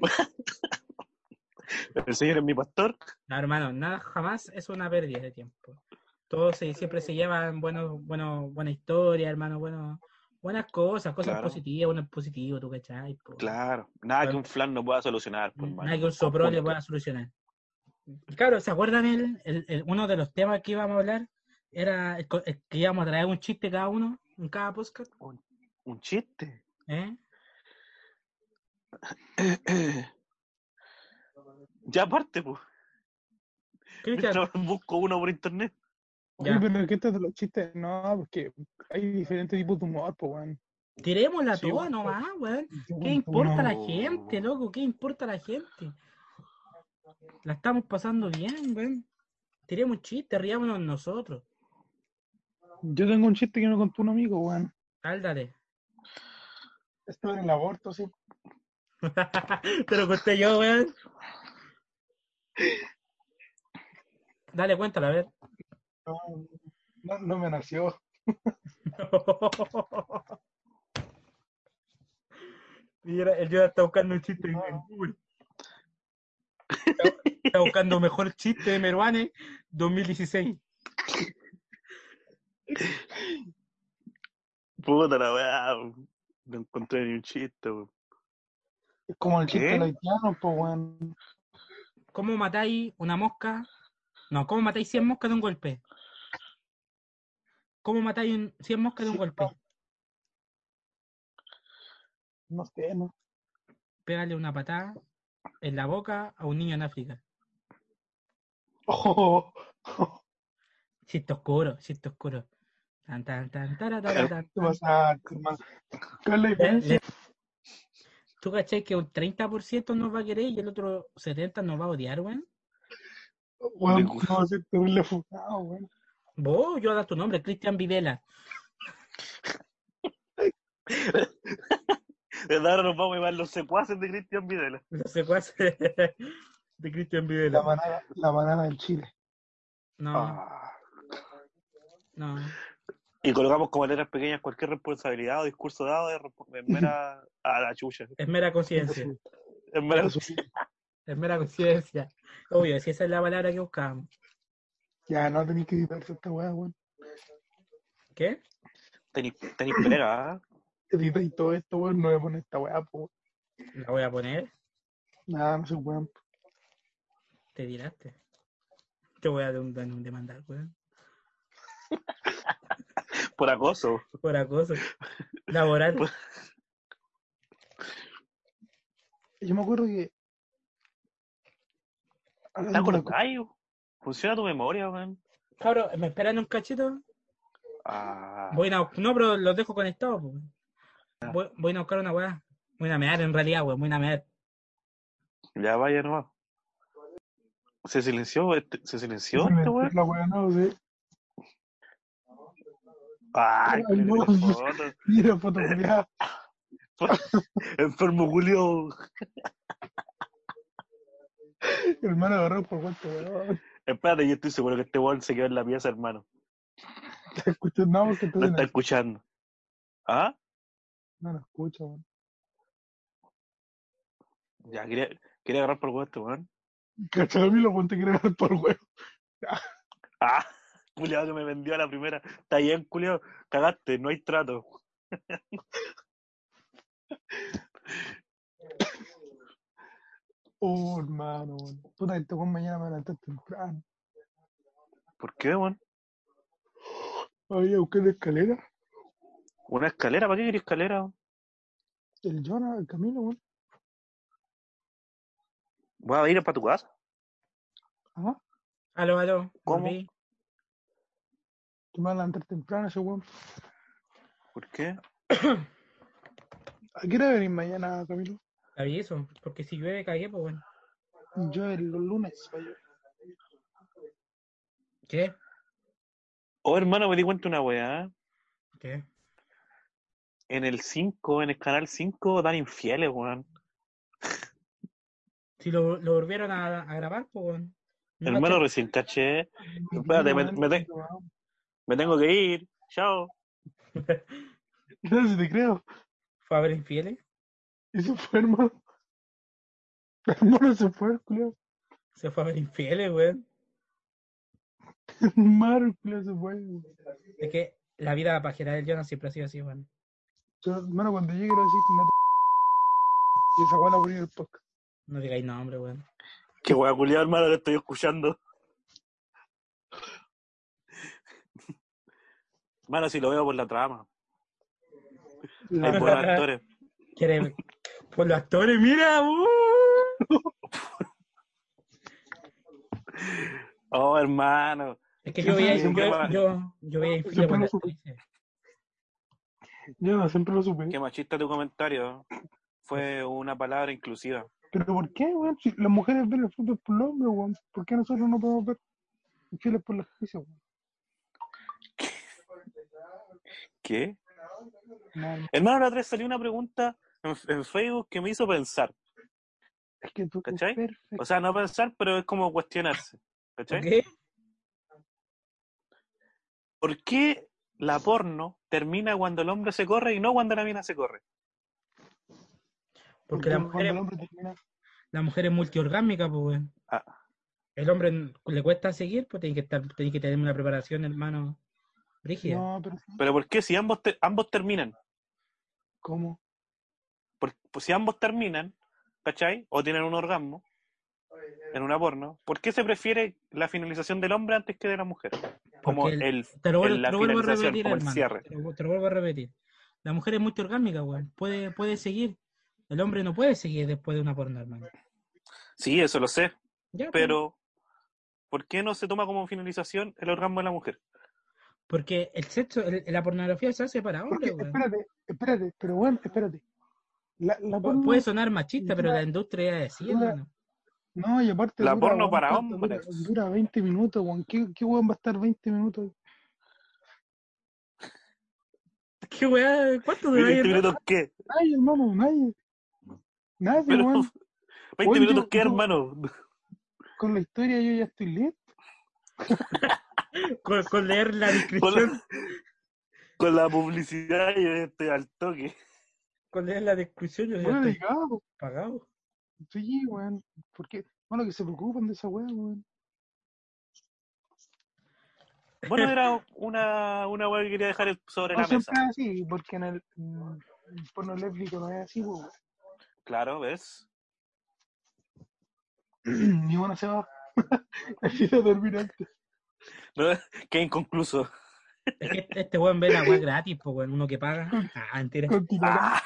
A: El señor es mi pastor.
B: No, hermano, nada jamás es una pérdida de tiempo. Todo se, siempre se llevan buenos, buenos, buena historia, hermano, bueno, buenas cosas, cosas
A: Claro.
B: positivas, buenos positivos, tú cachai, po.
A: Claro. Nada que un flan no pueda solucionar, pues,
B: Nada
A: hermano.
B: que Mm, un soprole
A: Punto.
B: pueda solucionar. Claro, ¿se acuerdan el, el- el- uno de los temas que íbamos a hablar? Era el co- el que íbamos a traer un chiste cada uno, en cada podcast,
A: Un chiste.
B: ¿eh?
A: ya aparte, pues.
B: Cristian,
A: Mientras busco uno por internet.
B: Ya.
C: Oye, pero ¿qué tal de los chistes? No, porque hay diferentes tipos de humor, pues, weón.
B: tirémosla
A: Sí,
B: toda
A: weón.
B: nomás, weón. ¿Qué
C: Yo,
B: importa
C: no,
B: la gente, loco? ¿Qué importa la gente? La estamos pasando bien, weón. Tiremos chistes, riámonos nosotros.
C: Yo tengo un chiste que me contó un amigo, weón.
B: Áldale.
C: Esto en el aborto, sí.
B: Te lo conté yo, weón. Dale, cuéntala, a ver.
C: No, no, no me nació.
B: Y era- el Yoda está buscando un chiste en, en Google. Está, está buscando mejor chiste de Meruane 2016.
A: Puta la weá. weón. No encontré ni un chiste, weón.
C: Es como el chiste
A: ¿Qué?
C: de los haitianos, pues, weón.
B: ¿Cómo matáis una mosca? No, ¿cómo matáis 100 moscas de un golpe? ¿Cómo matáis un- 100 moscas de un
C: Sí,
B: golpe?
C: No sé, ¿no?
B: Pégale una patada en la boca a un niño en África.
C: Oh,
B: Chiste oscuro, chiste oscuro. Tan, tan, tan, tara, tara, tan,
C: ¿qué
B: tan.
C: pasa, hermano? ¿Cuál es la
B: Le-
C: diferencia?
B: le- ¿Tú cachai que un 30% nos va a querer y el otro 70% nos va a odiar, weón? eh,
C: Weón, no va a ser terrible fugado, weón.
B: Vos, yo da tu nombre, Cristian Videla.
A: De ahora nos vamos a llevar los secuaces de Cristian Videla.
B: Los secuaces de de Cristian
C: La
B: Videla.
C: manada, la manada del Chile.
B: No,
A: Ah.
B: no.
A: Y colocamos como letras pequeñas cualquier responsabilidad o discurso dado de respo- en mera a la chucha.
B: Es mera conciencia.
A: En mera
B: Es mera conciencia. Obvio, si esa es la palabra que buscábamos.
C: Ya, no tenéis que editarse esta weá, weón.
B: ¿Qué?
A: tenis, tenis pega, ¿ah?
C: Editáis todo esto, weón. No voy a poner esta weá, pues, weón.
B: La voy a poner.
C: Nada, no sé, weón.
B: Te tiraste. Te voy a de- de- demandar, weón.
A: Por acoso.
B: Por acoso. Laboral.
C: Yo me acuerdo que.
A: ¿Te
C: Ah,
A: acordáis? Funciona tu memoria, weón.
B: Cabro, ¿me esperan un cachito?
A: Ah.
B: Voy a... No, pero los dejo conectados, po, weón. Voy, voy a ir a buscar una weá. Voy a ir a mear, en realidad, weón. Voy a ir a mear.
A: Ya vaya nomás. Se silenció, este- se silenció este weón.
C: La weá, no, sé.
A: Ay,
C: Ay,
A: qué
C: no.
A: foto.
C: Mira, foto culiada.
A: Enfermo Julio.
C: Hermano, agarrado por cuánto, weón.
A: Espérate, yo estoy seguro que este weón se quedó en la pieza, hermano.
C: Te escucho, no,
A: No
C: porque entonces
A: está
C: no,
A: escuchando. ¿Ah?
C: no lo escucho, weón.
A: Ya, quería, quería agarrar por el weón este weón.
C: Cachado a mí lo ponte que era todo el huevo.
A: Ah, culiado que me vendió a la primera. Está bien, culiado. Cagaste, no hay trato.
C: Oh, hermano, weón. Puta, este weón mañana me levanté temprano.
A: ¿Por qué, weón?
C: Voy a buscar la escalera.
A: ¿Una escalera? ¿Para qué quería escalera? weón?
C: El Jonah, el camino, weón.
A: ¿Vas a ir para tu casa?
C: Ajá.
B: Aló, aló.
A: ¿Cómo?
B: volví.
C: Que me va a levantar temprano ese weón.
A: ¿Por qué?
C: ¿A qué hora venir mañana, Camilo?
B: Te aviso, porque si llueve cagué, pues bueno.
C: Yo el lunes. vaya.
B: ¿Qué?
A: Oh, hermano, me di cuenta una weá.
B: ¿Qué?
A: En el 5, en el canal 5, dan infieles, weón.
B: Si lo, lo volvieron a, a grabar, pues bueno. No,
A: Hermano,
B: che,
A: recién caché. Espérate, me, me te- me tengo que ir. Chao.
C: No, si te creo.
B: Fue a ver infieles.
C: Y se fue, hermano. Hermano se fue, culiao.
B: Se fue a ver infieles, weón.
C: Hermano, culiao, se fue. weón.
B: Es que la vida pajera del Jonah siempre ha sido así, weón.
C: Yo, hermano, cuando llegue, le voy a decir que no te- Y esa weá la voy a poner en el podcast.
B: No digáis nombre, weón.
A: Qué weá, culiado, hermano, lo estoy escuchando. Hermano, si lo veo por la trama. Hay
C: La-
B: Ay,
A: buenos actores.
B: Quiere. Por los actores, mira, uh.
A: Oh, hermano.
B: Es que yo veía, yo,
A: Siempre va-
B: yo, yo veía infieles por las actrices.
C: Yo no, siempre lo supe.
A: Qué machista tu comentario. Fue una palabra inclusiva.
C: ¿Pero por qué, weón? Si las mujeres ven el fútbol por los hombres, weón. ¿Por qué nosotros no podemos ver infieles por las actrices, weón?
A: ¿Qué?
C: No, no,
A: Hermano, la otra vez salió una pregunta en, en Facebook que me hizo pensar.
C: es que tú eres
A: ¿Cachai?
C: perfecto.
A: O sea, no pensar, pero es como cuestionarse. ¿Cachai?
B: ¿Qué?
A: ¿Por qué la porno termina cuando el hombre se corre y no cuando la mina se corre?
B: Porque la
C: cuando
B: mujer,
C: el hombre termina,
B: la mujer es multiorgásmica, pues weón.
A: Ah.
B: El hombre n- le cuesta seguir, pues tiene que estar, tiene que tener una preparación, hermano. Brígida.
C: No, pero sí,
A: ¿Pero por qué si ambos, te- ambos terminan?
C: ¿cómo?
A: Por- pues si ambos terminan, ¿cachai? O tienen un orgasmo en una porno, ¿por qué se prefiere la finalización del hombre antes que de la mujer? Como
B: Porque
A: el,
B: el- Te lo, vuel-
A: en la
B: te lo vuelvo a
A: finalización,
B: repetir,
A: como el
B: hermano.
A: cierre.
B: Te lo, te lo vuelvo a repetir. La mujer es multiorgásmica, weón. Puede, puede seguir. El hombre no puede seguir después de una porno, hermano.
A: Sí, eso lo sé,
B: Ya, pues.
A: pero ¿por qué no se toma como finalización el orgasmo de la mujer?
B: Porque el sexo, el- la pornografía se hace para
C: Porque,
B: hombres, weón.
C: espérate, espérate, pero bueno, espérate. La, la
B: Pu-
C: porno-
B: Puede sonar machista, pero
C: dura-
B: la industria es así,
C: dura-
B: hermano.
C: No, y aparte.
A: La porno
C: weón,
A: para
C: ¿cuánto dura?
A: hombres.
C: Dura 20 minutos, weón. ¿Qué, ¿Qué weón va a estar 20 minutos?
B: ¿Qué weá? ¿Cuánto dura ahí,
A: 20
B: hermano?
A: minutos qué?
C: Nadie, hermano, nadie. Nadie,
A: Pero,
C: weón.
A: 20
C: Oye,
A: minutos
C: yo-
A: qué,
C: yo-
A: hermano.
C: Con la historia yo ya estoy listo.
B: Con, con leer la
A: Con
B: descripción,
A: la, con la publicidad y este, al toque.
B: con leer la descripción, yo ya
C: Bueno,
B: estoy
C: digamos.
B: pagado.
C: Sí, weón. Porque, bueno, que se preocupan de esa weá, weón.
A: Bueno, era una, una web que quería dejar sobre
C: No
A: la mesa.
C: siempre es así, porque en el, en el porno lésbico no es así, weón.
A: Claro, ¿ves?
C: Ni una se va. Necesito dormir antes.
A: No, qué inconcluso.
B: Es que este- este weón ve la weá gratis, pues weón. Uno que paga. Ah, entera.
C: Continuará.
A: ¡Ah!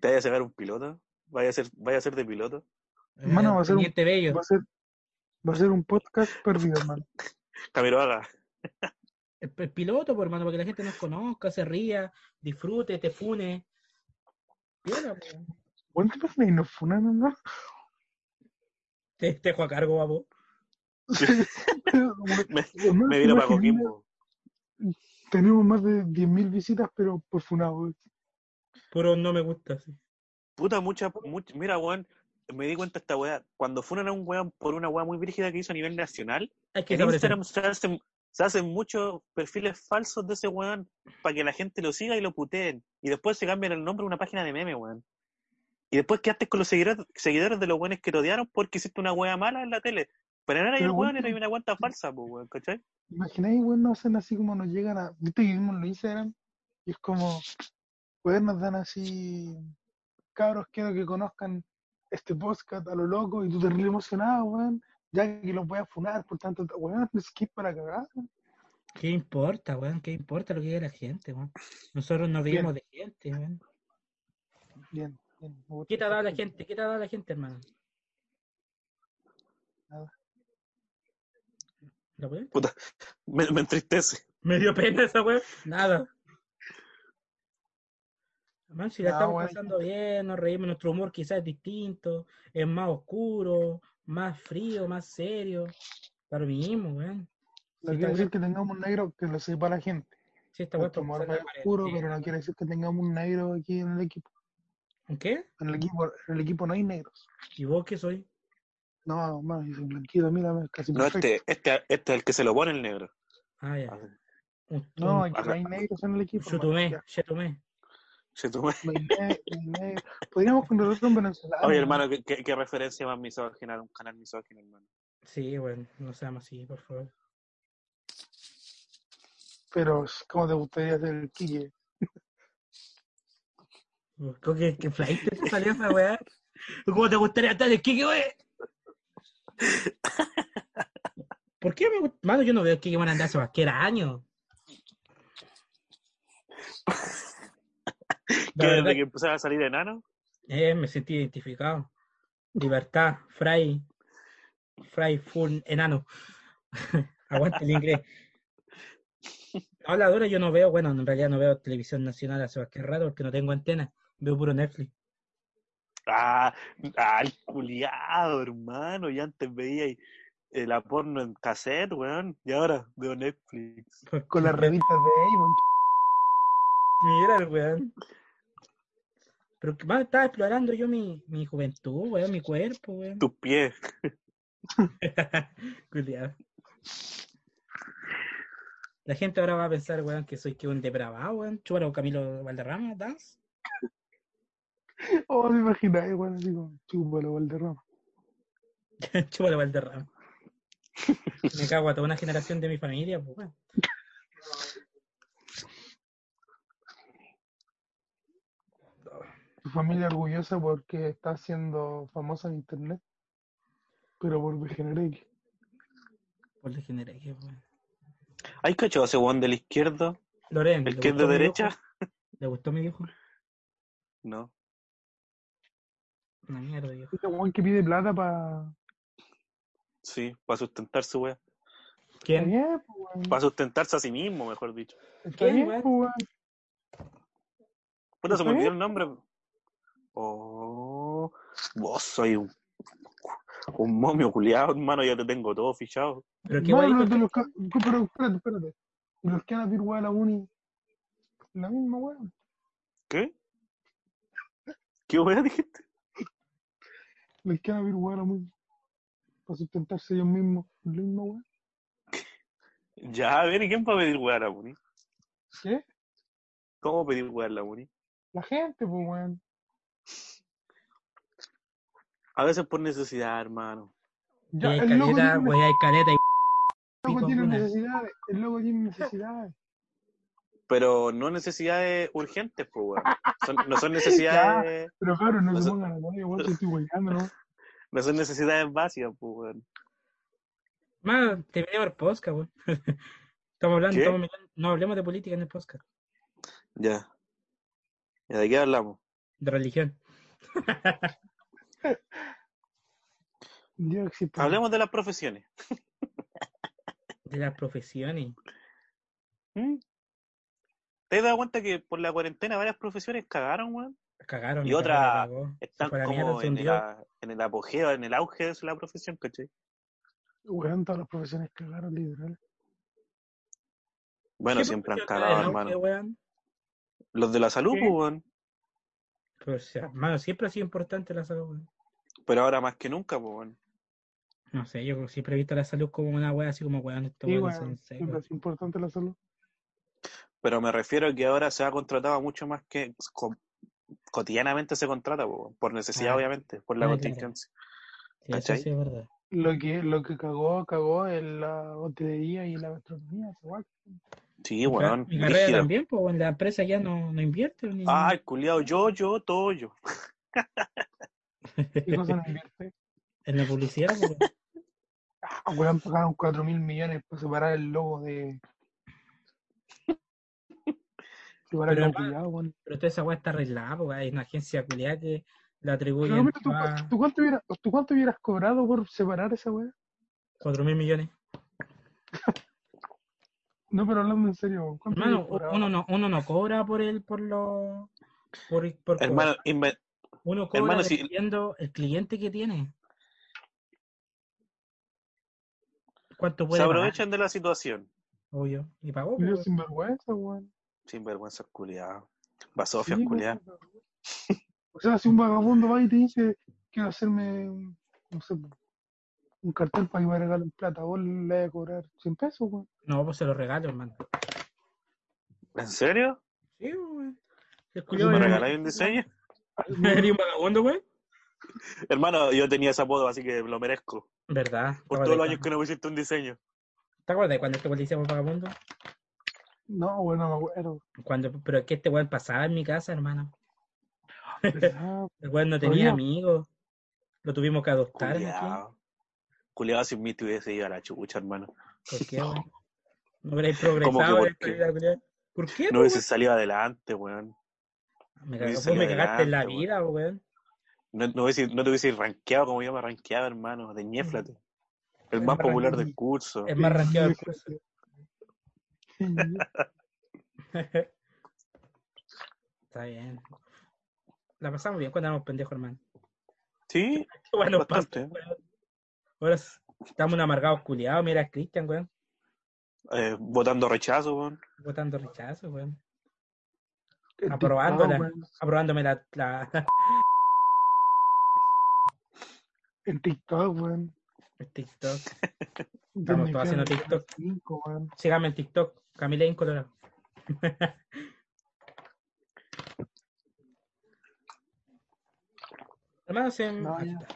A: ¿Te vaya a sacar un piloto? ¿Vaya a ser, vaya a ser de piloto?
C: Hermano, va a ser un-
B: Teniente este Bello.
C: Va a ser, va a ser un podcast perdido, hermano.
A: Camiroaga.
B: El, el piloto, pues, hermano, para que la gente nos conozca, se ría, disfrute, te fune. Piola, pues.
C: ¿Cuánto te imaginas que nos funan, hermano?
B: Te te dejo a cargo, babo.
A: Me,
C: Hermano,
A: me vino
C: ¿te
A: para
C: imaginas?
A: Coquimbo.
C: Tenemos más de 10.000 visitas, pero por funado. weón.
B: Pero no me gusta. sí.
A: Puta, mucha, mucha- Mira, weón, me di cuenta esta weá. Cuando fueron a un weón por una weá muy brígida que hizo a nivel nacional,
B: Hay que
A: en
B: desaparecer.
A: Instagram se hacen, se hacen muchos perfiles falsos de ese weón para que la gente lo siga y lo puteen. Y después se cambian el nombre a una página de meme, weón. Y después quedaste con los seguidores, seguidores de los buenos que te odiaron porque hiciste una wea mala en la tele. Pero no era
C: Pero,
A: el weón,
C: weón,
A: era una cuenta falsa, pues, weón, ¿cachai?
C: Imagináis, weón, no hacen así como nos llegan a. Viste que vimos en los Instagram y es como, weón, nos dan así. Cabros, quiero que conozcan este podcast a lo loco y tú terrible emocionado, weón. Ya que los voy a funar, por tanto, weón, es que es para cagar.
B: ¿Qué importa, weón? ¿Qué importa lo que diga la gente, weón? Nosotros nos
C: Bien.
B: reímos de gente, weón.
C: Bien, bien. me gusta
B: ¿Qué te ha
C: esa
B: dado la
C: actitud.
B: gente? ¿Qué te ha dado la gente, hermano?
C: Nada.
B: ¿La weón?
A: Me, me entristece.
B: Me dio pena esa weón. Nada. Man, si la
C: No,
B: estamos
C: weón.
B: pasando bien, nos reímos, nuestro humor quizás es distinto, es más oscuro, más frío, más serio. Pero mismo, weón.
C: No
B: Sí,
C: quiere
B: tal
C: decir que tengamos un negro que lo separa a la gente.
B: Sí, esta weón está
C: Nuestro humor
B: pasando
C: es
B: la
C: oscuro,
B: cuarentena.
C: pero no quiere decir que tengamos un negro aquí en el equipo.
B: ¿En qué?
C: En el equipo, en el equipo no hay negros.
B: ¿Y vos qué soy?
C: No, hermano, yo soy blanquito, mira, casi
A: No,
C: perfecto.
A: este, este, este es el que se lo pone el negro.
B: Ah, ya. Un,
C: No,
B: un-
C: aquí no hay negros en el equipo.
B: yo
C: hermano,
B: tomé,
C: ya.
B: yo tomé.
A: Se toma-
C: No hay ne- no hay negros. Podríamos contratar un venezolano.
A: Oye,
C: ¿no?
A: hermano, ¿qué, qué, qué referencia más misógina, un canal misógino, hermano.
B: Sí, bueno, no seamos así, por favor.
C: Pero, ¿cómo te gustaría hacer el Kille?
B: Creo que, que flight te salió esa weá. ¿Cómo te gustaría estar de Kike, weón? ¿Por qué me gusta? Mano, yo no veo que van a andar hace cualquiera año. La
A: ¿Qué,
B: verdad,
A: desde que empezaba a salir enano?
B: eh, me sentí identificado. Libertad, Fray. Fray full enano. Aguante el inglés. Hola, Dora, yo no veo, bueno, en realidad no veo televisión nacional hace bastante rato porque no tengo antena. Veo puro Netflix.
A: Ah, al culiado, hermano. Y antes veía eh, la porno en cassette, weón. Y ahora veo Netflix.
B: Porque-
C: Con las revistas de Avon.
B: Mira el weón. Pero que más estaba explorando yo mi, mi juventud, weón, mi cuerpo, weón.
A: Tus pies.
B: Culiao. La gente ahora va a pensar, weón, que soy que un depravado, weón. Chúbalo, Camilo Valderrama, dance.
C: Oh, me imagináis, bueno, así como, chúpalo, Valderrama.
B: Chúbalo, Valderrama. Me cago a toda una generación de mi familia, pues, weón.
C: Tu familia orgullosa porque está siendo famosa en internet. Pero por degenerar.
B: Por la generación, weón.
A: ¿Hay cachado ese weón del izquierdo?
B: Loren,
A: ¿El
B: ¿le
A: que es de
B: gustó mi
A: derecha?
B: dibujo? ¿Le gustó mi viejo?
A: No.
B: Una mierda, viejo.
C: Este weón que pide plata para.
A: Sí, para sustentarse, weón.
C: Está
B: ¿Quién?
C: bien, pues, weón.
A: Para sustentarse a sí mismo, mejor dicho.
C: Está
B: ¿Quién,
C: bien,
B: weón?
C: pues, weón.
A: Puta, se me
C: ¿Eh?
A: olvidó el nombre. Oh, vos soy un, un momio culiado, hermano. Ya te tengo todo fichado.
B: Pero qué
C: Bueno,
B: weón.
C: los de los ca- pero espérate, espérate. Y los que van a pedir weá a la uni, la misma weá.
A: ¿Qué? ¿Qué weón dijiste?
C: Los que van a pedir weá a la uni. Para sustentarse ellos mismos, la misma weá.
A: Ya, a ver, ¿y quién va a pedir weón a la uni?
C: ¿Qué?
A: ¿Cómo pedir weón a la uni?
C: La gente, pues weón.
A: A veces por necesidad, hermano.
B: Y
C: Ya,
B: hay
C: el loco,
B: caleta,
C: tiene,
B: weón, hay caleta y
C: el loco
B: pico
C: tiene
B: alguna.
C: necesidades. El loco tiene necesidades.
A: Pero no necesidades urgentes, pues, weón. Son- no son necesidades,
C: Pero claro, no se
A: Eso-
C: pongan a nadie, weón, te estoy weyando, ¿no?
A: no son necesidades básicas, pues, weón.
B: Más, terminé el podcast, weón. Estamos hablando,
A: ¿Qué?
B: estamos metiendo- no hablemos de política en el podcast,
A: Ya. ¿Y de qué hablamos?
B: de religión.
C: Dios existe.
A: Hablemos de las profesiones.
B: De las profesiones.
A: ¿Mm? ¿Te has dado cuenta que por la cuarentena varias profesiones cagaron, weón?
B: Cagaron.
A: Y
B: la
A: otra,
B: cagó, la cagó. Se
A: Están
B: fue a la mierda,
A: como
B: se
A: en el,
B: hundió.
A: a- en el apogeo, en el auge de la profesión, ¿cachai?
C: Weón, todas las profesiones cagaron, literal.
A: Bueno,
B: ¿Qué
A: siempre han
B: profesión
A: cagado,
B: era el auge,
A: hermano.
B: weón?
A: Los de la salud,
C: ¿Qué?
A: pues, weón.
B: Pero, o sea, hermano, siempre ha sido importante la salud, weón.
A: Pero ahora más que nunca, pues, weón.
B: No sé, yo siempre he visto la salud como una weá, así como weón, estos
C: Sí,
B: weones
C: weón.
B: son secos.
C: Siempre es importante la salud.
A: Pero me refiero a que ahora se ha contratado mucho más que con- cotidianamente se contrata, po, weón, por necesidad,
B: Ah.
A: obviamente, por la
B: Ah, claro.
A: contingencia.
B: Sí, eso
A: ¿Cachai?
B: sí es verdad.
C: Lo que, lo que cagó, cagó en la hotelería y la gastronomía, esa weá.
A: Sí,
B: Mi ca-
A: weón.
B: mi carrera
A: brígido.
B: también, pues bueno, la empresa ya no, no invierte. Ni...
A: Ay, culiado, yo, yo, todo yo.
C: ¿Qué cosa no invierte?
B: en la publicidad, pues,
C: Ah, weón, pagaron 4 mil millones para separar el logo de. Separar
B: Pero,
C: el
B: pa-
C: cuidado, weón.
B: pero toda esa weá está arreglada, pues hay una agencia culiada que la
C: Pero,
B: atribuye
C: mira, ¿tú, cuánto- tú cuánto hubieras, ¿tú cuánto hubieras cobrado por separar esa weá?
B: 4 mil millones.
C: No, pero hablando en serio, weón, ¿cuánto
B: Hermano,
C: hubieras cobrado?
B: uno no, uno no cobra por el, por lo, por, por cobrar.
A: Hermano, inve-
B: uno cobra
A: hermano, si-
B: dependiendo el cliente que tiene. ¿Cuánto puede
A: se
B: pagar?
A: aprovechan de la situación.
B: Obvio. Y pagó.
C: Mira,
B: pues,
C: sinvergüenza, weón.
A: Sinvergüenza, culiado. Basofias,
C: Sí,
A: culiado.
C: weón. O sea, si un vagabundo va y te dice, quiero hacerme, un- no sé, un cartel para que me regalen plata, vos le vas a cobrar 100 pesos, weón.
B: no, pues se lo regalo, hermano.
A: ¿En serio?
B: Sí, weón. El culiao
A: ¿Me
B: era-
A: regaláis un diseño?
B: Era un vagabundo, weón.
A: Hermano, yo tenía ese apodo, así que lo merezco.
B: ¿Verdad?
A: Por
B: ¿Te
A: todos los
B: acuerdas
A: años que no me hiciste un diseño.
B: cuando- ¿Te acuerdas cuando este weón le decíamos vagabundo?
C: No, weón, no me acuerdo.
B: Cuando, pero es que este weón pasaba en mi casa, hermano.
C: ¿verdad?
B: El weón no tenía
C: Oye.
B: amigos. Lo tuvimos que adoptar aquí.
A: Culiado. Culiado, sin mí te hubiese ido a la chucha, hermano.
B: ¿Por qué, weón? No habréis progresado
A: por
B: en esta
A: qué?
B: vida, culiao. ¿Por qué,
A: No
B: po,
A: hubiese salido adelante, weón.
B: weón? Me, cagó-
A: hubiese
B: vos
A: salido
B: me cagaste en la
A: adelante,
B: vida, weón.
A: No, no, hubiese- no te hubiese rankeado como yo me rankeaba, hermano. De ñéflate. El más
B: Me
A: popular
C: ranqueé.
A: del curso.
B: Es más ranqueado el curso.
C: Está
B: Está bien. La pasamos bien cuando éramos pendejos, hermano.
A: Sí,
B: Qué bueno
A: Bastante.
B: pasa, weón. Ahora s- estamos amargados culiados. Mira, Cristian, weón.
A: eh, votando rechazo, weón.
B: Votando rechazo, weón. Ah,
C: tentado,
B: Aprobándola.
C: weón.
B: Aprobándome la. la
C: En TikTok, weón.
B: el TikTok.
C: Donde
B: todos Ah, haciendo
C: quedan
B: TikTok.
C: cinco, weón.
B: Sígame en TikTok. Camila en Colorado. Hermano, se.
C: No,
B: aquí
C: ya.
B: está.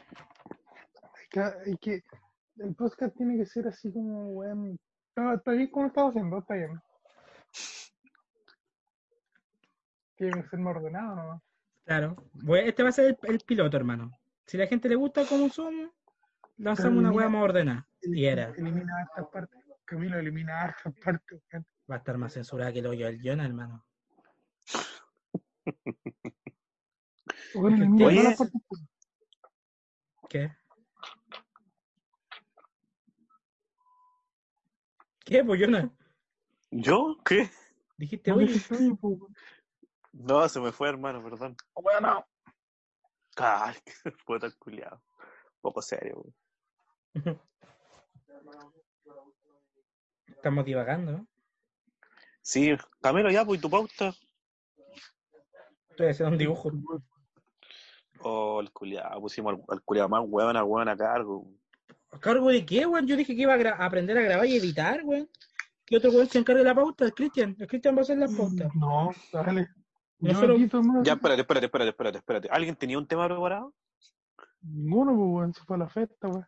C: Es que- es que el podcast tiene que ser así como, weón. No, está bien como lo estamos haciendo, está bien. Tiene que ser más ordenado, ¿no?
B: Claro. Bueno, este va a ser el, el piloto, hermano. Si la gente le gusta como somos, lanzamos una
C: Pero
B: hueá
C: mira,
B: más ordenada. Y era.
C: Elimina estas partes. Camilo elimina estas partes, weón.
B: Va a estar más censurada que el hoyo del Jonah, hermano.
C: Weón, elimina
A: Oye.
C: todas las partes.
B: ¿Qué? ¿Qué, pues, Jonah?
A: ¿Yo? ¿Qué?
B: Dijiste,
C: Weón,
B: oye,
C: ese sueño, po, weón.
A: No, se me fue, hermano, perdón.
C: Weón, no.
A: Ay, qué puta culiado. Poco serio, weón.
B: estamos divagando, ¿no?
A: Sí, Camilo, ya, pues, ¿y tu pauta?
B: Estoy haciendo un dibujo.
A: Oh, el culiado, pusimos al, al culiado más huevón a huevón a cargo.
B: ¿A cargo de qué, weón? Yo dije que iba a gra- a aprender a grabar y editar, weón. ¿Qué otro weón se encarga de la pauta? El Cristian. El Cristian va a hacer la pauta.
C: No, dale.
B: No
C: Yo
B: solo-
C: aquí tomé
A: Ya, espérate, espérate, espérate, espérate, espérate. ¿Alguien tenía un tema preparado?
C: ninguno, pues, weón. Se fue a la fiesta, weón.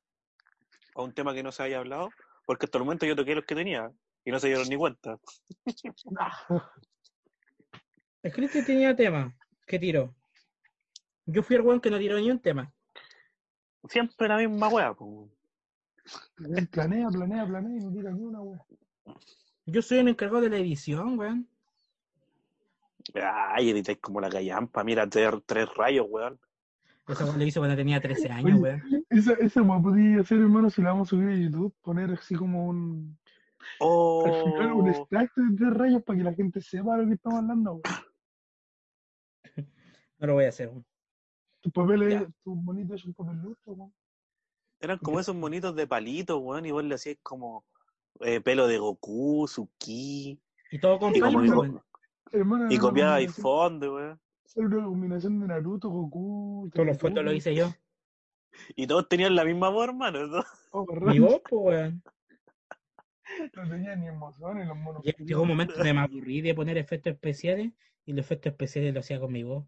A: ¿O un tema que no se haya hablado? Porque hasta el momento yo toqué los que tenía y no se dieron ni cuenta.
B: El Cristian tenía tema. ¿Qué tiró? Yo fui el weón que no tiró ni un tema.
A: Siempre la misma hueá, pues.
C: Weón, Planea, planea, planea y no tira ni una, weón.
B: Yo soy el encargado de la edición, weón.
A: Ay, editáis como la callampa, mira, tres, tres rayos, weón.
B: Esa weón lo hice cuando tenía 13 años,
C: Oye,
B: weón.
C: Esa, esa weá podría hacer, hermano, si la vamos a subir a YouTube, poner así como un. Al final,
A: Oh,
C: un extracto de tres rayos para que la gente sepa lo que estamos hablando, weón.
B: No lo voy a hacer, weón.
C: Tu papel es.
A: Ya.
C: Tu bonito es un papel lustro, weón.
A: eran como esos monitos de palito, weón, y vos le hacías como eh, pelo de Goku, Suki,
B: Y todo con
A: y, como,
B: palma,
A: que
B: weón.
A: co- y
C: Hermano,
B: Ah.
C: era una
A: copiaba
C: combinación-
A: fondo, weón.
C: era una combinación de Naruto, Goku.
B: Todos los
C: Tengu,
B: fondos lo hice yo.
A: Y todos tenían la misma voz, hermano. ¿no?
C: Oh, perdón,
B: Mi voz, pues, weón.
C: No tenía ni emociones los monos.
B: Llegó un momento donde me aburrí de poner efectos especiales y los efectos especiales los hacía con mi voz.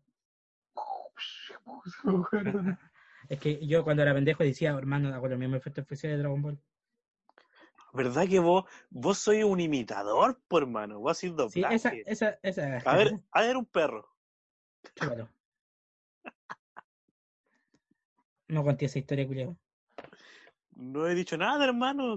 C: weón.
B: Es que yo cuando era pendejo decía, "Oh, hermano, hago los mismos efectos especiales de Dragon Ball.
A: ¿Verdad que vos, vos sois un imitador, por hermano? Vos haces
B: Sí,
A: doblaje.
B: esa, esa, esa.
A: A ver, a ver un perro.
B: Chúpalo. No conté esa historia, culiao.
A: No he dicho nada, hermano.